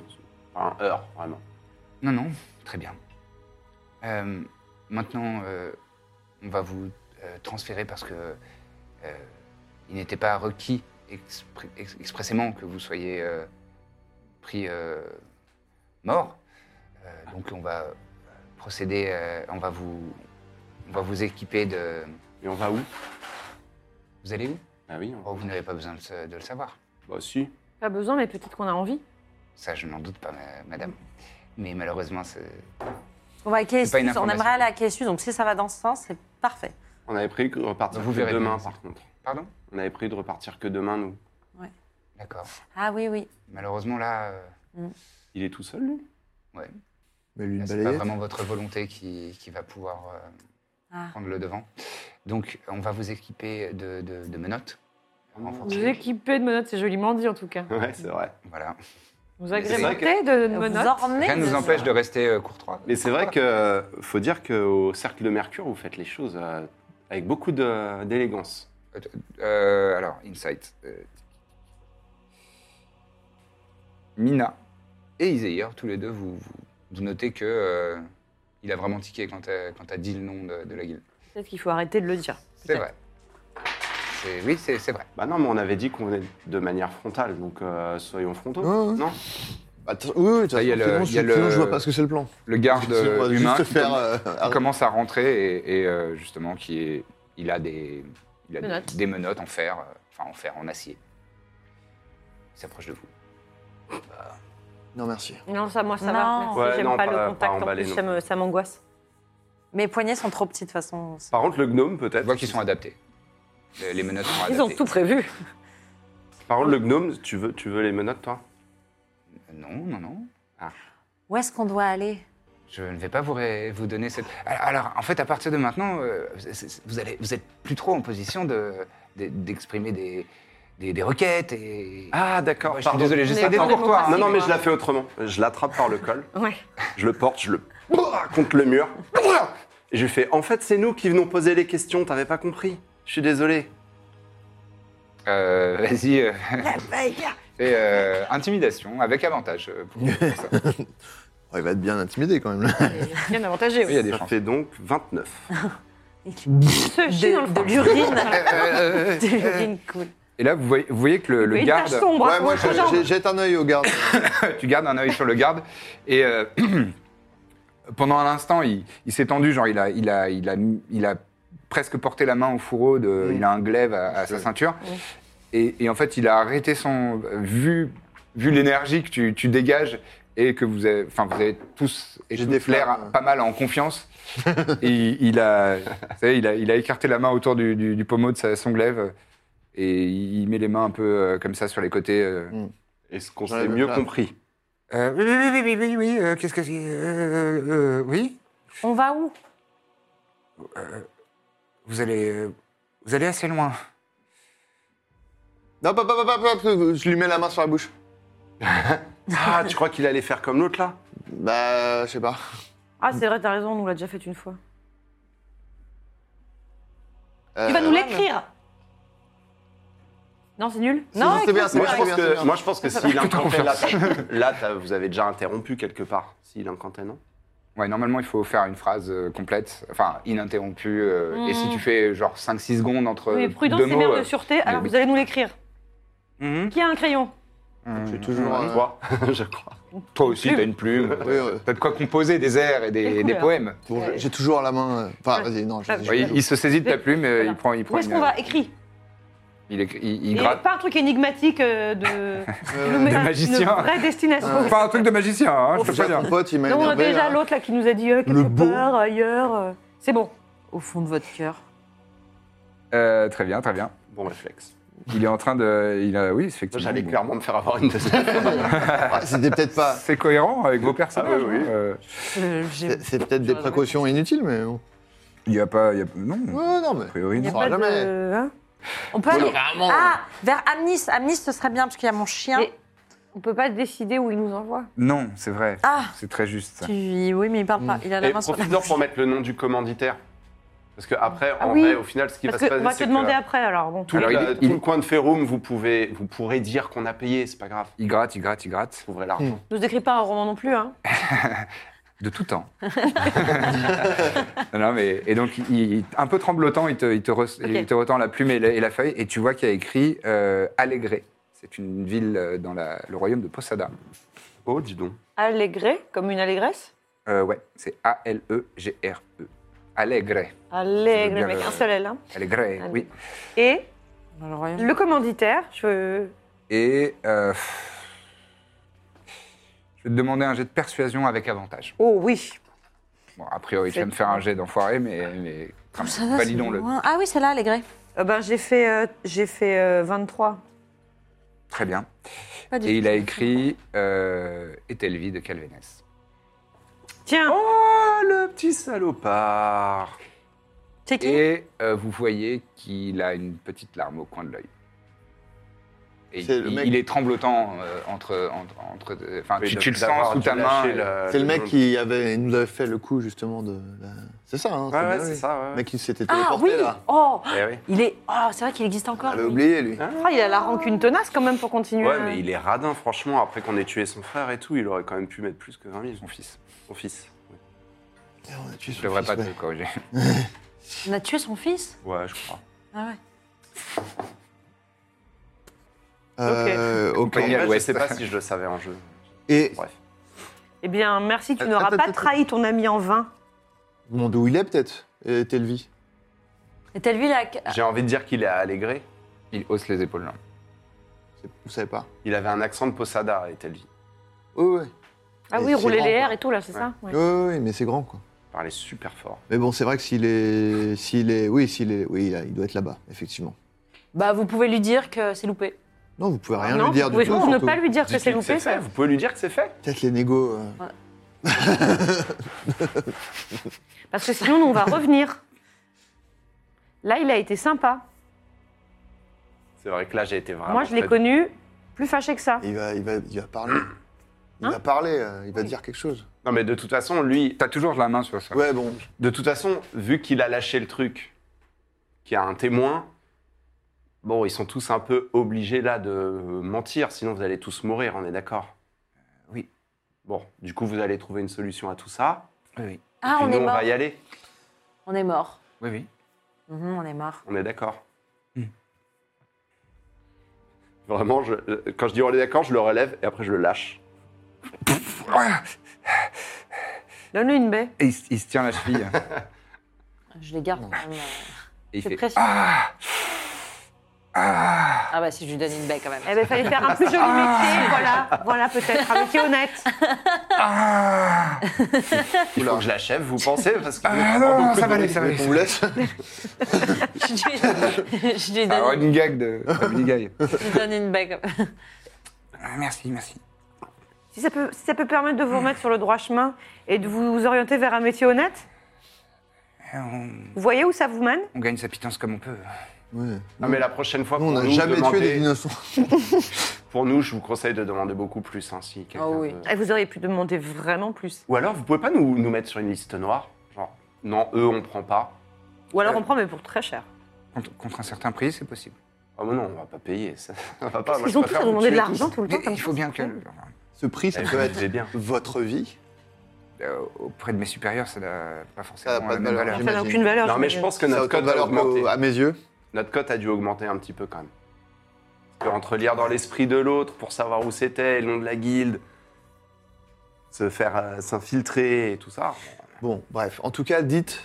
D: pas un heure, vraiment.
A: non, non, très bien. Euh, maintenant, euh, on va vous euh, transférer parce que euh, il n'était pas requis expré- ex- expressément que vous soyez euh, pris euh, mort. Euh, donc on va procéder, euh, on va vous, on va vous équiper de.
D: Et on va où
A: Vous allez où
D: Ah oui, on va
A: Oh, Vous n'avez pas besoin de, se- de le savoir.
D: Bah si.
F: Pas besoin, mais peut-être qu'on a envie.
A: Ça, je n'en doute pas, ma- madame. Mais malheureusement, c'est-
C: On va à Kay
A: C'est pas une
C: Sus, On
A: information.
C: aimerait aller à KSU, donc si ça va dans ce sens, c'est parfait.
D: On avait prévu de repartir
A: Vous
D: que
A: verrez
D: demain,
A: bien.
D: par contre.
A: Pardon
D: On avait prévu de repartir que demain, nous.
A: D'accord.
C: Ah oui, oui.
A: Malheureusement, là, euh,
D: Il est tout seul, lui
A: ouais,
B: Mais lui, une
A: là, Ah, c'est pas
B: balayette.
A: vraiment votre volonté qui, qui va pouvoir euh,
C: Ah.
A: prendre le devant. Donc, on va vous équiper de, de- de menottes
F: Vous
A: renforcées.
F: équipez de menottes, c'est joliment dit en tout cas.
D: Ouais, c'est vrai.
A: Voilà.
F: Vous
D: Mais c'est
F: agrémentez de
C: Vous
F: menottes.
C: ornez
A: Rien ne nous
C: de-
A: empêche de rester euh, courtois.
D: Mais c'est vrai que euh, faut dire qu'au cercle de Mercure, vous faites les choses euh, avec beaucoup de- d'élégance.
A: Euh, alors, Insight. euh, Mina et Iséir, tous les deux, vous, vous, vous notez que euh, il a vraiment tiqué quand t'as quand t'as dit le nom de, de la guilde.
F: Peut-être qu'il faut arrêter de le dire.
A: C'est vrai. C'est- Oui, c'est c'est vrai.
D: Bah non, mais on avait dit qu'on venait de manière frontale, donc euh, soyons
A: Hein
D: frontaux. Bah,
B: Ouais, ouais.
D: Non
B: Attends, oui, oui, de toute
A: Ah, il y a
B: façon,
A: le-
B: sinon,
A: il y a
B: sinon,
A: le-
B: je vois pas ce que c'est le plan.
A: Le garde
B: On va
A: euh, humain
B: juste
A: qui
B: faire.
A: commence-
B: euh, *laughs*
F: Ah.
A: qui commence à rentrer et, et, euh, justement qui est, il a des, il a des-
F: Menottes.
A: des menottes en fer, euh, enfin en fer, en acier. Il s'approche de vous.
B: Non, merci.
F: Non, ça, moi, ça
C: Non.
F: va. Merci,
D: Ouais,
F: j'aime
D: non,
F: pas,
D: pas- pas
F: le contact. en
D: emballer
F: plus,
D: non
F: ça me- ça m'angoisse.
C: Mes poignets sont trop petits, de toute façon.
D: Par contre, le gnome, peut-être.
A: Tu vois qu'ils sont adaptés. Les, les menottes sont
F: Ils ont
A: adaptées.
F: tout prévu.
D: Par contre, le gnome, tu veux, tu veux les menottes, toi
A: Non, non, non.
C: Où est-ce qu'on doit aller
A: Je ne vais pas vous, ré- vous donner cette. Alors, alors, en fait, à partir de maintenant, euh, c'est- c'est- vous allez, vous êtes plus trop en position de de- d'exprimer des, des des requêtes et.
D: Ah, d'accord.
A: Ouais, je suis
D: pardon.
A: désolé, j'essaie
F: Mais
A: d'être hein.
F: pardon.
A: courtois.
D: Non, non, mais je la fais autrement. Je l'attrape par le col,
F: Ouais.
D: je le porte, je le contre le mur. Et je fais En fait, c'est nous qui venons poser les questions, t'avais pas compris. Je suis désolé.
A: Euh, Vas-y. euh, fais, euh, intimidation avec avantage. euh, pour- pour ça.
B: Oh, il va être bien intimidé quand même. là.
F: C'est Bien avantagé.
A: Il y a
F: aussi.
A: des
D: Ça
A: chances.
D: fait donc 29.
F: Se chier dans le
C: De, de
A: *laughs*
C: l'urine.
A: Euh,
C: de l'urine cool.
A: Et là, vous voyez, vous voyez que le, le
F: Mais une tache
A: garde.
F: sombre.
B: ouais, moi,
F: hein,
B: je,
F: sur la jambe.
B: j'ai- jette un œil au garde.
A: *laughs* Tu gardes un œil sur le garde. Et euh, *clears throat* pendant un instant, il, il s'est tendu. Genre, il a, il, a, il, a, il a presque porté la main au fourreau.
B: Mm.
A: De, Il a un glaive à, à sa ceinture. Et, et en fait, il a arrêté son. Vu, vu l'énergie que tu, tu dégages, et que vous avez, enfin, vous avez tous et
B: J'ai
A: toutes
B: des flammes,
A: l'air
B: ouais.
A: pas mal en
B: *laughs*
A: confiance. et il a, vous savez, il a, il a écarté la main autour du, du- du pommeau de sa songlève et il met les mains un peu euh, comme ça sur les côtés. euh.
D: Est-ce qu'on
B: J'enlève
D: s'est
B: le
D: mieux
B: flamme.
D: compris
A: Euh, oui, oui, oui, oui, oui, oui, euh, qu'est-ce que c'est euh, euh, Oui,
C: On va où
A: vous allez, euh, vous allez assez loin.
B: Non, pas, pas, pas, pas, pas, je lui mets la main sur la bouche.
D: Ah, tu crois qu'il allait faire comme l'autre là
B: Bah, je sais pas.
F: Ah, c'est vrai, t'as raison, on nous l'a déjà fait une fois.
B: Euh,
E: Tu vas nous l'écrire.
F: Non, c'est nul
B: c'est- c'est bien, c'est hein,
D: moi,
B: bien,
D: je
B: c'est
D: pense
B: bien,
D: que-
B: c'est bien.
D: moi, je pense que s'il incantait là, là t'as- vous avez déjà interrompu quelque part. S'il incantait, non
A: Ouais, normalement, il faut faire une phrase euh, complète, enfin, ininterrompue. euh, Et si tu fais genre 5-6 secondes entre
F: Mm. Oui, prudence
A: deux
F: et
A: mots...
F: mère
A: euh,
F: de sûreté, alors
A: oui.
F: vous allez nous l'écrire.
A: Mhm.
F: Qui a un crayon
B: Je suis toujours. euh,
D: Toi, je crois. *laughs*
A: Toi aussi, t'as une plume.
B: Oui, oui.
A: T'as de quoi composer des airs et
F: Des
A: des, des
F: couleurs.
A: poèmes.
B: Bon, j'ai- j'ai toujours la main. euh, Enfin,
F: Ouais.
B: vas-y, non, je
F: Ouais,
A: Ouais, il, il se saisit de ta
F: Voilà.
A: plume, euh, il prend, il prend
F: Où est-ce
A: une-
F: qu'on va Écrit.
A: Il, écrit- il, il
F: Et
A: gratte.
F: Pas un truc énigmatique euh, de...
B: Euh,
F: Mais
A: De
F: un-
A: magicien.
F: Une vraie destination.
A: *laughs* Pas un truc de magicien,
F: Oh.
A: hein, je te
B: Déjà,
A: préviens.
B: mon pote, il m'a
F: Donc on a
B: énervé,
D: hein.
F: déjà
B: là.
F: l'autre là qui nous a dit euh,
B: Le
F: quelque
B: beau.
F: part, ailleurs. euh, C'est bon.
C: Au fond de votre cœur.
A: Euh, très bien, très bien.
D: Bon réflexe.
A: Il est en train de. Il a, oui, effectivement.
D: J'allais
A: bon.
D: clairement me faire avoir une deuxième.
B: Ah, C'était
A: *laughs*
B: peut-être pas.
A: C'est cohérent avec vos personnages.
D: Ah oui, oui.
A: hein, euh,
C: Euh, j'ai-
B: C'est c'est peut-être des précautions inutiles, mais bon.
A: Il n'y a pas. il y a- Non,
B: Ouais, non, mais.
A: Hmm. a priori,
F: Il n'y a
A: non.
B: saura
F: pas
B: jamais.
F: de... hein
C: On peut aller ah, vers Amnis. Amnis, ce serait bien parce qu'il y a mon chien.
F: Mais on peut pas décider où il nous envoie.
A: Non, c'est vrai.
C: Ah,
A: C'est très juste. ça.
C: tu- oui, mais il parle pas. Il a la
D: Et
C: main sur la
D: profite-en
C: bouche.
D: pour mettre le nom du commanditaire. Parce que après,
F: Ah
D: en
F: oui.
D: vrai, au final, ce qui
F: Parce
D: va se
F: qu'on
D: passer,
F: va te
D: c'est
F: demander
D: que
F: après, alors bon.
D: tout,
A: Alors, il
D: le-
A: est-
D: tout
A: il-
D: le coin de Feroum, vous, pouvez, vous pourrez dire qu'on a payé, c'est pas grave.
A: Il gratte, il gratte, il gratte.
D: Vous trouverez l'argent.
F: Nous écris pas un roman non plus, hein.
A: De tout temps. non, non, mais, et donc, il, il- un peu tremblotant, il te, il, te re- il te retend la plume et la, et la feuille, et tu vois qu'il y a écrit euh, Allégré. C'est une ville euh, dans la- le royaume de Posada.
D: Oh, dis donc.
F: Allégré, comme une allégresse.
A: Euh, ouais, c'est E A-L-E-G-R-E. Allégré. Je veux
F: Allégré,
A: bien
F: avec
A: le-
F: un seul L. hein.
A: Allégré,
F: Allez.
A: oui.
F: Et
C: Dans le royaume.
F: le commanditaire, je...
A: Et. euh, pff, je vais te demander un jet de persuasion avec avantage.
C: Oh oui.
A: Bon, a priori, tu
F: C'est-
A: vas me faire un jet d'enfoiré, mais, mais
C: Comme ça va, c'est
A: validons-le.
C: loin. Ah oui, c'est là, Allégré.
F: Euh, ben, j'ai fait, euh, j'ai fait euh, 23.
A: Très bien.
C: Pas du
A: Et
C: tout.
A: il a écrit euh, Etelvi de Calvénès.
F: Tiens,
D: Oh, le petit salopard.
A: Ah,
C: C'est qui
A: Et euh, vous voyez qu'il a une petite larme au coin de l'œil. Et
B: C'est le
A: il,
B: mec-
A: il est tremblotant euh, entre, entre, entre- euh, enfin,
D: Oui,
A: tu,
D: de-
A: tu le
D: d'avoir
A: sens sous
D: dû
A: ta main. euh,
D: lâcher
A: et-
D: le-
B: C'est le mec qui avait, il nous avait fait le coup justement de. la- C'est ça, hein
D: Ouais, ouais,
A: Ah,
B: bien,
D: c'est
B: oui.
D: ça, ouais.
B: Le mec qui s'était
C: Ah
B: téléporté
C: oui.
B: là.
C: Oh,
D: Eh oui.
C: il est. Oh, c'est vrai qu'il existe encore.
B: J'avais
C: lui.
B: oublié lui.
F: ah, il a la rancune tenace quand même pour continuer.
D: Ouais,
F: euh.
D: mais il est radin, franchement. Après qu'on ait tué son frère et tout, il aurait quand même pu mettre plus que 20 000. Son fils. Son fils.
B: On a tué
A: Je
B: son
A: devrais
B: fils,
A: pas te
B: ouais.
A: corriger.
C: On a tué son fils.
D: Ouais, je crois.
C: Ah ouais.
B: Euh, ok.
D: En
A: Compagnie à
D: vrai, je
A: l'ouest.
D: sais pas si je le savais en jeu.
B: Et
D: Bref.
F: Eh bien, merci, tu
B: Attends,
F: n'auras
B: attends,
F: pas
B: attends.
F: trahi ton ami en vain.
B: vous demandez où il est peut-être euh, Telvi.
C: Et t'as lui, la...
D: J'ai envie de dire qu'il est allégré.
A: Il hausse les épaules. là.
B: C'est- Vous savez pas.
D: Il avait un accent de Posada, et dit.
B: Oui, oui.
F: Ah
B: Et
F: oui,
B: c'est
F: rouler
B: grand,
F: les airs
B: quoi.
F: et tout, là, c'est
D: Ouais.
F: ça Ouais.
B: Oui, oui, oui, mais c'est grand quoi.
D: Il parlait super fort.
B: Mais bon, c'est vrai que s'il est, s'il est, oui, s'il est, oui, là, il doit être là-bas, effectivement.
C: Bah, vous pouvez lui dire que c'est loupé.
B: Non, vous pouvez rien
F: Ah non,
B: lui dire
F: vous pouvez
B: du tout.
F: ne
B: surtout.
F: pas lui dire que
D: Dites-lui
F: c'est loupé,
D: fait.
F: ça.
D: Vous pouvez lui dire que c'est fait.
B: Peut-être les négos. euh,
F: Parce que sinon, nous, on va revenir. Là, il a été sympa.
D: C'est vrai que là, j'ai été vraiment.
F: Moi, je l'ai
D: très-
F: connu plus fâché que ça.
B: Il va, il va, il va parler. Il
F: Hein
B: va parler. euh, Il va dire quelque chose.
D: Non, mais de toute façon, lui,
A: T'as toujours la main sur ça.
B: Ouais, bon.
D: de toute façon, vu qu'il a lâché le truc, qu'il y a un témoin, bon, ils sont tous un peu obligés là de mentir, sinon vous allez tous mourir, on est d'accord
A: Euh, oui.
D: Bon, du coup, vous allez trouver une solution à tout ça.
A: Oui, oui.
C: Ah,
D: puis
C: on
D: nous,
C: est
D: on
C: mort.
D: va y aller,
C: On est mort.
A: Oui, oui.
C: Mhm, on est mort.
D: on est d'accord.
A: Hmm.
D: Vraiment, je, euh, quand je dis on est d'accord, je le relève et après je le lâche.
F: Donne-lui une baie.
A: Et il, se- il se tient la cheville.
C: Je les garde. quand même, euh.
A: et il
C: C'est
A: fait
C: précieux.
A: Ah
C: Ah bah si je lui donne une baie
A: *laughs*
C: quand même.
F: Eh ben, fallait faire un plus joli métier, voilà, voilà peut-être, un métier honnête.
D: Il faut que je l'achève, vous pensez Parce que
A: Ah non, non, ça va aller, ça va
B: On
A: aller. *laughs*
B: vous laisse
C: je, lui... je lui donne,
A: Ah, running gag de Family Guy.
C: je lui donne une baie quand même.
A: Ah, Euh, Merci, merci.
F: Si ça, peut, si ça peut permettre de vous remettre sur le droit chemin et de vous orienter vers un métier honnête,
A: Eh, On,
F: vous voyez où ça vous mène
A: on gagne sa pitance comme on peut.
B: Ouais.
D: Non, mais la prochaine fois,
B: Nous,
D: pour
B: on n'a
D: nous
B: jamais tué
D: demander-
B: des innocents.
D: Pour nous, je vous conseille de demander beaucoup plus. hein, si quelqu'un
C: Ah oui.
D: veut.
F: Et Eh, vous auriez pu demander vraiment plus.
D: Ou alors, vous pouvez pas nous, nous mettre sur une liste noire Genre, non, eux, on prend pas.
F: Ou alors on prend, mais pour très cher.
A: Contre, contre un certain prix, c'est possible.
D: Ah, mais non, on va pas payer. Ça, *laughs* on va pas. Moi,
F: Ils
D: je
F: ont tous
D: préfère
F: à
D: vous
F: demander de
D: tuer
F: l'argent
D: tous.
F: tout le temps.
A: Mais
F: comme
A: il faut
F: ça,
A: bien
F: c'est
A: que.
F: cool.
B: Ce prix, ça
D: Eh,
A: ben,
B: peut
D: vous
B: être
D: avez bien.
B: votre vie.
A: euh, auprès de mes supérieurs, ça n'a pas
B: Ça
A: forcément
B: n'a pas
A: la
B: de
A: même
B: valeur.
A: valeur.
F: Ça n'a
B: j'imagine.
F: aucune valeur.
D: Non, mais je
F: j'imagine.
D: pense que
B: Ça a
D: notre
B: autant de
D: cote a
B: valeur
D: augmenté.
B: qu'au- à mes yeux.
D: Notre cote a dû augmenter un petit peu quand même. Parce que entre lire dans l'esprit de l'autre pour savoir où c'était, le nom de la guilde, se faire euh, s'infiltrer et tout ça.
B: Bon, bref. En tout cas, dites,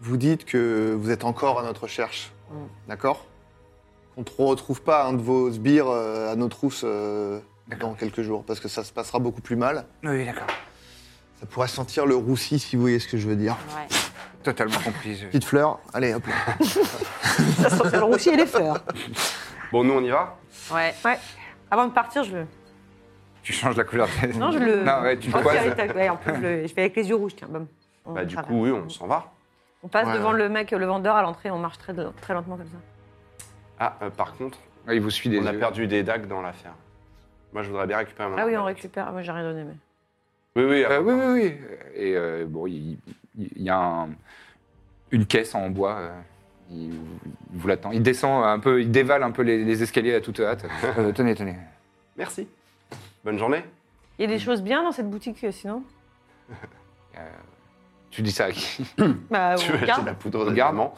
B: vous dites que vous êtes encore à notre recherche. D'accord On ne retrouve pas un de vos sbires euh, à nos trousses euh, dans quelques jours, parce que ça se passera beaucoup plus mal.
A: Oui, d'accord.
B: Ça pourrait sentir le roussi, si vous voyez ce que je veux dire.
C: Ouais.
A: Totalement compris. je-
B: Petite fleur, allez, hop là.
E: Ça sent le roussi et les fleurs.
D: Bon, nous, on y va
C: Ouais.
F: Avant de partir, je le.
A: Tu changes la couleur de
F: Non, je le.
A: Non, ouais, tu
F: je
A: le
F: pense qu'il
A: croises.
F: y a- ouais, en plus, je, le- je fais avec les yeux rouges, tiens, bam. On-
D: Bah, du
F: ça
D: coup,
F: va.
D: oui, on s'en va.
F: On passe
B: Ouais,
F: devant
B: ouais.
F: le mec, le vendeur à l'entrée, on marche très, très lentement comme ça.
D: Ah, euh, par contre,
A: Ah, il vous suit des
D: on a
A: yeux.
D: perdu des dagues dans l'affaire. Moi, je voudrais bien récupérer mon
F: Ah oui, on
D: arbalète.
F: récupère. Moi, j'ai rien donné, mais.
D: Oui, oui.
A: Euh, oui, oui, oui. Et euh, bon, il il- il y, a un- une caisse en bois. euh, il, il vous l'attend. Il descend un peu, il dévale un peu les, les escaliers à toute
B: *laughs*
A: hâte. Euh, tenez, tenez.
D: Merci. Bonne journée.
F: Il y a des choses bien dans cette boutique, euh, sinon
A: Tu dis ça à qui
F: Bah,
D: tu veux acheter
F: on
D: de
F: regarde.
D: la poudre de
A: Regarde.
D: diamant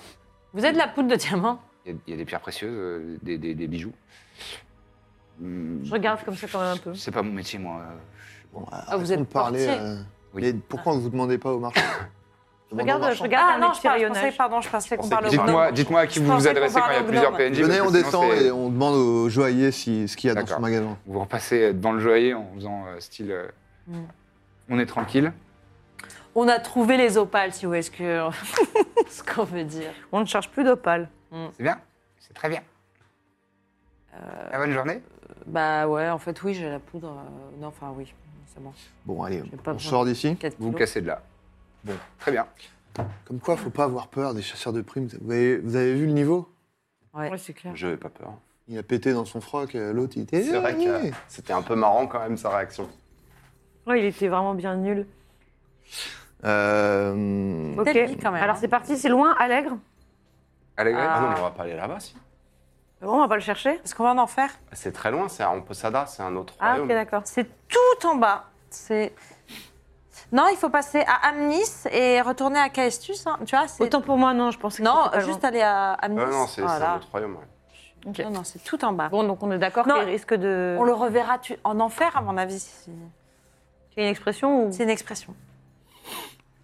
C: Vous êtes la poudre de diamant
A: il y, a, il y a des pierres précieuses, euh, des, des- des bijoux. Hmm,
F: Je regarde comme ça quand même un peu.
A: C'est pas mon métier, moi. euh,
B: Bon,
C: Ah, vous
B: arrêtons
C: êtes
B: de parler.
C: portier.
B: euh,
A: Oui.
B: Mais pourquoi vous ne demandez pas au marché
F: Je regarde, je regarde.
C: Ah
F: un
C: non, je,
F: métier
C: parlais, je
F: rayonnage.
C: pensais, pardon, je pensais qu'on
D: pensais-
C: parlait au
A: Dites-moi
C: Ah, gnome.
A: dites à qui
C: Je
A: vous vous
C: pensais
A: adressez
C: qu'on
A: quand il y a
C: parlait au
A: plusieurs
C: gnome.
A: PNJ.
B: Venez,
A: parce
B: on
A: que sinon,
B: descend
A: c'est-
B: et on demande au joaillier si, ce qu'il y a dans son
A: D'accord.
B: magasin.
A: Vous repassez euh, devant le joaillier en faisant euh, style. euh, On est tranquille.
C: On a trouvé les opales, si vous voyez ce que- *laughs* ce qu'on veut dire.
F: On ne cherche plus d'opale.
A: C'est bien. C'est très bien. La bonne journée.
C: Bah ouais, en fait, oui, j'ai la poudre. euh, Non, enfin, oui, c'est bon.
B: Bon, allez,
C: J'ai pas
B: on
C: besoin.
B: sort d'ici.
C: 4
A: Vous vous
C: kilos.
A: cassez de là. Bon, très bien.
B: Comme quoi, faut pas avoir peur des chasseurs de primes. Vous avez, vous avez vu le niveau
C: Ouais.
F: Ouais, c'est clair.
D: Je n'ai pas peur.
B: Il a pété dans son froc, euh, l'autre il était.
D: C'est vrai que c'était un peu marrant quand même sa réaction.
F: Ouais, il était vraiment bien nul.
B: Euh,
F: Ok.
C: Peut-être lui, quand même,
F: Alors
C: hein.
F: c'est parti, c'est loin, Allègre.
A: Allez,
D: Ah,
C: Ah.
D: non, mais on va pas aller là-bas si.
F: Bon, on va pas le chercher.
C: Est-ce qu'on va en enfer
D: C'est très loin, c'est à Amposada, c'est un autre
F: Ah, ok,
D: royaume.
F: d'accord.
C: C'est tout en bas. C'est. Non, il faut passer à Amnis et retourner à Caestus. hein. Tu vois, c'est.
F: Autant pour moi, non, je pensais que
C: Non,
F: c'était pas
C: juste
F: loin.
C: aller à Amnis.
D: Ah non, c'est c'est un
C: Voilà.
D: autre royaume. ouais.
F: Ok.
C: Non, non, c'est tout en bas.
F: Bon, donc on est d'accord
C: Non.
F: qu'il risque de.
C: On le reverra tu- en enfer, à mon avis. si-
F: Il y a une expression ou
C: C'est une expression.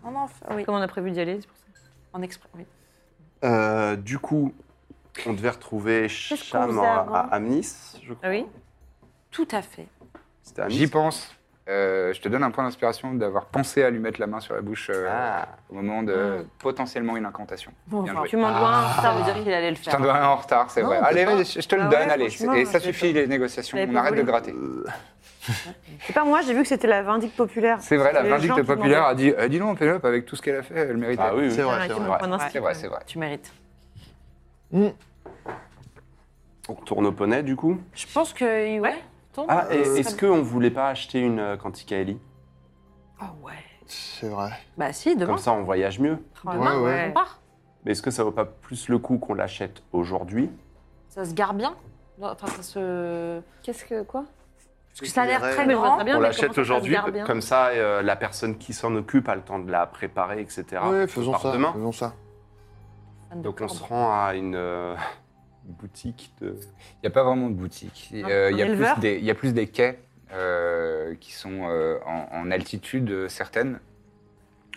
C: En enfer, oui.
F: comme on a prévu d'y aller, c'est pour ça.
C: En expr- oui.
D: Euh, du coup, on devait retrouver
F: Qu'est-ce qu'on
D: Cham
F: faisait
D: à,
F: avant
D: à Amnis, je crois.
F: Ah oui
C: Tout à fait.
D: C'était Amnis.
A: J'y pense. Euh, je te donne un point d'inspiration d'avoir pensé à lui mettre la main sur la bouche euh,
D: Ah.
A: au moment de potentiellement une incantation.
C: Bon,
A: Bien
C: enfin,
A: joué.
F: Tu m'en dois un,
C: Ça veut dire qu'il allait le
A: Je t'en
C: faire.
A: dois un en retard, c'est
B: Non,
A: vrai.
B: peut-être
A: Allez,
B: pas.
A: vas-y, je, je te le
F: Ah
A: donne,
F: ouais,
A: allez.
F: franchement,
A: Et
F: je
A: ça
F: vais
A: suffit, les négociations.
F: J'avais
A: On
F: pas
A: arrête de
F: voulu.
A: gratter.
F: C'est pas moi, j'ai vu que c'était la vindicte populaire.
A: C'est vrai, la
F: les gens
A: vindicte
F: qui
A: populaire a dit Eh, Dis donc, Pélope, avec tout ce qu'elle a fait, elle méritait.
D: Ah oui, oui.
B: C'est vrai,
F: demandaient-
B: c'est
F: qui m'ont
B: vrai.
F: pris un
A: C'est
F: instant.
A: vrai, c'est vrai.
C: Tu mérites.
D: On retourne au poney du coup.
C: Je pense que. Ouais.
F: Oh,
C: Tombe.
D: Ah, et-
F: euh,
D: est-ce qu'on voulait pas acheter une euh, Cantica Eli
C: Ah ouais.
B: C'est vrai.
C: Bah si, demain. Oh
D: Comme ça, on voyage mieux.
C: Demain,
B: Ouais, ouais.
C: on part.
D: Mais est-ce que ça vaut pas plus le coup qu'on l'achète aujourd'hui
C: Ça se gare bien. Enfin, ça se.
F: Qu'est-ce que quoi
C: Parce que ça a l'air très
F: Mais je vois
C: grand.
F: très bien.
D: On
F: mais
D: l'achète
F: comment ça se
D: aujourd'hui,
F: garde bien
D: comme ça, euh, la personne qui s'en occupe a le temps de la préparer, etc.
B: Ouais, faisons
D: part
B: ça.
D: demain.
B: Faisons ça.
D: Donc on se rend à une euh, boutique de...
A: Il n'y a pas vraiment de boutique. Euh, Il y, a
F: Un éleveur
A: plus des- il y a plus des quais euh, qui sont euh, en, en altitude euh, certaine.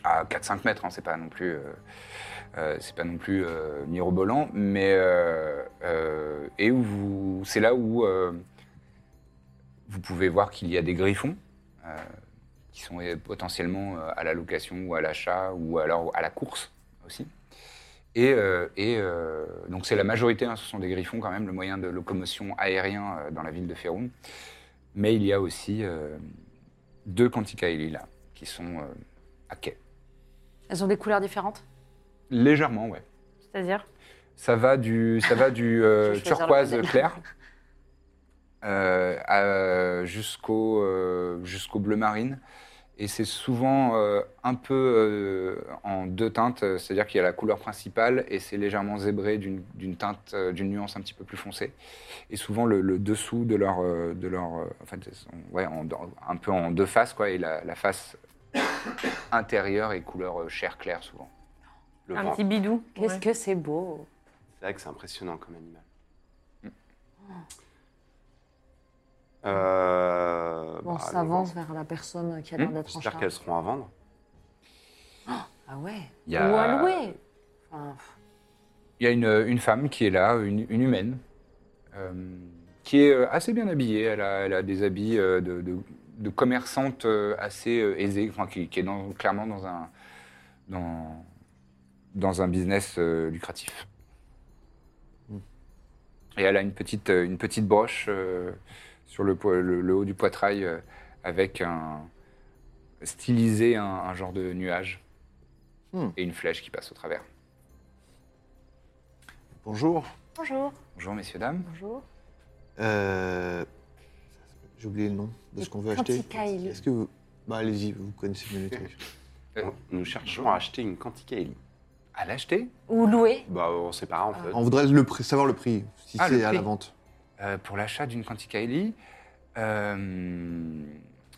A: à 4-5 mètres, hein, c'est pas non plus, euh, euh, c'est pas non plus euh, mirobolant, mais euh, euh, et où vous, c'est là où euh, vous pouvez voir qu'il y a des griffons euh, qui sont euh, potentiellement euh, à la location ou à l'achat ou alors à la course aussi. Et, euh, et, euh, donc c'est la majorité, hein, ce sont des griffons quand même, le moyen de locomotion aérien euh, dans la ville de Ferrum. Mais il y a aussi euh, deux Quanticaeli là, qui sont euh, à quai.
C: Elles ont des couleurs différentes
A: Légèrement, ouais.
F: C'est-à-dire
A: Ça va du, ça va du euh,
C: *laughs* Je vais choisir
A: turquoise
C: le modèle.
A: clair euh, à- jusqu'au euh, jusqu'au bleu marine. Et c'est souvent euh, un peu euh, en deux teintes, euh, c'est-à-dire qu'il y a la couleur principale et c'est légèrement zébré d'une d'une teinte, euh, d'une nuance un petit peu plus foncée. Et souvent le, le dessous de leur, euh, de leur, euh, en fait, elles sont, ouais, en- dans- un peu en deux faces quoi. Et la, la face *coughs* intérieure est couleur euh, chair claire souvent.
D: Le
F: Un
D: vent.
F: petit bidou.
C: Qu'est-ce
F: Ouais.
C: que c'est beau
D: C'est vrai que c'est impressionnant comme animal. Mm. Euh,
C: On
D: bah, le
C: s'avance
D: vent.
C: vers la personne qui a l'air
A: l'air
C: d'être en
D: J'espère qu'elles seront à vendre.
C: Ah ouais
A: Il y a-
C: Ou à louer Enfin,
A: Il y a une, une femme qui est là, une, une humaine, euh, qui est euh, assez bien habillée. Elle a, elle a des habits euh, de, de- de commerçante euh, assez euh, aisée, enfin, qui, qui est dans- clairement dans un, dans, dans un business euh, lucratif. Et elle a une petite, euh, une petite broche euh, sur le, po- le- le haut du poitrail euh, avec un stylisé un, un genre de nuage
B: Hmm.
A: et une flèche qui passe au travers.
B: Bonjour.
C: Bonjour.
A: Bonjour messieurs dames.
C: Bonjour.
B: Euh, J'ai oublié le nom de ce qu'on veut acheter.
C: Quanticaeli.
B: Est-ce que vous. Bah, allez-y, vous connaissez bien
A: *laughs*
B: les trucs.
D: On- Nous cherchons à acheter une Quanticaeli.
A: À l'acheter
C: Ou louer
D: Bah, on sait pas en fait.
B: On voudrait le prix, savoir le prix, si
A: Ah, le
B: c'est à
A: prix.
B: la vente.
A: Euh, pour l'achat d'une Quanticaeli, euh,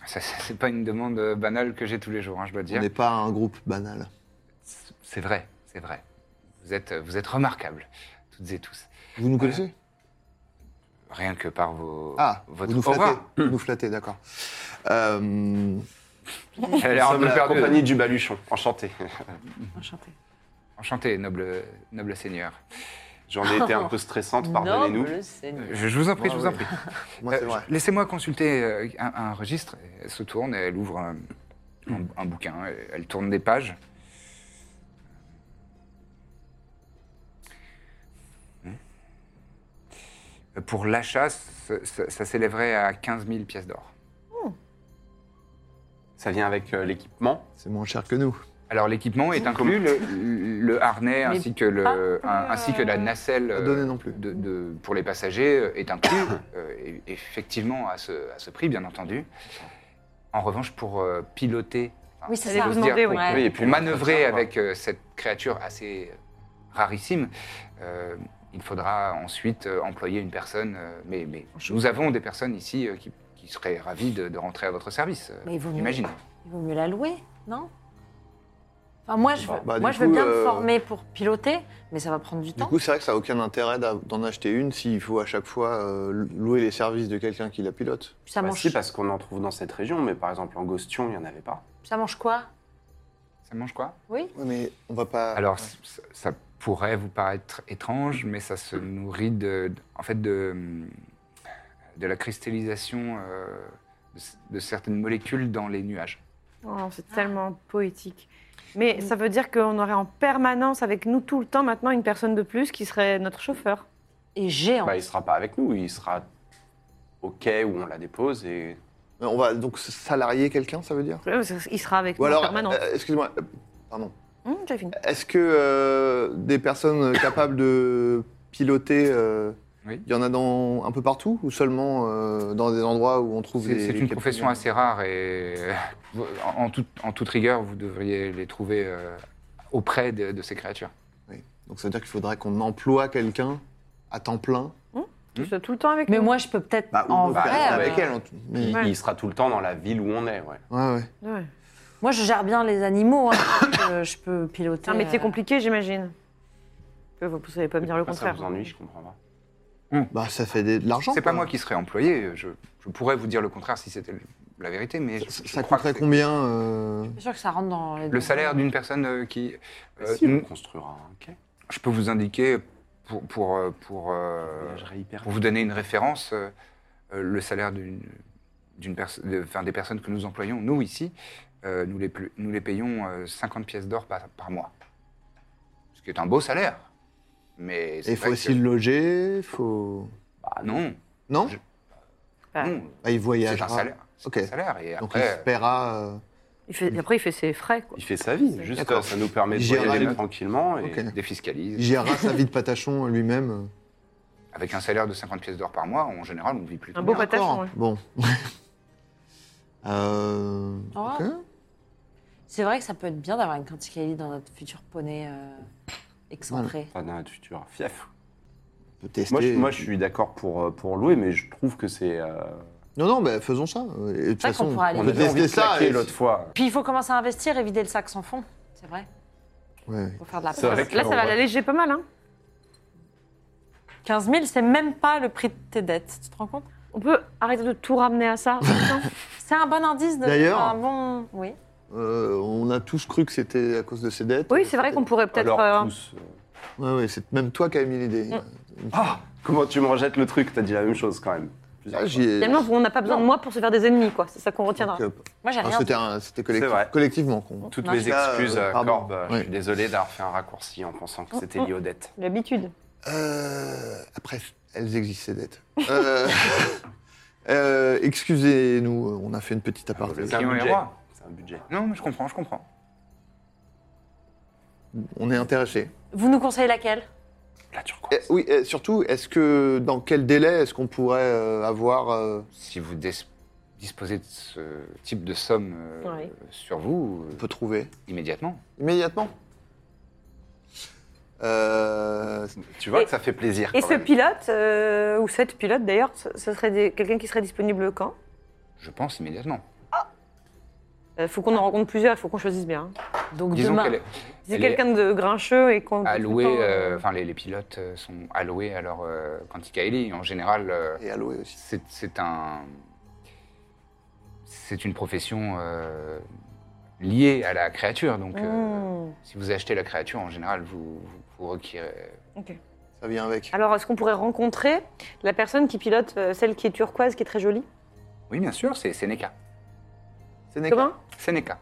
A: ça, ça, c'est pas une demande euh, banale que j'ai tous les jours, hein, je dois
B: On
A: dire.
B: n'est pas un groupe banal.
A: C'est vrai, c'est vrai. Vous êtes, euh, vous êtes remarquables, toutes et tous.
B: Vous nous connaissez
A: Rien que par vos, *laughs*
B: Ah,
A: votre
B: vous nous
A: aura.
B: flattez. Vous nous flattez, d'accord. Euh,
A: Elle a
D: Nous
A: l'air un
D: sommes
A: peu
D: la
A: perdue.
D: compagnie du baluchon. Enchanté.
C: Enchanté.
A: Enchanté, noble, noble seigneur.
D: *laughs* J'en ai été un peu stressante, pardonnez-nous.
C: Noble Seigneur.
A: Je, je vous en prie,
B: Ah
A: je vous en prie.
B: moi, c'est
A: Euh,
B: vrai.
A: Laissez-moi consulter euh, un, un registre. Elle se tourne, elle ouvre un, un- un bouquin, elle, elle tourne des pages. Euh, Pour l'achat, ce- ce- ça s'élèverait à 15 000 pièces d'or.
D: Ça vient avec euh, l'équipement.
B: C'est moins cher que nous.
A: Alors l'équipement est inclus, le, le harnais
C: Mais
A: ainsi que, le,
C: pas
A: un- ainsi que la nacelle
B: Pas
A: euh,
B: donné non plus.
A: de- de- pour les passagers euh, est inclus, *coughs* euh, et- effectivement à ce, à ce prix bien entendu. En revanche pour euh, piloter,
C: Oui, c'est
A: si
C: ça.
A: j'ose
C: Vous
A: dire,
C: demander,
A: pour,
C: ouais.
D: Oui, et
A: pour
D: puis
A: manœuvrer
D: l'entretien,
A: avec euh, cette créature assez rarissime, euh, il faudra ensuite euh, employer une personne. euh, mais mais nous avons des personnes ici euh, qui, qui seraient ravies de, de rentrer à votre service, euh,
C: Mais il vaut mieux.
A: j'imagine.
C: Il vaut mieux la louer, non Enfin, moi, je veux,
B: Bah, bah, du
C: moi, je veux
B: coup,
C: bien me
B: euh,
C: former pour piloter, mais ça va prendre du
B: Du
C: temps.
B: coup, c'est vrai que ça n'a aucun intérêt d'a- d'en acheter une s'il faut à chaque fois euh, louer les services de quelqu'un qui la pilote.
C: Puis ça,
D: Bah,
C: mange,
D: si, parce qu'on en trouve dans cette région, mais par exemple en Gostion, il n'y en avait pas.
C: ça mange quoi
A: Ça mange quoi
C: Oui
B: Oui, mais on va pas.
A: Alors, c- ça, ça pourrait vous paraître étrange, mais ça se nourrit de, de- en fait de, de la cristallisation euh, de, c- de certaines molécules dans les nuages.
F: Oh, c'est tellement poétique. Mais ça veut dire qu'on aurait en permanence avec nous tout le temps maintenant une personne de plus qui serait notre chauffeur.
C: Et géant.
D: Bah, il sera pas avec nous, il sera au quai où on la dépose et
B: Mais On va donc salarier quelqu'un, ça veut dire
F: Il sera avec
B: Ou
F: nous en
B: alors,
F: permanence.
B: euh, excuse-moi, euh, pardon.
F: Hum, j'ai fini.
B: Est-ce que euh, des personnes *laughs* capables de piloter, euh, il
A: Oui.
B: y en a dans, un peu partout ou seulement euh, dans des endroits où on trouve
A: C'est
B: des.
A: c'est une profession
B: capables-
A: assez rare et euh, vous- en, en toute, en toute rigueur, vous devriez les trouver euh, auprès de, de ces créatures.
B: Oui. Donc ça veut dire qu'il faudrait qu'on emploie quelqu'un à temps plein.
D: hmm
F: Tu sois tout le temps avec
C: Mais
F: nous.
C: moi, je peux peut-être
B: Bah, ou
C: en
B: on peut
C: vrai.
B: rester
C: euh,
B: avec elle. en tout- mais-
D: il, il sera tout le temps dans la ville où on est. Ouais.
B: Ouais, ouais.
F: Ouais.
C: Moi, je gère bien les animaux. hein, donc, euh, je peux piloter.
F: C'est un métier
C: euh,
F: compliqué, j'imagine. Vous ne savez pas me dire le
D: Pourquoi Ah, ça
F: contraire.
D: vous ennuie, je comprends pas.
B: Bah ça fait des- de l'argent.
A: C'est pas
B: quoi.
A: moi qui serais employé. Je, je pourrais vous dire le contraire si c'était le- la vérité, mais je,
B: Ça,
A: je
B: ça
A: crois
B: coûterait
A: que
B: combien euh,
C: Je suis sûr que ça rentre dans les.
A: le salaire d'une personne euh, qui. euh,
D: Bah, Si, on
A: n-
D: construira un quai.
A: je peux vous indiquer pour pour euh, pour, euh,
D: Voyagerait hyper
A: pour vous donner une référence, euh, euh, le salaire d'une d'une personne, de- enfin, des personnes que nous employons, nous ici, euh, nous les pl- nous les payons euh, 50 pièces d'or par, par mois, ce qui est un beau salaire. Mais c'est
B: Il faut
A: vrai
B: aussi
A: que-
B: le loger, faut.
A: Bah, non,
B: Non
A: Je-
F: Ah.
A: non,
B: Ah, Il
A: c'est
B: voyagera.
A: un salaire. c'est
B: Ok.
A: un salaire et
B: Donc
A: après,
B: il se paiera. euh,
F: Il fait, après, il fait ses frais, quoi.
D: Il fait sa vie, juste
B: D'accord.
D: euh, ça nous permet de
B: Il gérera
D: voyager
B: les-
D: tranquillement. Et...
B: Ok.
A: euh, défiscalise.
B: Il gérera
D: *laughs*
B: sa vie de patachon lui-même.
A: Avec un salaire de 50 pièces d'or par mois, en général, on vit plutôt
F: Un
A: bien.
F: beau patachon.
B: Encore.
F: ouais.
B: Bon. *laughs* euh...
C: Ah.
B: ok.
C: C'est vrai que ça peut être bien d'avoir une quanticali dans notre futur poney euh, excentré.
D: Enfin, dans notre futur fief.
B: On peut tester.
D: Moi je, moi, je suis d'accord pour, euh, pour louer, mais je trouve que c'est. euh,
B: Non, non, bah, faisons ça. Et de toute
C: C'est vrai
B: façon,
C: qu'on pourra aller
D: On
B: peut
D: avait envie
B: tester
D: de
B: ça.
D: claquer
B: et-
D: l'autre fois.
C: Puis il faut commencer à investir et vider le sac sans fond. C'est vrai.
B: Ouais.
C: Faut faire de la
D: C'est
C: place.
D: vrai Ah, que-
F: Là, ça va l'alléger pas mal. Hein.
C: 15 000, c'est même pas le prix de tes dettes. Tu te rends compte
F: On peut arrêter de tout ramener à ça. maintenant
C: C'est un bon indice de.
B: D'ailleurs-
C: Un bon. Oui.
B: Euh, on a tous cru que c'était à cause de ses dettes.
F: *laughs* oui, c'est vrai qu'on pourrait peut-être.
D: Alors,
F: euh,
D: tous, euh,
B: Ouais, ouais, c'est même toi qui as mis l'idée.
F: Mm.
D: Ah Comment tu me rejettes le truc T'as dit la même chose quand même.
B: Ah, j'y ai-
F: Finalement, on n'a pas besoin de moi pour se faire des ennemis, quoi. C'est ça qu'on retiendra.
B: Donc, euh,
C: Moi, j'ai
B: ah,
C: rien.
B: C'était un- c'était collectif-
D: C'est vrai.
B: collectivement
F: Mm.
B: qu'on.
D: Toutes
C: Non,
D: mes
B: ça, euh,
D: excuses, euh,
B: pardon.
D: Corbe. euh, Je
B: Oui.
D: suis désolé d'avoir fait un raccourci en pensant que *laughs* c'était lié aux dettes.
F: L'habitude.
B: Euh, après, elles existent, ces dettes. Euh, *laughs* euh, Excusez-nous, on a fait une petite aparté.
D: C'est un
A: client est
D: budget.
A: roi.
D: C'est un budget.
A: Non, mais je comprends, je comprends.
B: On est intéressés.
C: Vous nous conseillez laquelle
D: La turquoise.
B: Eh, oui, eh, surtout, est-ce que dans quel délai est-ce qu'on pourrait euh, avoir euh,
A: Si vous dis- disposez de ce type de somme euh,
F: Ouais.
A: sur vous, euh,
B: on peut trouver
A: immédiatement.
B: immédiatement Euh,
D: Tu vois
F: Et-
D: que ça fait plaisir.
F: Et
D: quand
F: ce
D: même.
F: pilote, euh, ou cette pilote d'ailleurs, ce ce serait des- quelqu'un qui serait disponible quand
A: Je pense immédiatement.
F: Il Euh, faut qu'on en rencontre plusieurs, il faut qu'on choisisse bien. hein.
C: Donc
A: Disons
C: demain.
A: qu'elle est
F: Si c'est
A: Elle est-
F: quelqu'un de grincheux et qu'on.
A: allouée,
F: tout le temps,
A: euh,
F: euh,
A: enfin les, les pilotes euh, sont alloués à leur euh, Quantica Elite. En général, euh,
B: et alloué aussi.
A: c'est c'est un. C'est une profession euh, liée à la créature. Donc, euh,
F: hmm.
A: si vous achetez la créature, en général, vous, vous, vous requérez-
B: Ça vient avec.
F: Alors, est-ce qu'on pourrait rencontrer la personne qui pilote, euh, celle qui est turquoise, qui est très jolie
A: Oui, bien sûr, c'est Seneca.
B: Sénégal.
F: Comment
A: Seneca,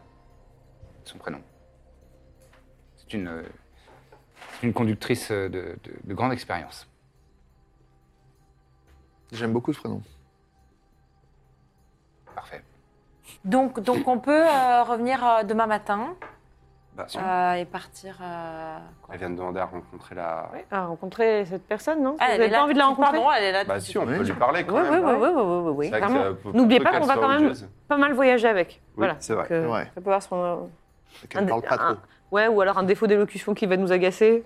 A: son prénom. C'est une, euh, c'est une conductrice euh, de, de- de grande expérience.
B: J'aime beaucoup ce prénom.
A: Parfait.
C: Donc, donc on peut euh, revenir euh, demain matin
D: Bah,
F: Ah,
C: euh, et partir. euh, quoi.
D: Elle vient de demander à rencontrer la.
F: Oui, à Ah, rencontrer cette personne, non
C: Ah,
F: Vous
C: elle est
F: n'avez
C: là
F: pas envie de la
C: tout suite.
F: rencontrer
C: Pardon, elle est là.
D: Bah
C: tout
D: si,
C: suite.
D: on peut
B: Oui.
D: lui parler quand
F: Oui,
D: même.
F: oui, oui, oui, oui, oui, oui,
D: C'est vrai que,
F: clairement.
D: euh, faut-
F: N'oubliez
D: faut
F: pas
D: qu'elle
F: qu'on va
D: soit
F: quand même-
D: odieuse.
F: Pas mal voyager avec.
D: Oui,
F: Voilà.
D: c'est vrai.
F: Donc, euh,
B: C'est vrai.
F: Ça peut avoir son.
B: Elle
F: Un-
B: parle pas
F: un-
B: trop.
F: Ouais, ou alors un défaut d'élocution qui va nous agacer.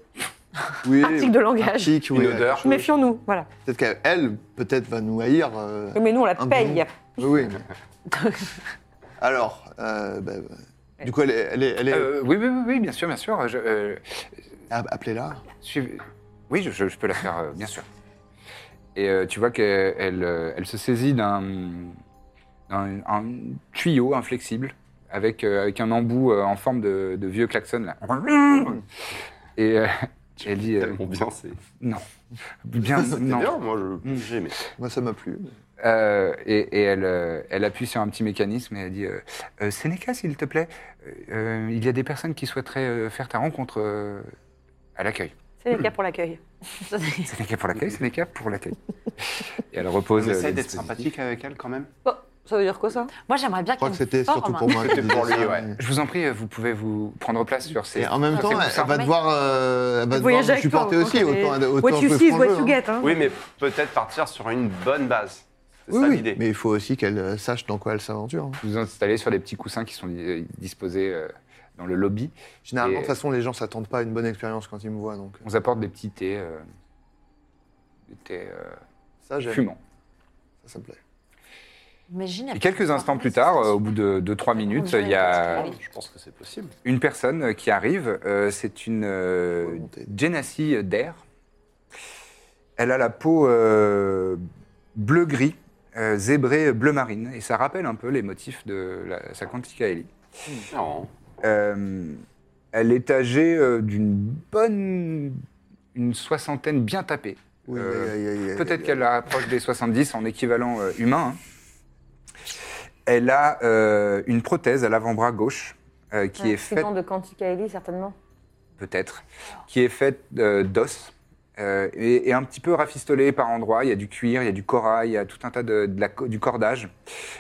B: Oui,
F: Article de langage.
B: article,
D: Une
B: oui.
D: odeur.
F: Méfions-nous, voilà.
B: Peut-être qu'elle, peut-être, va nous haïr. euh,
F: Mais nous, on la
B: Un
F: paye.
B: bouillon. Oui. oui. Alors, euh, bah, bah, du coup, elle est, elle est- elle est-
A: Euh, oui, oui, oui, oui, bien sûr, bien sûr. Je, euh,
B: Ah, appelez-la.
A: suivez- Oui, je, je- je peux la faire, euh, bien sûr. Et euh, tu vois qu'elle elle, euh, elle se saisit d'un d'un- un tuyau inflexible avec, euh, avec un embout euh, en forme de, de vieux klaxon. Là. Et euh, elle dit... euh,
D: Tellement bien,
A: *laughs*
D: c'est.
A: non. Bien,
D: *laughs* C'est
A: non.
D: bien, moi je.
A: Mm.
D: J'ai aimé.
B: Moi, ça m'a plu.
A: Euh, et et elle, euh, elle appuie sur un petit mécanisme et elle dit euh, Euh, Sénéca, s'il te plaît, euh, euh, il y a des personnes qui souhaiteraient euh, faire ta rencontre euh, à l'accueil.
F: C'est les cas pour l'accueil.
A: Sénéca pour l'accueil, Sénéca pour l'accueil. et elle repose.
D: On
A: euh,
D: essaie
A: le
D: d'être
A: dispositif.
D: sympathique avec elle quand même.
F: Bon, ça veut dire quoi ça
C: Moi, j'aimerais bien
B: Je crois
C: qu'elle
B: que c'était
C: me
B: surtout
C: forme. hein.
B: pour moi. qui
D: C'était pour
B: disais
D: lui,
B: ça,
D: ouais.
B: mais-
A: Je vous en prie, euh, vous pouvez vous prendre place sur ces.
B: Et en même
A: sur
B: temps,
A: ces
B: elle,
A: coussins.
B: elle va devoir, euh, elle va devoir
F: Voyager
B: nous
F: avec toi,
B: supporter
F: hein,
B: aussi.
F: c'est-
B: Autant, autant
F: What you
B: que
F: see is
B: franc jeu,
F: what you
B: hein.
F: get. hein.
D: Oui, mais peut-être partir sur une bonne base. C'est
B: Oui,
D: ça
B: oui,
D: l'idée.
B: mais il faut aussi qu'elle euh, sache dans quoi elle s'aventure. hein.
A: Vous vous installez sur des petits coussins qui sont euh, disposés euh, dans le lobby.
B: Généralement,
A: Et-
B: de toute façon, les gens s'attendent pas à une bonne expérience quand ils me voient. Donc, euh,
A: On vous apporte des petits thés, euh, des thés euh,
B: ça, j'aime.
A: fumants.
B: Ça, ça me plaît.
C: Mais génial.
A: Et quelques instants plus tard, euh, au bout de 2-3 minutes, il y a
D: Je pense que c'est possible.
A: une personne euh, qui arrive. Euh, c'est une euh,
B: Volonté.
A: Genasi Dare. Elle a la peau euh, bleu-gris euh, zébré bleu marine, et ça rappelle un peu les motifs de la- sa Quantica Ellie.
F: Mm.
D: Non.
A: Euh, elle est âgée euh, d'une bonne une soixantaine bien tapée.
B: Oui,
A: Euh,
B: aïe, aïe, aïe, aïe,
A: Peut-être
B: aïe.
A: qu'elle approche des 70 en équivalent euh, humain. hein. Elle a euh, une prothèse à l'avant-bras gauche euh, qui est faite
F: de Quantica Ellie, certainement.
A: peut-être, qui est faite euh, d'os euh, et, et un petit peu rafistolée par endroits. Il y a du cuir, il y a du corail, il y a tout un tas de, de la co- du cordage.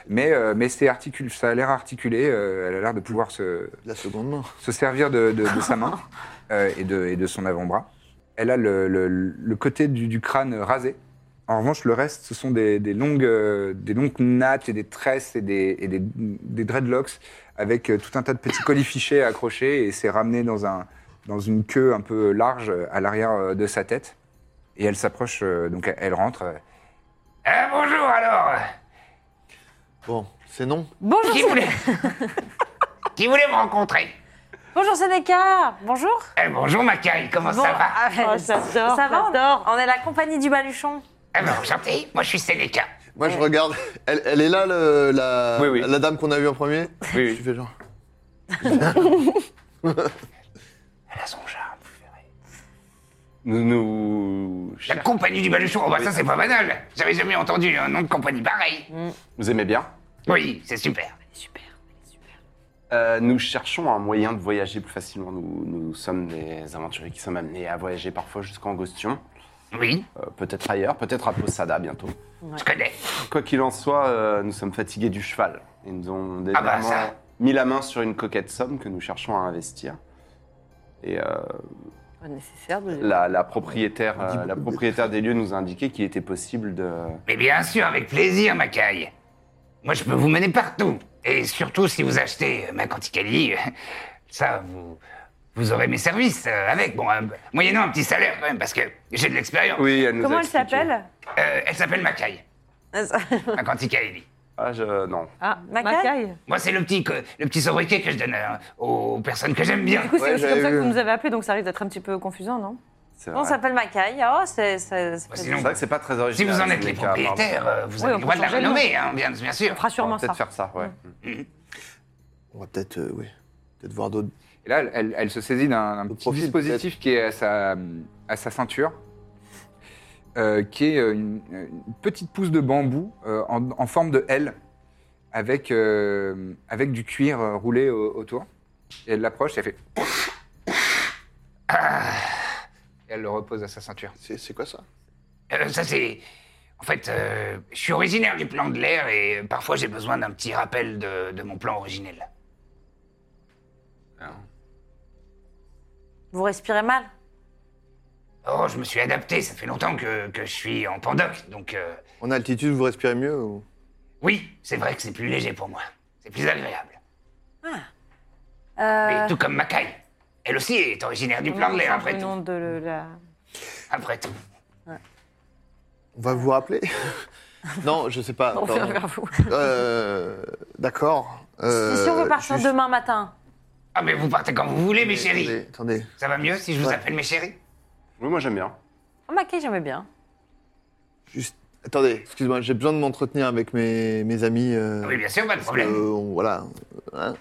A: Mais, euh, mais c'est articul- ça a l'air articulé, euh, elle a l'air de pouvoir se,
B: La seconde main.
A: se servir de, de- de sa *laughs* main euh, et, de, et de son avant-bras. Elle a le, le- le côté du, du crâne rasé. En revanche, le reste, ce sont des, des longues, euh, des longues nattes et des tresses et des, et des- des dreadlocks avec euh, tout un tas de petits colifichets accrochés et c'est ramené dans, un, dans une queue un peu large euh, à l'arrière euh, de sa tête. Et elle s'approche, euh, donc elle- elle rentre. euh, Eh, bonjour alors
B: Bon, c'est non.
C: Bonjour,
A: Qui
C: Séné-
A: voulait *laughs* Qui voulait me rencontrer
C: Bonjour Sénéca Bonjour
A: Eh, bonjour Macari, comment
C: Bon,
A: ça va
C: ah,
E: Oh, j'adore,
C: Ça va
E: j'adore.
C: on, on est la compagnie du Baluchon.
A: Eh ben, enchanté, moi je suis Sénéca.
B: Moi, je regarde. Elle, elle est là, le- la,
D: Oui, oui.
B: la dame qu'on a vue en premier
D: Oui,
B: Je
D: oui.
B: fais genre.
A: Elle a son charme.
D: Nous nous.
A: La compagnie du Baluchon, oh bah ça c'est pas banal. J'avais jamais entendu un nom de compagnie pareil.
D: Vous aimez bien
A: Oui, c'est super.
D: Euh, Nous cherchons un moyen de voyager plus facilement. Nous, nous sommes des aventuriers qui sommes amenés à voyager parfois jusqu'en Gostion,
A: Oui,
D: euh, peut-être ailleurs, peut-être à Posada bientôt.
A: je connais.
D: Quoi qu'il en soit, euh, nous sommes fatigués du cheval. Ils nous ont
A: Ah bah,
D: dernièrement
A: ça.
D: mis la main sur une coquette somme que nous cherchons à investir. Et euh,
F: Pas nécessaire de
D: la, la propriétaire,
B: Ah,
D: euh, la propriétaire des lieux nous a indiqué qu'il était possible de...
A: Mais bien sûr, avec plaisir, Macaille. Moi je peux vous mener partout. Et surtout si vous achetez euh, ma Quanticali, euh, ça vous. Vous aurez mes services euh, avec, bon, euh, moyennant un petit salaire quand même, parce que j'ai de l'expérience.
D: Oui, elle nous a
E: Comment elle
D: expliqué.
E: s'appelle
A: Euh, elle s'appelle Macaille, ma Quanticali.
D: Ah, je... Non.
F: Ah,
C: Macaille
F: Macaille
A: Moi, c'est le petit, que- le petit sobriquet que je donne euh, aux personnes que j'aime bien.
F: Du coup, c'est
B: Ouais,
F: aussi
B: j'avais
F: comme ça que
B: vu.
F: vous nous avez appelé, donc ça risque d'être un petit peu confusant, non
D: C'est
C: On
D: vrai.
C: s'appelle Macaille. Oh, c'est. c'est- c'est-
D: C'est vrai que c'est pas très
A: Si
D: original.
A: vous en êtes
D: ce
A: les
D: mec, apparemment.
A: propriétaires, euh, vous
F: Oui,
A: avez
F: on
A: le droit de
F: peut
A: la
F: changer le nom.
A: rénommer, hein, bien, bien sûr.
F: On
D: On
F: fera
D: va
F: sûrement ça.
D: peut-être faire ça, ouais.
E: Mm.
B: On va peut-être. euh, oui. Peut-être voir d'autres.
A: Et là, elle, elle se saisit d'un d'un
B: Au
A: petit
B: profil,
A: dispositif qui est à sa, à sa ceinture, euh, qui est euh, une, une petite pousse de bambou euh, en, en forme de L, avec, euh, avec du cuir euh, roulé au- autour. Et elle l'approche et elle fait... *coughs* Ah Et elle le repose à sa ceinture.
B: C'est c'est quoi ça
A: Euh, ça, c'est... En fait, euh, je suis originaire du plan de l'air et euh, parfois j'ai besoin d'un petit rappel de- de mon plan originel.
C: Vous respirez mal
A: Oh, je me suis adapté, ça fait longtemps que, que je suis en pandoc, donc euh,
B: En altitude, vous respirez mieux ou...
A: oui, c'est vrai que c'est plus léger pour moi. C'est plus agréable.
F: Ah.
C: Euh,
A: Et tout comme Makai. Elle aussi est originaire du plan de l'air, après
F: Le
A: tout.
F: nom de le- la...
A: Après tout.
B: On va vous rappeler *laughs* Non, je sais pas.
F: On
B: pardon.
F: vient vers vous.
B: Euh, D'accord. Euh,
C: si on veut partir
B: juste-
C: demain matin,
A: Ah, mais vous partez quand vous voulez, mes
B: Attendez,
A: chéris.
B: attendez.
A: Ça va mieux si je vous
B: Ouais.
A: appelle mes chéris
D: Oui, moi j'aime bien.
C: oh, Macaille, j'aimais bien.
B: Juste, attendez, excuse-moi, j'ai besoin de m'entretenir avec mes, mes amis. euh,
A: Ah Oui, bien sûr, pas de
B: parce que,
A: problème.
B: on- voilà, hein,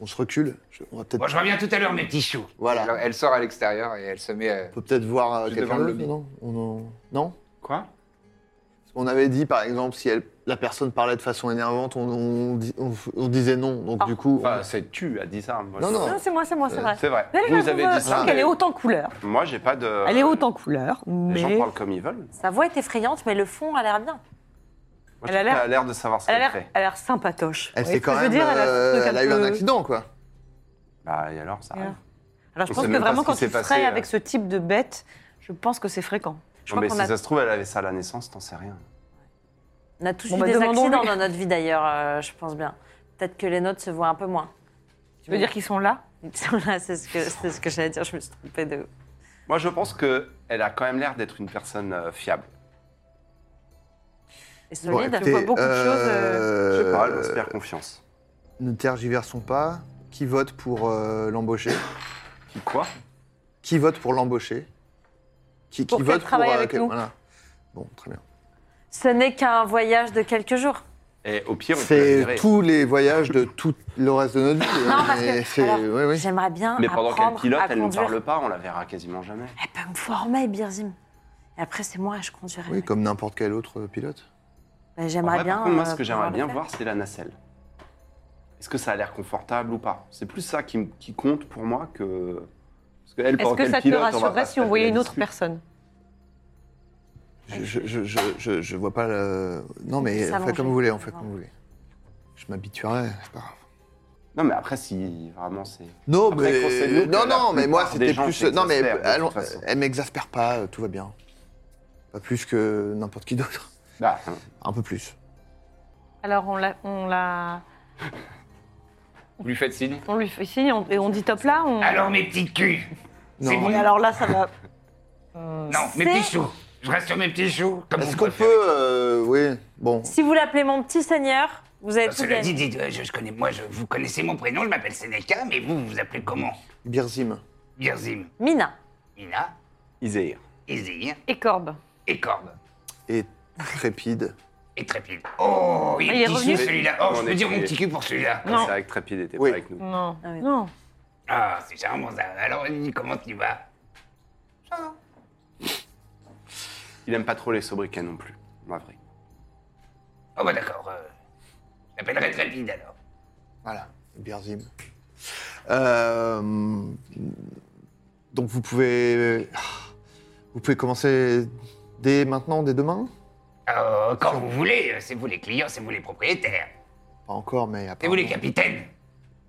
B: on se recule. Je- on va peut-être
A: Bon, je reviens tout à l'heure, mes petits choux.
B: voilà,
A: elle sort à l'extérieur et elle se met.
B: on peut peut-être voir euh,
A: Juste
B: quelqu'un
A: devant le
B: d'autre,
A: lobby.
B: non on en- Non
D: Quoi
B: On avait dit, par exemple, si elle- la personne parlait de façon énervante, on, on di- on f- on disait non. Donc, du coup,
D: Enfin, c'est tu a dit ça.
B: bah,
D: Moi,
B: Non,
D: je-
B: non.
E: Ah. Non, c'est moi, c'est
C: Oh,
E: moi, c'est vrai.
D: C'est vrai.
E: Elle est
D: Vous avez
E: là, on
D: dit
E: voit-
D: ça.
E: Elle est haute en couleur.
D: Moi, j'ai pas de.
E: Elle est haute en couleur,
D: Les
E: mais
D: gens parlent comme ils veulent.
C: Sa voix est effrayante, mais le fond a l'air bien.
D: Moi,
E: Elle a
D: elle
E: l'air-
D: a l'air de savoir ce
E: elle a
D: qu'elle
E: l'air-
D: fait.
E: elle a l'air sympatoche.
B: elle
E: Vous
B: s'est
E: voyez ce
B: quand
E: que je veux
B: même.
E: dire Elle a ce
B: euh,
E: truc
B: Elle a eu un
E: peu-
B: accident, quoi.
D: Bah, et alors, ça arrive.
F: Bah,
E: Alors je
D: On
E: pense
D: sait
E: que
D: même pas
E: vraiment
D: ce qui
E: quand
D: s'est
E: tu
D: passé,
E: serais
D: euh.
E: avec ce type de bête, je pense que c'est fréquent. Je
D: Non, mais
E: crois
D: si
E: qu'on
D: ça
E: a...
D: se trouve, elle avait ça à la naissance, t'en sais rien.
C: On a tous
E: Bon,
C: eu
E: bah,
C: des
E: demandons-lui.
C: accidents dans notre vie d'ailleurs, euh, je pense bien. Peut-être que les nôtres se voient un peu moins.
E: Tu veux dire qu'ils sont là
C: Là, c'est ce que, c'est ce que j'allais dire, je me suis trompée de.
D: Moi, je pense qu'elle a quand même l'air d'être une personne euh, fiable.
C: Et
B: Bon,
C: solide.
B: écoutez,
E: vois beaucoup de choses, euh,
D: Je sais pas, elle
B: euh,
D: inspire confiance.
B: Ne tergiversons pas. Qui vote pour euh, l'embaucher
D: Qui quoi
B: Qui vote pour l'embaucher Qui, qui
E: Pour qu'elle
B: vote pour
E: travaille
B: euh,
E: avec
B: que-
E: nous.
B: voilà. Bon, très bien.
C: Ce n'est qu'un voyage de quelques jours.
D: Et au pire, on peut la
B: C'est
D: gérer.
B: tous les voyages de tout le reste de notre vie.
C: Non,
B: hein,
C: parce
B: mais
C: que
B: c'est-
C: alors,
B: ouais, ouais.
C: j'aimerais bien
D: Mais pendant qu'elle
C: apprendre
D: pilote,
C: à
D: elle ne
C: conduire.
D: parle pas, on la verra quasiment jamais.
C: Elle peut me former, Birzim. Et après, c'est moi, je conduirai.
B: Oui, comme n'importe quel autre pilote.
C: Mais
D: En
C: J'aimerais
D: vrai,
C: bien.
D: par contre, moi,
C: euh,
D: ce que j'aimerais
C: pouvoir
D: bien
C: le
D: voir, c'est la nacelle. Est-ce que ça a l'air confortable ou pas C'est plus ça qui, m- qui compte pour moi que. Parce que elle,
F: Est-ce
D: pendant
F: que
D: qu'elle
F: ça te
D: pilote, on va
F: rassurerait
D: pas se
F: si on
D: taper
F: voyait
D: la
F: une autre
D: dispute.
F: personne
B: Je, je, je, je, je- je vois pas le. Non, mais
C: Ah Ça
B: faites comme
C: mange.
B: vous voulez, on fait comme vous voulez. Je m'habituerai, c'est pas grave.
D: Non, mais après, si vraiment c'est.
B: Non,
D: Après, qu'on sait,
B: mais.
D: nous,
B: Non,
D: que la
B: non, mais moi,
D: plupart des
B: c'était
D: gens
B: plus. Non, mais
D: s'exaspèrent, de
B: allons-
D: toute façon.
B: elle m'exaspère pas, euh, tout va bien. Pas plus que n'importe qui d'autre.
D: Bah,
B: Un peu plus.
F: Alors on la, on la,
A: Vous lui faites signe
F: on lui fait signe on- et on dit top là. On...
D: Ah
A: Alors mes petits culs C'est
B: Non.
A: bon.
E: Et alors là, ça va.
A: Non, mes petits choux Je reste sur mes petits choux comme
B: Est-ce
A: on
B: qu'on
A: préfère.
B: peut. euh, oui, bon.
C: faire. Si vous l'appelez mon petit seigneur, vous avez
D: bah,
A: Alors,
C: tout
A: Cela dit,
C: gagné.
A: dites, euh, je, je connais, moi, je, vous connaissez mon prénom, je m'appelle Seneca, mais vous, vous vous appelez comment
B: Birzim.
A: Birzim,
C: Mina.
A: Mina,
D: Iséir.
A: Izir
F: Et Corbe.
A: et Corbe.
B: Et Trépide.
A: Et Trépide. Oh, il
F: Il
A: est
F: est
A: petit
F: revenu.
A: cul celui-là. Oh,
D: On
A: je peux
D: est
A: dire mon
D: payé.
A: petit cul pour celui-là.
D: C'est avec Trépide, était
B: Oui.
D: pas avec nous.
F: Non.
C: Ah oui.
F: Non.
A: Ah, c'est charmant ça. Alors, Annie, comment tu vas
D: Il aime pas trop les sobriquets non plus, ma vraie.
A: Oh, bah d'accord. euh, je t'appellerai Trépide alors.
B: Voilà, Birzim. Euh, donc vous pouvez. Vous pouvez commencer dès maintenant, dès demain
A: Oh, quand vous voulez, euh, c'est vous les clients, c'est vous les propriétaires,
B: Pas encore, mais
A: c'est
B: après.
A: vous les capitaines.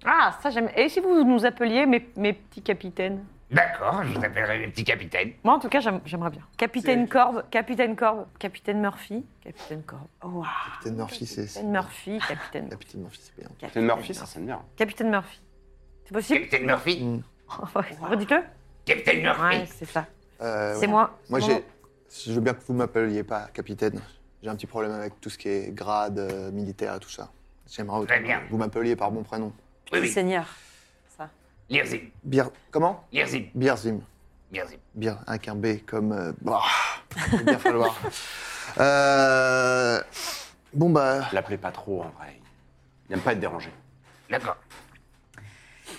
F: Ah ça j'aime. Et si vous nous appeliez mes, mes petits capitaines
A: D'accord, je vous appellerai le petit capitaine.
F: Moi en tout cas j'aime- j'aimerais bien. Capitaine Corbe, capitaine Corbe, capitaine Murphy, capitaine Corbe,
C: Waouh.
B: Capitaine Murphy, c'est. c'est-
F: capitaine Murphy, capitaine.
B: Capitaine Murphy, c'est bien.
D: C'est une Murphy, ça, c'est une merde.
F: Capitaine Murphy. C'est possible
A: Capitaine Murphy
B: Mm.
F: *laughs* Ouais, Redites-le.
A: Capitaine Murphy
F: Ouais c'est ça.
B: Euh,
F: C'est
B: ouais.
F: moi.
B: Moi,
F: C'est
B: j'ai. Je veux bien que vous m'appeliez pas capitaine. J'ai un petit problème avec tout ce qui est grade euh, militaire et tout ça. J'aimerais autant
A: Très bien.
B: que vous m'appeliez par mon prénom.
A: Oui,
C: Petit
A: oui.
C: seigneur.
A: Lirzim,
B: Bir... Comment
A: Lirzim,
B: Birzim.
A: Lirzim.
B: Bien, avec un B comme. euh, bah, il va bien falloir. Euh, bon, bah.
D: L'appelez pas trop, en vrai. Il aime pas être dérangé.
A: D'accord.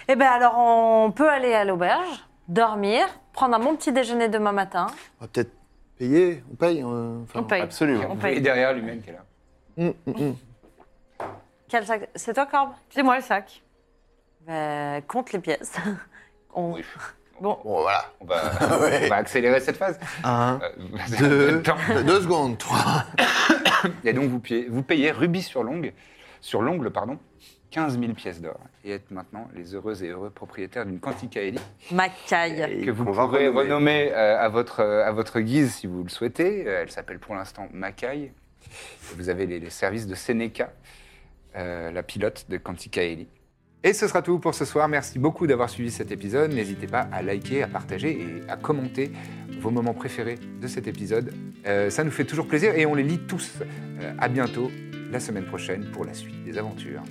C: Eh ben alors, on peut aller à l'auberge, dormir, prendre un bon petit déjeuner demain matin.
B: On va peut-être payer. On paye. euh, enfin,
F: On paye.
D: Absolument.
F: On paye.
A: derrière l'humaine qui est là.
B: hum, hum, hum.
C: Quel sac C'est toi, Corbe
F: C'est moi le sac.
C: Ben, Compte les pièces. *laughs* On-
A: Oui.
B: Bon, voilà.
A: On va, on va accélérer cette phase.
B: Un,
A: Euh, vous avez *laughs*
B: deux,
A: le temps.
B: deux secondes, trois.
A: Et donc, vous payez, vous payez rubis sur l'ongle, sur l'ongle, pardon, 15 000 pièces d'or. Et êtes maintenant les heureux et heureux propriétaires d'une quanticaélie
C: Macaille.
A: que vous pourrez renommer euh, à, votre, euh, à votre guise si vous le souhaitez. Euh, elle s'appelle pour l'instant Macaille. Et Vous avez les, les services de Seneca, euh, la pilote de Quanticaeli. Et ce sera tout pour ce soir. Merci beaucoup d'avoir suivi cet épisode. N'hésitez pas à liker, à partager et à commenter vos moments préférés de cet épisode. Euh, ça nous fait toujours plaisir et on les lit tous. Euh, à bientôt la semaine prochaine pour la suite des aventures.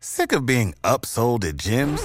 H: Sick of being upsold at gyms?